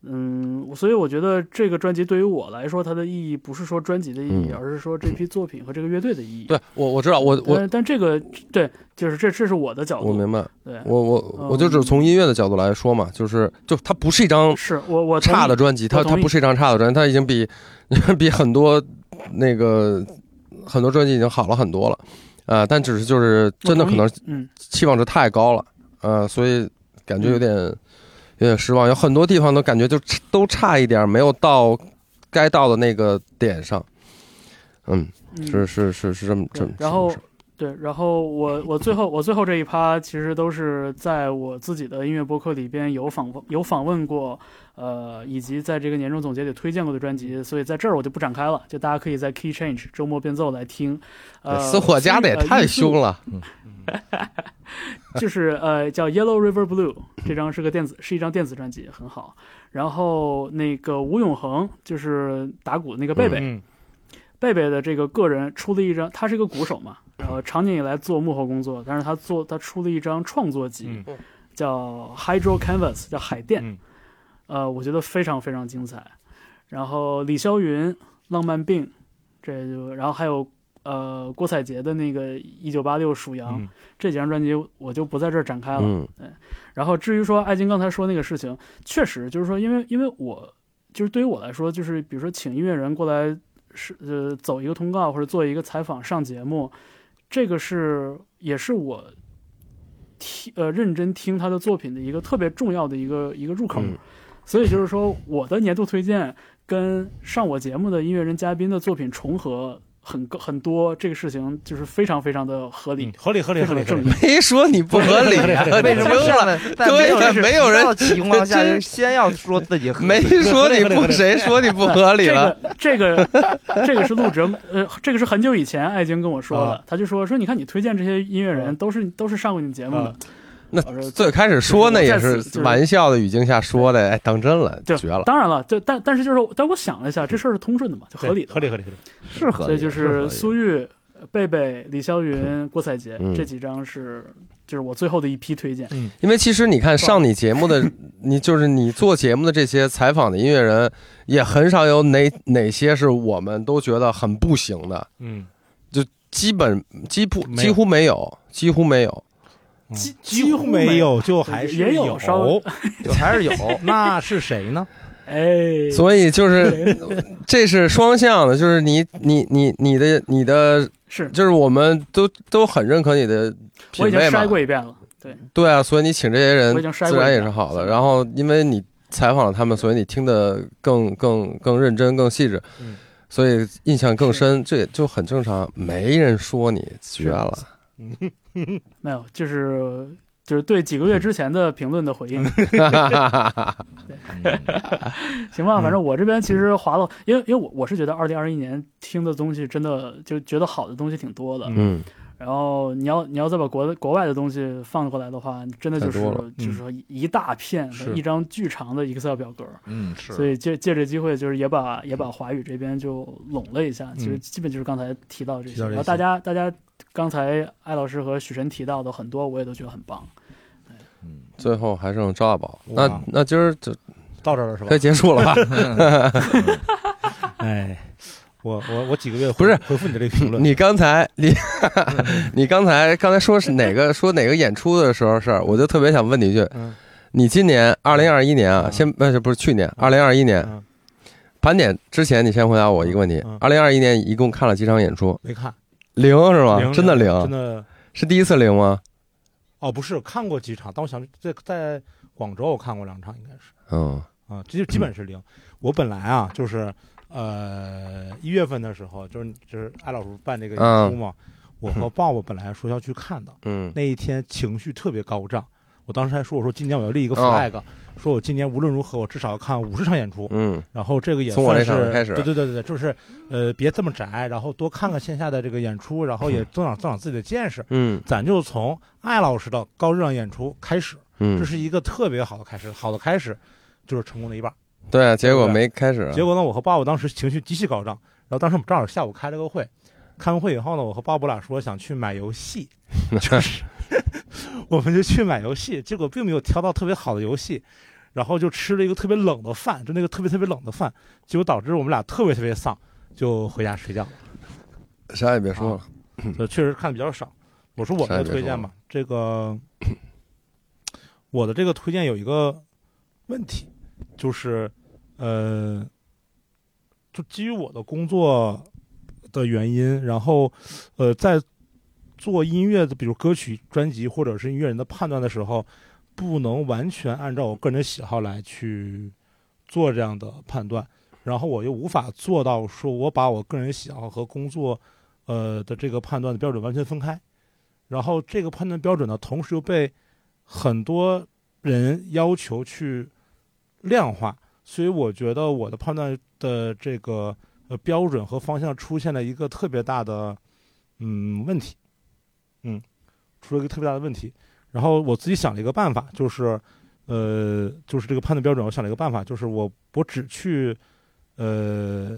D: 嗯，我所以我觉得这个专辑对于我来说，它的意义不是说专辑的意义，
C: 嗯
D: 而是说这批作品和这个乐队的意义。
C: 对我我知道，我我
D: 但但这个对，就是这这是我的角
C: 我
D: 度，
C: 明白，
D: 对，
C: 我我
D: 嗯
C: 我就只从音乐的角度来说嘛，就是就它不是一张
D: 是我我同
C: 差
D: 意
C: 的专辑，它
D: 我同
C: 它
D: 意
C: 不是一张差的专辑，它已经比 (laughs) 比很多那个很多专辑已经好了很多了，啊、但只是就是真的
D: 我
C: 可
D: 同意
C: 能
D: 嗯
C: 期望值太高了，呃，所以感觉有点、有点失望，有很多地方都感觉就差都差一点，没有到该到的那个点上。嗯，
D: 嗯
C: 是是是是这么这
D: 对
C: 么。
D: 然后
C: 这么
D: 对，然后我我最后我最后这一趴其实都是在我自己的音乐播客里边有访问有访问过，呃，以及在这个年终总结里推荐过的专辑，所以在这儿我就不展开了，就大家可以在 Key Change 周末变奏来听。呃，
C: 事私货加的也太
D: 了。
C: 凶了，
D: 就是呃叫 Yellow River Blue 这张是个电子是一张电子专辑，很好。然后那个吴永恒就是打鼓那个贝贝，
B: 嗯
D: 贝贝的这个个人出了一张，他是一个鼓手嘛，然后长年以来做幕后工作，但是他做他出了一张创作集，
B: 嗯
D: 叫 Hydro Canvas，叫海淀，
B: 嗯
D: 呃，我觉得非常非常精彩。然后李霄云《浪漫病》，这就然后还有呃郭采洁的那个《一九八六属羊》
B: 嗯
D: 这几张专辑我就不在这儿展开了。
C: 嗯
D: 然后至于说艾金刚才说那个事情，确实就是说，因为因为我就是对于我来说，就是比如说请音乐人过来是呃走一个通告或者做一个采访上节目，这个是也是我听呃认真听他的作品的一个特别重要的一个一个入口。
C: 嗯
D: 所以就是说，我的年度推荐跟上我节目的音乐人嘉宾的作品重合很高很多，这个事情就是非常非常的合理
B: 嗯，，合理合理
D: 非
B: 合
D: 常
B: 理
D: 的
B: 合
D: 正
B: 理
D: 义。
C: 谁说你不合理啊？
A: 为什么
C: 你听了？
A: 了？在没有
C: 对没有人
A: 知道情
B: (laughs)
A: 况下，
C: 真
A: 先要说自己
C: 没说你不，谁说你不合理了？
D: 这个这个这个是陆哲，呃，这个是很久以前艾晶跟我说的，
B: 啊
D: 他就说说你看你推荐这些音乐人
B: 嗯
D: 都是都是上过你节目的，
B: 啊
C: 那
D: 我说
C: 最开始说呢，
D: 就是
C: 也
D: 我在此
C: 是玩笑的语境下说的，哎，当真了，
D: 对
C: 绝了。
D: 当然了，对，但但是就是我，但我想了一下，这事儿是通顺的嘛，就合理的，
B: 合理合理合理，
A: 是合
D: 所
A: 理
D: 以
A: 的，
D: 就
A: 苏
D: 是苏玉、贝贝、李霄云、郭采洁、
C: 嗯
D: 这几张是就是我最后的一批推荐，
C: 因为其实你看上你节目的，
B: (laughs)
C: 你就是你做节目的这些采访的音乐人，也很少有哪哪些是我们都觉得很不行的，
B: 嗯，
C: 基本几乎
B: 没有
C: 几乎没有，几乎没有。
B: 嗯
D: 几
B: 几
D: 几
B: 乎
D: 乎没
B: 没有，
D: 有
B: 就还是
D: 也有
B: 有哦
D: 稍微
A: 就还
B: (laughs)
A: 是有，
B: 那是谁呢？
D: 哎，
C: 所以就
B: (laughs)
C: 是
D: 对
C: 这是双向的，就是你你你你的你的，
D: 是
C: 就是我们都都很认可你的
D: 我
C: 品
D: 已经
C: 味嘛
D: 筛。过一遍了，对，
C: 对啊，所以你请这些
D: 我已经
C: 人
D: 筛过
C: 自然
D: 一
C: 也
D: 遍
C: 是好的。
D: 了
C: 然后因为你采访了他们，所以你听得更更更认真、更细致
B: 嗯，
C: 所以印象更
D: 是
C: 深，这也就很正常。没人说你绝了，
D: 没有，就是就是对几个月之前的评论的回应，
A: 嗯
D: 行吧？
C: 嗯
D: 反正我这边其实划了，因为因为我我是觉得二零二一年听的东西真的就觉得好的东西挺多的，
B: 嗯
C: 嗯，
D: 然后你要你要再把国国外的东西放过来的话，真的就是
C: 太多了嗯
D: 就是说一大片
B: 是
D: 一张巨长的 Excel 表格，
A: 嗯，是
D: 所以借借这机会就是也把也把华语这边就拢了一下，其实
B: 嗯
D: 基本就是刚才提到这
B: 提
D: 些，
B: 到这
D: 然后
B: 些
D: 大家大家刚才艾老师和许晨提到的很多，我也都觉得很棒。
A: 嗯
C: 最后还剩赵大宝，
B: 哇
C: 那那今儿就
B: 到这儿了是吧
C: 该？结束了吧？
B: 哎，我我我几个月
C: 不是
B: 回复你的这个评论，
C: 你刚才你 (laughs) 你刚才刚才说是哪个说哪个演出的时候事儿，我就特别想问你一句，
B: 嗯
C: 你今年二零二一年啊，
B: 嗯
C: 先不是不是去年二零二一年
B: 嗯
C: 盘点之前，你先回答我一个问题
B: 嗯：
C: 二零二一年一共看了几场演出？
B: 没看
C: 零是吗？
B: 零
C: 真的
B: 真
C: 零？啊
B: 的
C: 是第一次零吗？
B: 哦，不是看过几场，但我想在在广州我看过两场，应该是
C: 嗯
B: 啊，这就基本是零。我本来啊就是呃一月份的时候，就是就是艾老师办这个演出嘛，我和爸爸本来说要去看的，
C: 嗯
B: 那一天情绪特别高涨。我当时还说，我说今年我要立一个
C: 哦
B: flag，、说我今年无论如何我至少要看五十场演出。
C: 嗯
B: 然后这个也
C: 从我
B: 算
C: 这
B: 是
C: 场开始
B: 对对对对，对就是呃，别这么宅，然后多看看线下的这个演出，然后也增长增长自己的见识。
C: 嗯
B: 咱就从艾老师的高热量演出开始，这
C: 嗯，
B: 是一个特别好的开始，好的开始就是成功的一半。
C: 对啊，结果没开始啊。
B: 结果呢，我和鲍勃当时情绪极其高涨，然后当时我们正好下午开了个会，开完会以后呢，我和鲍勃俩说想去买游戏，
C: (laughs)
B: 就是我们就去买游戏，结果并没有挑到特别好的游戏，然后就吃了一个特别冷的饭，就那个特别特别冷的饭，结果导致我们俩特别特别丧，就回家睡觉了。
C: 啥也别说
B: 啊
C: 了，
B: 所以确实看的比较少。我说我
C: 啥
B: 的
C: 也别
B: 推
C: 说
B: 荐
C: 了
B: 吧，这个我的这个推荐有一个问题，就是呃，就基于我的工作的原因，然后呃，在做音乐的，比如歌曲、专辑或者是音乐人的判断的时候，不能完全按照我个人的喜好来去做这样的判断，然后我又无法做到说我把我个人喜好和工作呃的这个判断的标准完全分开，然后这个判断标准呢，同时又被很多人要求去量化，所以我觉得我的判断的这个呃标准和方向出现了一个特别大的嗯问题，嗯，出了一个特别大的问题。然后我自己想了一个办法，就是呃，就是这个判断标准，我想了一个办法，就是我我只去呃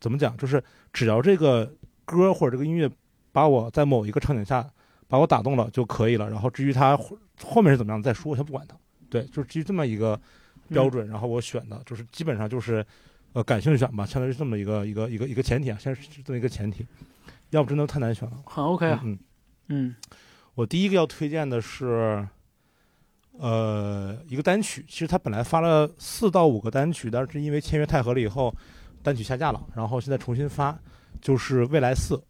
B: 怎么讲，就是只要这个歌或者这个音乐把我在某一个场景下把我打动了就可以了，然后至于它后后面是怎么样再说，我先不管它。对，就是基于这么一个
D: 嗯
B: 标准，然后我选的就是基本上就是呃感兴趣选吧，相当于是这么一个一个一个一个前提啊，先是这么一个前提，要不真的太难选了。
D: 很 OK
B: 嗯
D: 啊，
B: 嗯，
D: 嗯
B: 我第一个要推荐的是。呃，一个单曲，其实他本来发了四到五个单曲，但是因为签约太和了以后，单曲下架了，然后现在重新发，就是未来四。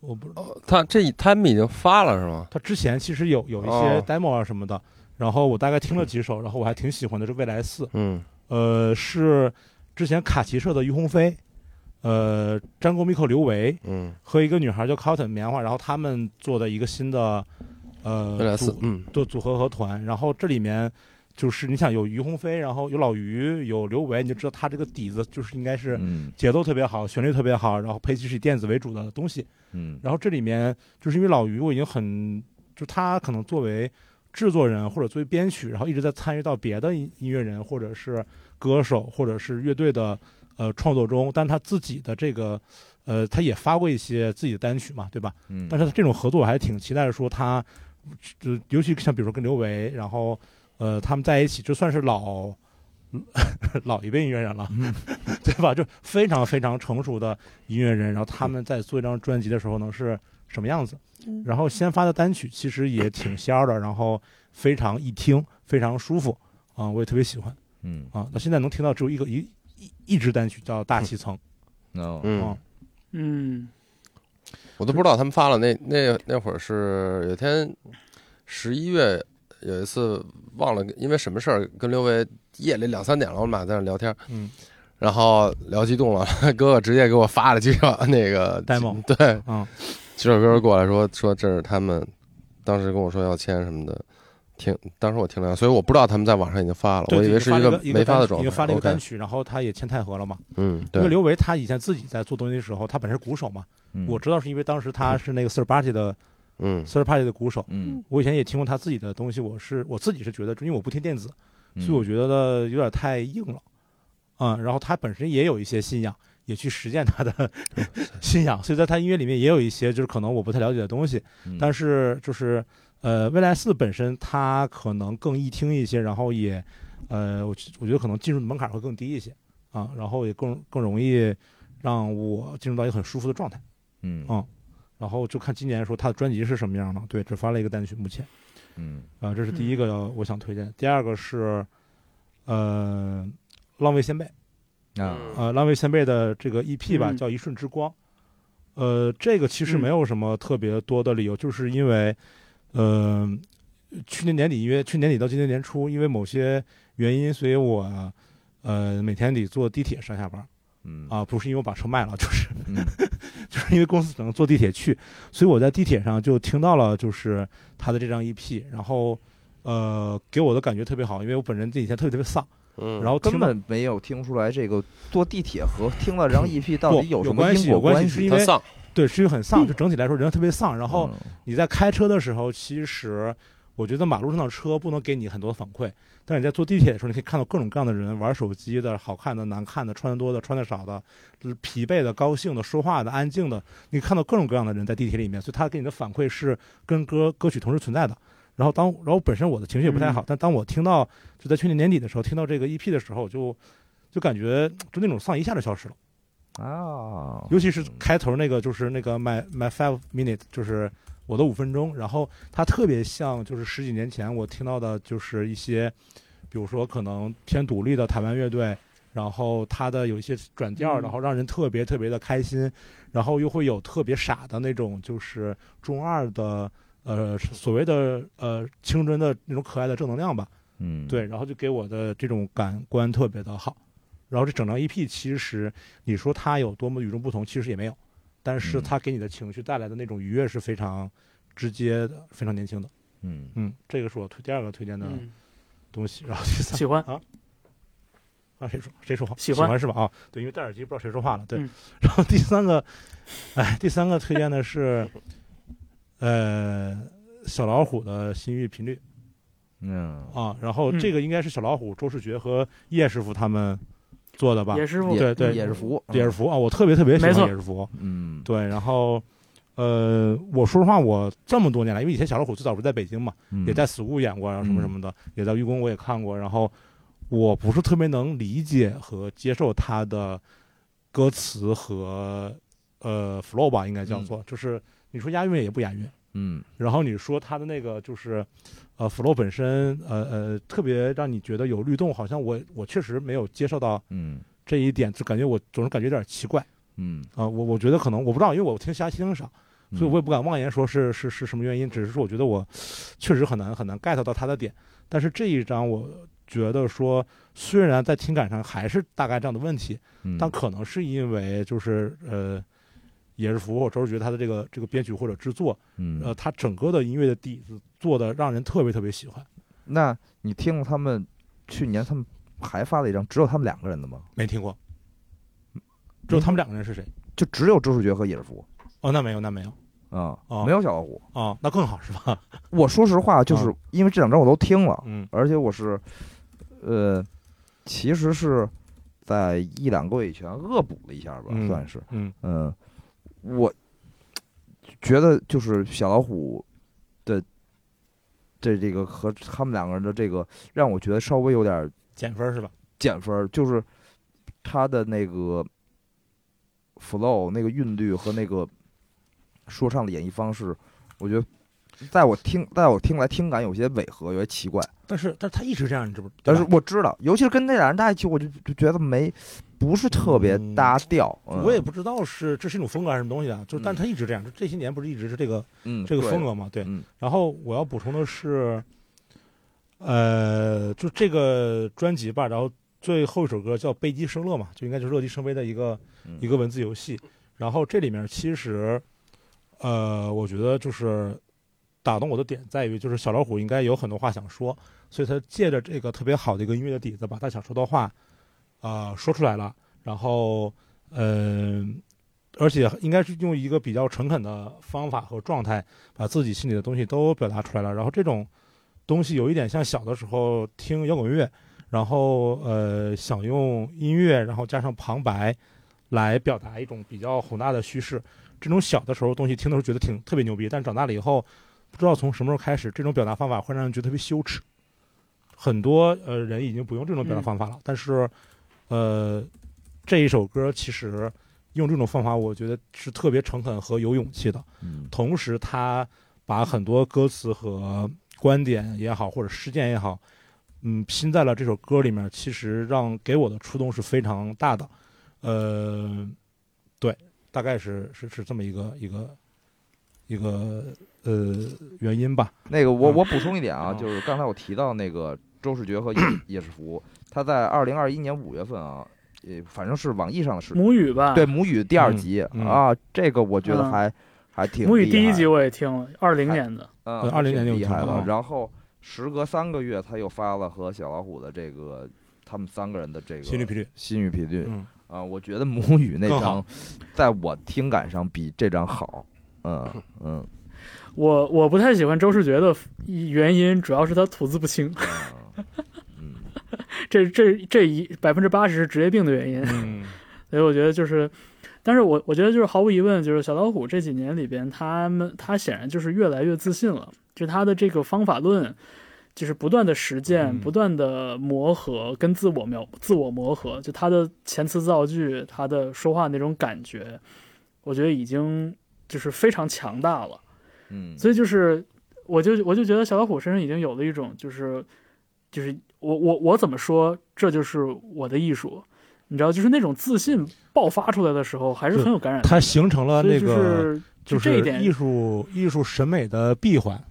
B: 我不
C: 哦他这他们已经发了是吗？
B: 他之前其实有有一些
C: 哦
B: demo 啊什么的，然后我大概听了几首，然后我还挺喜欢的，是未来四，
C: 嗯
B: 呃，是之前卡奇社的于鸿飞，呃，张国米克刘维
C: 嗯，
B: 和一个女孩叫 Cotton 棉花，然后他们做的一个新的呃啊
C: 未来四
B: 组
C: 嗯
B: 做组合和团，然后这里面就是你想有于鸿飞，然后有老于，有刘维，你就知道他这个底子就是应该是
A: 嗯
B: 节奏特别好，旋律特别好，然后配器是以电子为主的东西，
A: 嗯
B: 然后这里面就是因为老于，我已经很，就他可能作为制作人或者作为编曲，然后一直在参与到别的音音乐人或者是歌手或者是乐队的呃创作中，但他自己的这个呃，他也发过一些自己的单曲嘛，对吧？
A: 嗯，
B: 但是这种合作我还挺期待说他，就尤其像比如说跟刘维，然后呃他们在一起，就算是老 (laughs) 老一辈音乐人了，
C: 嗯
B: (laughs) 对吧？就非常非常成熟的音乐人，然后
C: 嗯
B: 他们在做一张专辑的时候能是什么样子？然后先发的单曲其实也挺仙儿的，然后非常易听，非常舒服啊、我也特别喜欢
A: 嗯
B: 啊。那现在能听到只有一个一一一支单曲叫《大气层》
A: no，
C: 嗯
B: 啊，，
D: 嗯
C: 我都不知道他们发了那那那会儿是有一天十一月有一次忘了因为什么事儿跟刘维夜里两三点了，我们俩在那聊天，
B: 嗯
C: 然后聊激动了， (laughs) 哥哥直接给我发了几首那个
B: Demo
C: 对，
B: 嗯
C: 几首歌过来说说这是他们当时跟我说要签什么的，听当时我听了，所以我不知道他们在网上已经发了，
B: 对
C: 我以为是
B: 发了
C: 个
B: 个
C: 没发的
B: 单曲
C: 状
B: 已经发了
C: 态。
B: 一个单
C: OK，
B: 曲，然后他也签太和了嘛。
C: 嗯，
B: 因为
C: 对，
B: 刘维他以前自己在做东西的时候，他本身是鼓手嘛，
A: 嗯
B: 我知道是因为当时他是那个四十八届的
C: 嗯
B: 四十八届的鼓手，
A: 嗯，
B: 我以前也听过他自己的东西，我是我自己是觉得，因为我不听电子，
A: 嗯
B: 所以我觉得有点太硬了，嗯，然后他本身也有一些信仰，也去实践他的 (laughs) 信仰，所以在他音乐里面也有一些就是可能我不太了解的东西，
A: 嗯
B: 但是就是呃，未来四本身它可能更易听一些，然后也呃，我觉我觉得可能进入门槛会更低一些啊，然后也更更容易让我进入到一个很舒服的状态。
A: 嗯
B: 嗯然后就看今年说他的专辑是什么样了。对，只发了一个单曲，目前
A: 嗯
B: 啊、这是第一个我想推荐。第二个是呃，浪味仙贝，
A: 啊
B: 呃，浪味仙贝的这个 EP 吧，
D: 嗯
B: 叫《一瞬之光》。呃，这个其实
D: 嗯
B: 没有什么特别多的理由，就是因为，呃，去年年底因为去年底到今年年初，因为某些原因，所以我呃每天得坐地铁上下班儿
A: 嗯
B: 啊，不是因为我把车卖了，就是 (laughs)
A: 嗯
B: 就是因为公司只能坐地铁去，所以我在地铁上就听到了就是他的这张 EP，然后呃给我的感觉特别好，因为我本人这几天特别特别丧，
C: 嗯，
B: 然后听
A: 根
B: 到
A: 本没有听出来这个坐地铁和听了张 EP 到底
B: 不有
A: 什么
B: 关系
A: 因果
B: 有关系是
A: 系
B: 因
C: 他
B: 为
C: 丧，
B: 对是因为很丧，就整体来说人特别丧。然后
A: 嗯
B: 你在开车的时候，其实我觉得马路上的车不能给你很多反馈，但是你在坐地铁的时候，你可以看到各种各样的人，玩手机的、好看的、难看的、穿的多的、穿的少的，就是疲惫的、高兴的、说话的、安静的，你看到各种各样的人在地铁里面，所以他给你的反馈是跟歌歌曲同时存在的。然后当然后本身我的情绪也不太好，
D: 嗯
B: 但当我听到就在去年年底的时候听到这个 EP 的时候，就就感觉就那种丧一下就消失了。
A: 啊，
B: 尤其是开头那个，就是那个 my my five minute，就是我的五分钟。然后它特别像，就是十几年前我听到的，就是一些，比如说可能偏独立的台湾乐队，然后它的有一些转调，
D: 嗯
B: 然后让人特别特别的开心，然后又会有特别傻的那种，就是中二的，呃，所谓的呃青春的那种可爱的正能量吧。
A: 嗯
B: 对，然后就给我的这种感官特别的好。然后这整张 EP 其实你说它有多么与众不同，其实也没有，但是
A: 嗯
B: 它给你的情绪带来的那种愉悦是非常直接的、非常年轻的。
A: 嗯
B: 嗯，这个是我推第二个推荐的
D: 嗯，
B: 东西。然后第三
D: 喜欢
B: 啊，谁说谁说话？
D: 喜
B: 喜
D: 欢
B: 是吧？啊，对，因为戴耳机不知道谁说话了。对，
D: 嗯
B: (laughs) 然后第三个，哎，第三个推荐的是呃小老虎的心域频率。
A: 嗯
B: 啊，然后
D: 嗯
B: 这个应该是小老虎、周世觉和叶师傅他们做 (laughs) 的吧？
D: 野师傅
B: 对对
A: 也是服，
B: 叶师傅啊，我特别特别喜
D: 没错
B: 欢叶师傅。
A: 嗯
B: 对，然后呃，我说实话，我这么多年来，因为以前小老虎最早不是在北京嘛，
A: 嗯
B: 也在 school 演过，然后啊什么什么的，
D: 嗯
B: 也在愚公我也看过，然后我不是特别能理解和接受他的歌词和呃 flow 吧，应该叫
D: 嗯
B: 做，就是你说押韵也不押韵，
A: 嗯
B: 然后你说他的那个就是，呃，flow 本身，呃呃，特别让你觉得有律动，好像我我确实没有接受到
A: 嗯
B: 这一点，就感觉我总是感觉有点奇怪
A: 嗯，
B: 啊、我我觉得可能我不知道，因为我听瞎听少，
A: 嗯
B: 所以我也不敢妄言说是是是什么原因，只是说我觉得我确实很难很难 get 到他的点。但是这一张我觉得说，虽然在听感上还是大概这样的问题，
A: 嗯
B: 但可能是因为就是呃，也是符合周是觉得他的这个这个编曲或者制作。
A: 嗯
B: 呃，他整个的音乐的底子做的让人特别特别喜欢。
A: 那你听了他们去年他们还发了一张只有他们两个人的吗？
B: 没听过，只有他们两个嗯人是谁？
A: 就只有周世觉和野服
B: 哦，那没有，那没有
A: 啊
B: 哦，
A: 没有小老虎。
B: 哦，那更好是吧？
A: 我说实话，就是因为这两张我都听了，
B: 哦嗯
A: 而且我是，呃，其实是在一两个月以前恶补了一下吧，
B: 嗯
A: 算是，
B: 嗯
A: 嗯，我觉得就是小老虎的这这个和他们两个人的这个，让我觉得稍微有点
B: 减分是吧？
A: 减分儿，就是他的那个 flow 那个韵律和那个说唱的演绎方式，我觉得在我听在我听来听感有些违和，有些奇怪。
B: 但是，但是他一直这样，你知不？
A: 但
B: 对
A: 是
B: 吧
A: 我知道，尤其是跟那俩人在一起，我就就觉得没不是特别
B: 嗯
A: 搭调。嗯
B: 我也不知道是这是一种风格还是什么东西啊，就是，但
A: 嗯
B: 是他一直这样，就这些年不是一直是这个
A: 嗯
B: 这个
A: 对
B: 风格嘛？对。
A: 嗯
B: 然后我要补充的是，呃，就这个专辑吧，然后最后一首歌叫《贝基生乐》嘛，就应该就是乐极生悲的一个
A: 嗯
B: 一个文字游戏。然后这里面其实，呃，我觉得就是打动我的点在于，就是小老虎应该有很多话想说，所以他借着这个特别好的一个音乐的底子，把他想说的话啊、说出来了，然后嗯、而且应该是用一个比较诚恳的方法和状态，把自己心里的东西都表达出来了。然后这种东西有一点像小的时候听摇滚乐，然后呃想用音乐，然后加上旁白来表达一种比较宏大的叙事。这种小的时候东西听的时候觉得挺特别牛逼，但长大了以后，不知道从什么时候开始，这种表达方法会让人觉得特别羞耻。很多呃人已经不用这种表达方法了，但是呃这一首歌其实用这种方法，我觉得是特别诚恳和有勇气的。
A: 嗯
B: 同时他把很多歌词和观点也好，或者事件也好，嗯，拼在了这首歌里面，其实让给我的触动是非常大的。呃，对，大概是是是这么一个一个一个呃原因吧。
A: 那个我
B: 嗯
A: 我补充一点啊，
B: 哦
A: 就是刚才我提到那个周世觉和
B: (clears throat)
A: 叶叶世福，他在二零二一年五月份啊，也反正是网易上的视频，
D: 母语吧？
A: 对，母语第二集
B: 嗯嗯
A: 啊，这个我觉得
D: 啊嗯
A: 还还挺
D: 母语
A: 厉
D: 第一
A: 害
D: 集我也听了，二零年的，
A: 嗯，
B: 20年就
A: 挺厉
B: 有
A: 害
B: 了
A: 了
B: 啊。
A: 然后时隔三个月，他又发了和小老虎的这个他们三个人的这个
B: 心率频率，
A: 心率频率
B: 嗯，
A: 啊，我觉得母语那
B: 更
A: 张
B: 好，
A: 在我听感上比这张好。
B: (laughs)
A: 嗯嗯，
D: 我我不太喜欢周世觉的原因，主要是他吐字不清， (laughs)
A: 嗯
D: 这这这一百分之八十是职业病的原因。
B: 嗯，
D: 所以我觉得就是，但是我我觉得就是毫无疑问，就是小老虎这几年里边，他们他显然就是越来越自信了，就他的这个方法论，就是不断的实践，
B: 嗯
D: 不断的磨合跟自我描自我磨合，就他的前词造句，他的说话那种感觉，我觉得已经就是非常强大了。
A: 嗯，
D: 所以就是，我就我就觉得小老虎身上已经有了一种就是，就是我我我怎么说，这就是我的艺术，你知道，就是那种自信爆发出来的时候，还是很有感染力。
B: 它形成了
D: 所以
B: 那
D: 就
B: 个
D: 是
B: 就
D: 这
B: 是
D: 一点
B: 艺术艺术审美的闭环。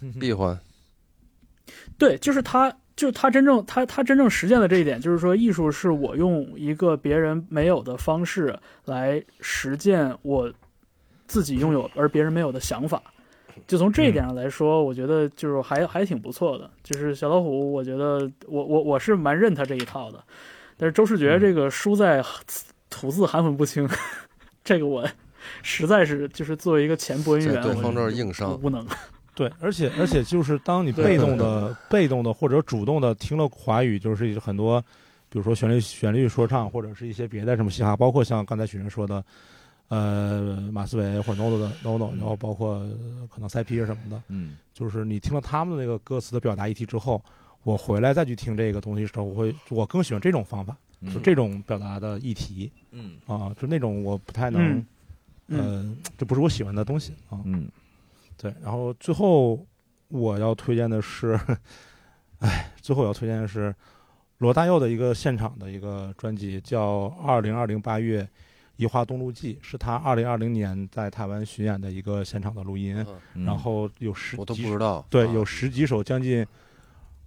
B: 嗯
C: 闭环，
D: 对，就是他，就是他真正他他真正实践了这一点，就是说，艺术是我用一个别人没有的方式来实践我自己拥有而别人没有的想法。就从这一点上来说，我觉得就是还还挺不错的。就是小老虎，我觉得我我我是蛮认他这一套的，但是周世
B: 嗯
D: 觉这个输在吐字含混不清， (laughs) 这个我实在是就是作为一个前播音
C: 这
D: 员，
C: 对
D: 我
C: 方这是硬伤。
D: 无能。
B: 对，而且而且就是当你
D: 对
B: 被动的、被动的或者主动的听了华语，就是很多，比如说旋律旋律说唱，或者是一些别的什么嘻哈，包括像刚才许晨说的，呃，马思唯或者 NONO 的 NONO，然后包括呃可能 CP 什么的，
A: 嗯
B: 就是你听了他们的那个歌词的表达议题之后，我回来再去听这个东西的时候，我会我更喜欢这种方法，
A: 嗯
B: 就这种表达的议题
A: 嗯
B: 啊，就那种我不太能
D: 嗯，嗯，
B: 呃，这不是我喜欢的东西啊。
A: 嗯
B: 对，然后最后我要推荐的是，哎，最后我要推荐的是罗大佑的一个现场的一个专辑，叫《二零二零八月移花东路记》，是他二零二零年在台湾巡演的一个现场的录音，
C: 嗯
A: 嗯，
B: 然后有十
C: 我都不
B: 几
C: 知道。
B: 对，
C: 啊
B: 有十几首，将近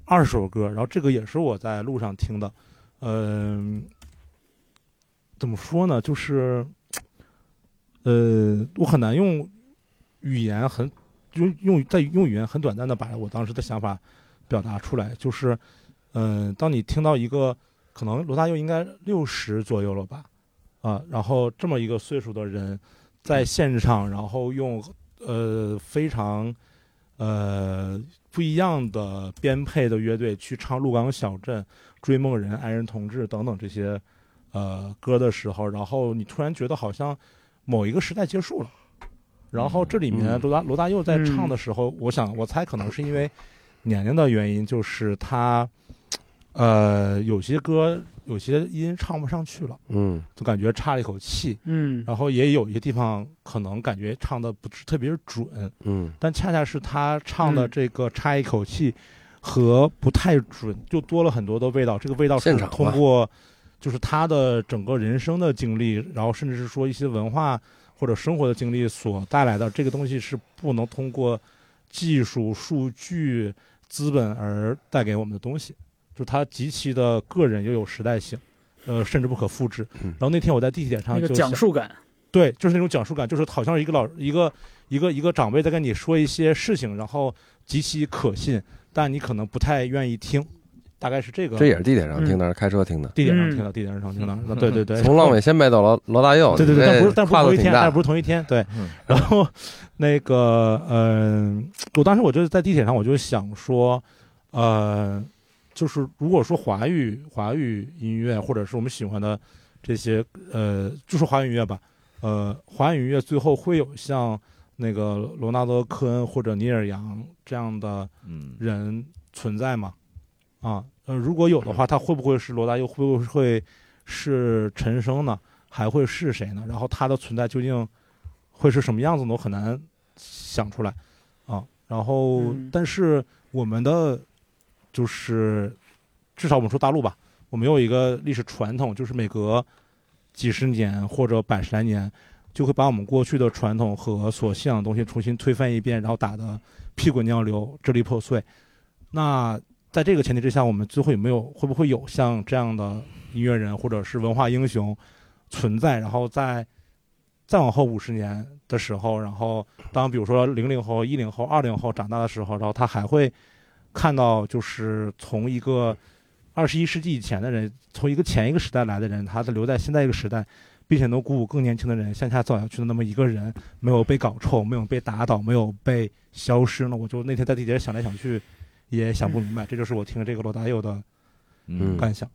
B: 二十首歌。然后这个也是我在路上听的，嗯、怎么说呢？就是，呃，我很难用语言很用用在用语言很短暂的把我当时的想法表达出来。就是，嗯、当你听到一个可能罗大佑应该六十左右了吧，啊，然后这么一个岁数的人在现场，然后用呃非常呃不一样的编配的乐队去唱《鹿港小镇》《追梦人》《爱人同志》等等这些呃歌的时候，然后你突然觉得好像某一个时代结束了。然后这里面
C: 嗯
B: 罗大罗大佑在唱的时候，我想我猜可能是因为年龄的原因，就是他呃有些歌有些音唱不上去了，
C: 嗯，
B: 就感觉差了一口气。
D: 嗯，
B: 然后也有一些地方可能感觉唱的不是特别准，
C: 嗯，
B: 但恰恰是他唱的
D: 嗯
B: 这个差一口气和不太准，就多了很多的味道。这个味道是
C: 现场啊吧
B: 通过就是他的整个人生的经历，然后甚至是说一些文化或者生活的经历所带来的。这个东西是不能通过技术、数据、资本而带给我们的东西，就是它极其的个人又有时代性，呃，甚至不可复制。
C: 嗯
B: 然后那天我在地铁上
D: 那
B: 就
D: 个
B: 想
D: 讲述感，
B: 对，就是那种讲述感，就是好像是一个老一个一个一个长辈在跟你说一些事情，然后极其可信，但你可能不太愿意听，大概是这个。
C: 这也是地铁上听的，是开车听的。
B: 地铁上听的，地铁上听的，
A: 嗯
B: 对对嗯对。
C: 从浪尾仙贝到罗罗大佑，
B: 对对对，但不是
C: 这
B: 但不是
C: 跨度
B: 同一
C: 挺
B: 天，
C: 大
B: 但不是同一天，对。
A: 嗯
B: 然后那个，嗯、我当时我就是在地铁上，我就想说，呃，就是如果说华语华语音乐或者是我们喜欢的这些，呃，就说华语音乐吧，呃，华语音乐最后会有像那个罗纳德·科恩或者尼尔·杨这样的
A: 嗯，
B: 人存在吗？啊，呃，如果有的话，他会不会是罗大佑？会不会是陈升呢？还会是谁呢？然后他的存在究竟会是什么样子呢？我很难想出来啊。然后，
D: 嗯
B: 但是我们的就是至少我们说大陆吧，我们有一个历史传统，就是每隔几十年或者百十来年，就会把我们过去的传统和所信仰的东西重新推翻一遍，然后打得屁滚尿流、支离破碎。那在这个前提之下，我们最后有没有会不会有像这样的音乐人或者是文化英雄存在？然后在再往后五十年的时候，然后当比如说零零后、一零后、二零后长大的时候，然后他还会看到就是从一个二十一世纪以前的人，从一个前一个时代来的人，他的留在现在一个时代，并且能鼓舞更年轻的人向下走下去的那么一个人，没有被搞臭，没有被打倒，没有被消失呢？我就那天在地铁上想来想去，也想不明白，这就是我听这个罗大佑的
A: 嗯
B: 感想。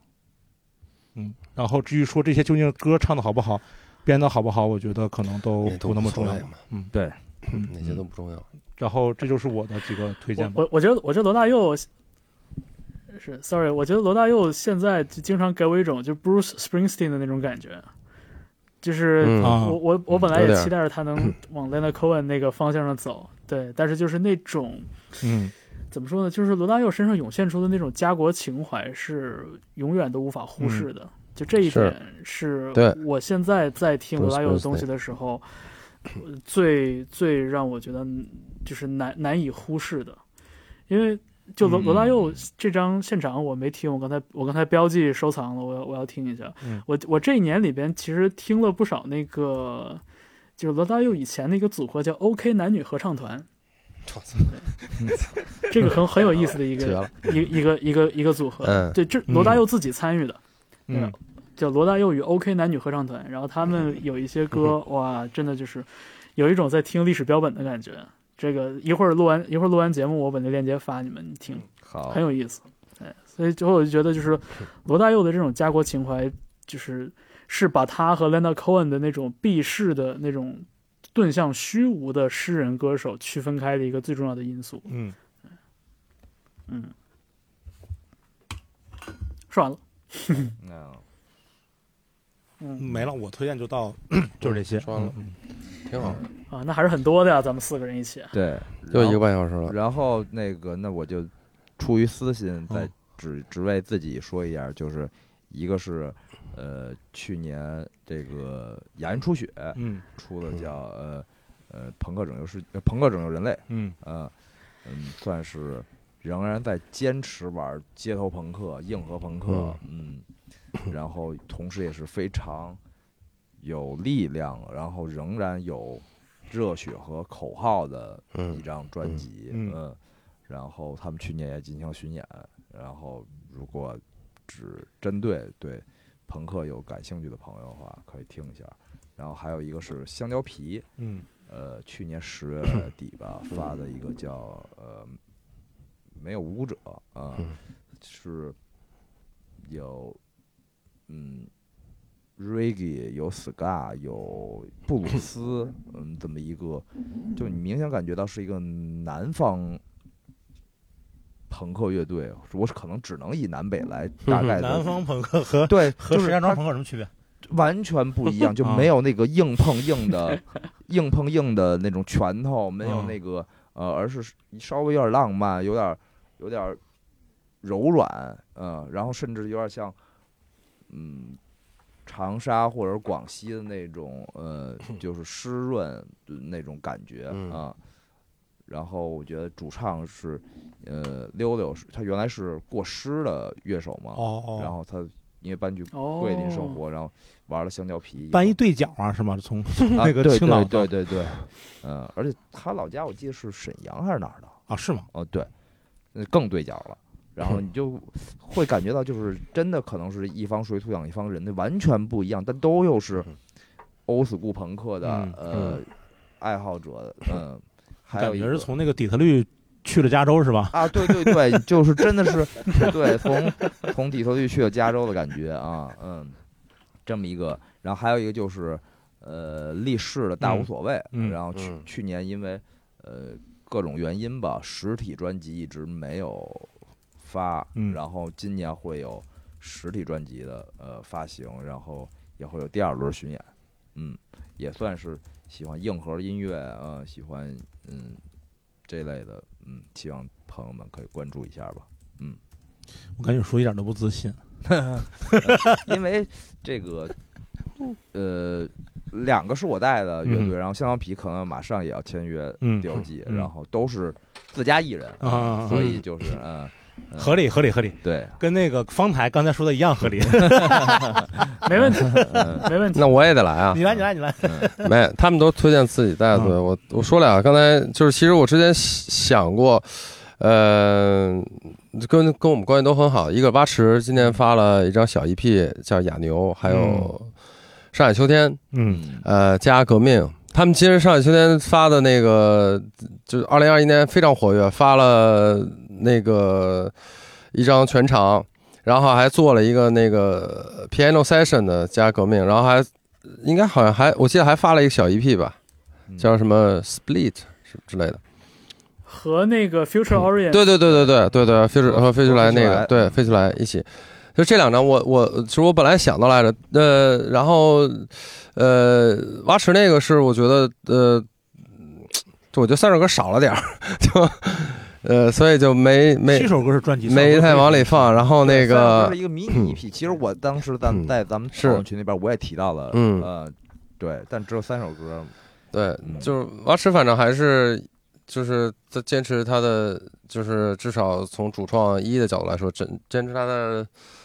B: 嗯，然后至于说这些究竟歌唱的好不好，编的好不好，我觉得可能都
C: 那都
B: 不那么
C: 无所
B: 重要
C: 谓。嘛，
B: 嗯，
A: 对
B: 嗯
C: 那些都不重要。
B: 然后这就是我的几个推荐
D: 我
B: 吧。
D: 我我觉得我觉得罗大佑是，sorry，我觉得罗大佑现在就经常给我一种就 Bruce Springsteen 的那种感觉，就是
C: 嗯
B: 啊
D: 我我我本
C: 有
D: 来也
C: 点儿
D: 期待着
C: (clears throat)
D: 他能往 Lena Cohen 那个方向上走，对，但是就是那种
B: 嗯，
D: 怎么说呢，就是罗大佑身上涌现出的那种家国情怀是永远都无法忽视的，就这一点是
C: 对
D: 我现在在听罗
C: Bruce
D: 大佑的东西的时候，呃最最让我觉得就是难难以忽视的，因为就罗
A: 嗯
D: 罗大佑这张现场我没听，我刚才我刚才标记收藏了，我要我要听一下。
B: 嗯
D: 我我这一年里边其实听了不少那个，就是罗大佑以前那个组合叫 OK 男女合唱团，
C: (laughs) 我操
D: (laughs) 这个很很有意思的一
C: 绝
D: 个
C: 了，
D: 一一个一个一个组合。
C: 嗯
D: 对，这
B: 嗯
D: 罗大佑自己参与的，
B: 嗯
D: 叫罗大佑与 OK 男女合唱团。然后他们有一些
C: 嗯
D: 歌，哇，真的就是有一种在听历史标本的感觉。这个一会儿录完一会儿录完节目，我把那链接发你们，你听，
A: 好
D: 很，有意思。哎，所以最后我就觉得，就是罗大佑的这种家国情怀，就是是把他和 Lena Cohen 的那种避世的那种遁向虚无的诗人歌手区分开的一个最重要的因素。
B: 嗯，
D: 嗯，说完了。
A: 嗯
D: 嗯
B: 没了，我推荐就到 (clears throat) 就是这些。
C: 说完了
B: 嗯，
C: 挺好，
D: 啊，那还是很多的呀、咱们四个人一起。
A: 对，
C: 又一
A: 然
C: 个
A: 后
C: 半小时了。
A: 然后那个，那我就出于私心，再
B: 嗯
A: 只只为自己说一下，就是一个是呃去年这个雅恩初雪
B: 嗯
A: 出的
C: 嗯
A: 叫呃呃朋克拯救世呃朋克拯救人类，
B: 嗯
A: 呃嗯，算是仍然在坚持玩街头朋克、硬核朋克，嗯，然后同时也是非常有力量，然后仍然有热血和口号的一
C: 嗯，
A: 张专辑，
B: 嗯
A: 然后他们去年也进行了巡演，然后如果只针对对朋克有感兴趣的朋友的话，可以听一下。然后还有一个是香蕉皮，
B: 嗯
A: 呃，去年十月底吧发的一个叫呃没有无辜者啊、
C: 嗯
A: 是有嗯 reggae 有 ska 有布鲁
B: (laughs)
A: 斯嗯这么一个，就你明显感觉到是一个南方。朋克乐队，我是可能只能以南北来大概的
B: 南方朋克和
A: 对，
B: 和
A: 就
B: 石
A: 是
B: 家庄
A: 它
B: 朋克有什么区别？
A: 完全不
B: (laughs)
A: 一样，就
B: 啊
A: 没有那个硬碰硬
B: (laughs)
A: 的、硬碰硬的那种拳头，没有
B: 啊
A: 那个呃，而是稍微有点浪漫，有点有点柔软，嗯、然后甚至有点像嗯长沙或者广西的那种呃，就是湿润的那种感觉
C: 嗯
A: 啊。然后我觉得主唱是，呃，溜溜是，他原来是过师的乐手嘛，
B: 哦哦，
A: 然后他因为搬去
D: 哦，
A: 桂林生活，然后玩了香蕉皮以后。
B: 搬一对角啊，是吗？从
A: 啊
B: 那个
A: 对
B: 青岛
A: 对对对对，呃，而且他老家我记得是沈阳还是哪儿的？
B: 啊，是吗？
A: 哦，对，那更对角了。然后你就会感觉到，就是真的可能是一方水土养一方人，那完全不一样，但都又是
C: 嗯
A: 欧死顾朋克的
B: 嗯
A: 呃爱好者，
B: (laughs)
A: 嗯，还有
B: 感
A: 一
B: 觉
A: 个
B: 是从那个底特律去了加州是吧？
A: 啊，对对对，就是真的是 (laughs) 对，从从底特律去了加州的感觉啊，嗯，这么一个，然后还有一个就是呃立誓的大无
B: 嗯
A: 所谓，
B: 嗯
A: 然后去、
C: 嗯
A: 去年因为呃各种原因吧，实体专辑一直没有发，
B: 嗯
A: 然后今年会有实体专辑的呃发行，然后也会有第二轮巡演，嗯，也算是喜欢硬核音乐呃，喜欢嗯这类的，嗯，希望朋友们可以关注一下吧。
B: 我感觉说一点都不自信。
A: 因为这个，呃，两个是我带的乐队，然后香蕉皮可能马上也要签约
B: 嗯
A: 第，二季，
B: 嗯
A: 然后都是自家艺人
B: 啊啊啊
A: 所以就是嗯，嗯
B: 合理合理合理， (laughs)
A: 对，
B: 跟那个方台刚才说的一样合理。
D: 没问题，
A: 嗯
D: 没问题。
C: 那我也得来啊！
B: 你来你来你来，
C: (laughs) 没，他们都推荐自己带的队。我我说俩，刚才就是其实我之前想过，呃，跟跟我们关系都很好。一个八池今年发了一张小 EP 叫《哑牛》，还有《上海秋天》，
B: 嗯
A: 嗯
C: 呃，加革命。他们今实上海秋天发的那个，就是二零二一年非常活跃，发了那个一张全长，然后还做了一个那个 piano session 的加革命，然后还应该好像还我记得还发了一个小 EP 吧，
A: 嗯
C: 叫什么 split 是之类的。
D: 和那个 Future Orient，、
C: 对对对对对对对，飞出
A: 和
C: 和飞出
A: 和
C: 来
A: 嗯飞
C: 那
A: 出
C: 个
A: 来，嗯
C: 对飞出来一起。就这两张我，我其实我本来想到来着，呃，然后呃，蛙池那个是我觉得呃，就我觉得三首歌少了点儿， (laughs) 就呃，所以就没
B: 七
C: 没
B: 首歌是专辑，
C: 没太往里放。然后那
A: 虽然说
C: 个
A: 是一个迷你 EP，其实我当时在
C: 嗯
A: 在咱们讨论群那边我也提到了，
C: 嗯
A: 呃，对，但只有三首歌，
C: 对，
A: 嗯
C: 就是蛙池，反正还是就是在坚持他的，就是至少从主创一的角度来说，坚坚持他的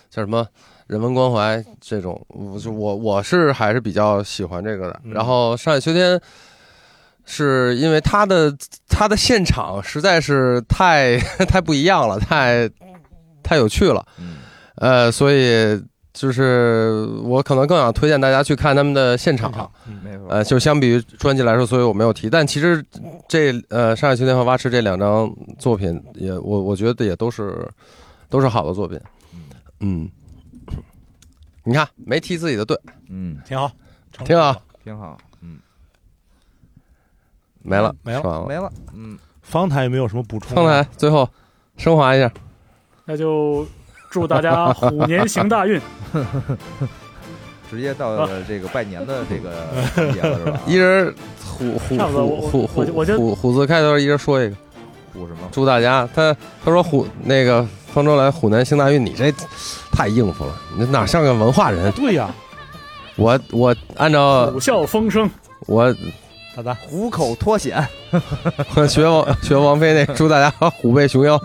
C: 叫什么人文关怀这种，我就我我是还是比较喜欢这个的。
B: 嗯
C: 然后上海秋天。是因为他的他的现场实在是太 (laughs) 太不一样了，太太有趣了。
A: 嗯
C: 呃，所以就是我可能更想推荐大家去看他们的现场。
B: 嗯
A: 没错，
C: 呃，就相比于专辑来说，所以我没有提。但其实这呃，《上海青年》和《蛙池》这两张作品也，我我觉得也都是都是好的作品。嗯，你看没踢自己的队，啊
A: 嗯，
B: 挺好，
C: 挺好，
A: 挺好，嗯，
C: 没了，
B: 没了
C: 说完了。
A: 没了，嗯，
B: 方台有没有什么补充？
C: 方台最后升华一
D: 啊
C: 下，
D: 那就祝大家虎年行大运。
A: 直接到了这个拜年的这个环节了是吧？
C: (laughs) 一人虎虎
D: 差不多
C: 虎
D: 我
C: 虎
D: 我就我
C: 虎
D: 就
C: 虎虎字开头，一人说一个，
A: 五什么？
C: 祝大家。他他说虎那个方舟来虎南兴大运，你这太应付了，你哪像个文化人？
B: 哎对呀，
C: 我我按照
D: 虎啸风生，
C: 我
B: 咋的？
A: 虎口脱险，
C: (laughs) 学王学王菲那，祝大家虎背熊腰。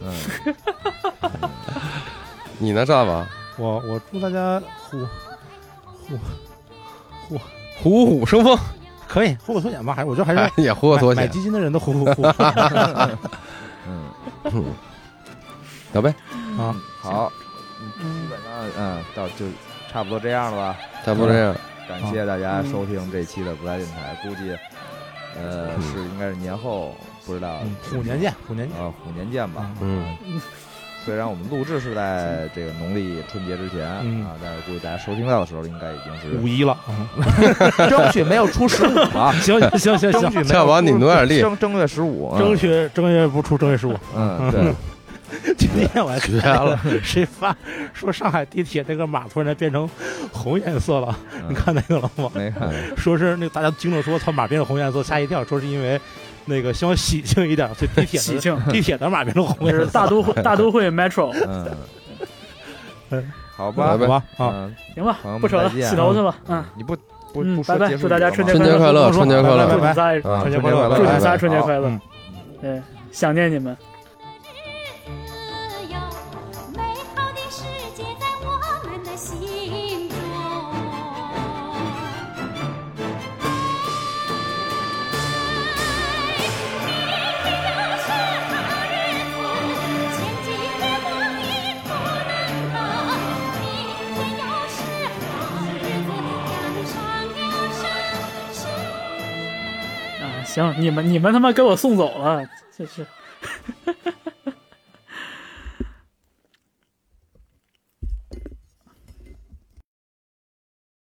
A: 嗯，
C: (laughs) 你呢，赵宝？
B: 我我祝大家虎
C: 虎虎生风，
B: 可以虎口脱险吧？还是我觉得还
C: 哎
B: 是
C: 也虎口脱
B: 买买
C: 险。
B: 基金的人都虎虎虎
C: (laughs)
A: 嗯，
C: 嗯小贝，
B: 啊！
A: 好，嗯基本上嗯，到就差不多这样了吧。
C: 差不多这样。
A: 感谢大家收听这期的不在电台，估计呃是应该是年后，不知道
B: 嗯虎年见，虎年见。啊
A: 呃虎年见吧。
C: 嗯，
A: 虽然我们录制是在这个农历春节之前
B: 嗯
A: 啊，但是估计大家收听到的时候应该已经是
B: 五一了，，
A: 争取没有出
C: (laughs)
A: 十五了
B: 行行行
A: 争取
B: 行，
A: 没
C: 夏
A: 有
C: 宝，你挪 (laughs) 点力。
A: 正正月十五，嗯
B: 争取正月不出正月十
C: (laughs)
B: 五。
A: 嗯对，
B: 今天我还
C: 绝了，
B: 谁发说上海地铁那个码突然间变成红颜色了？
A: 嗯
B: 你看那个了吗？
A: 没看
D: (laughs)
B: 说是那个大家惊着说，操，马变成红颜色，吓一跳，说是因为那个希望喜庆一点，所以地铁
D: 喜
B: 的 (laughs)
D: 庆。
B: 地铁的马变成红
D: 这
B: 颜
D: 是
B: 色，
D: 大都会大都会 Metro，
A: 嗯，
B: 嗯
A: 好吧
B: 好，吧啊！
A: 嗯，
D: 行吧
A: 朋友，们
D: 不扯了，
A: 再见
D: 洗头去吧。嗯，
A: 你不不
D: 嗯
A: 不说
D: 拜拜
A: 结束
D: 祝大家
A: 语了吗
D: 春节
C: 春节快乐，春节
B: 拜
C: 快
D: 祝
C: 乐
D: 你
B: 拜
D: 们仨，祝
C: 啊！
B: 春节
A: 快
B: 快
A: 乐
B: 乐，
A: 祝
D: 你
A: 大家
D: 们仨春节快乐
B: 嗯。
D: 对，想念你们。
E: 有美好的世界
D: 啊行，你们你们他妈给我送走了，这是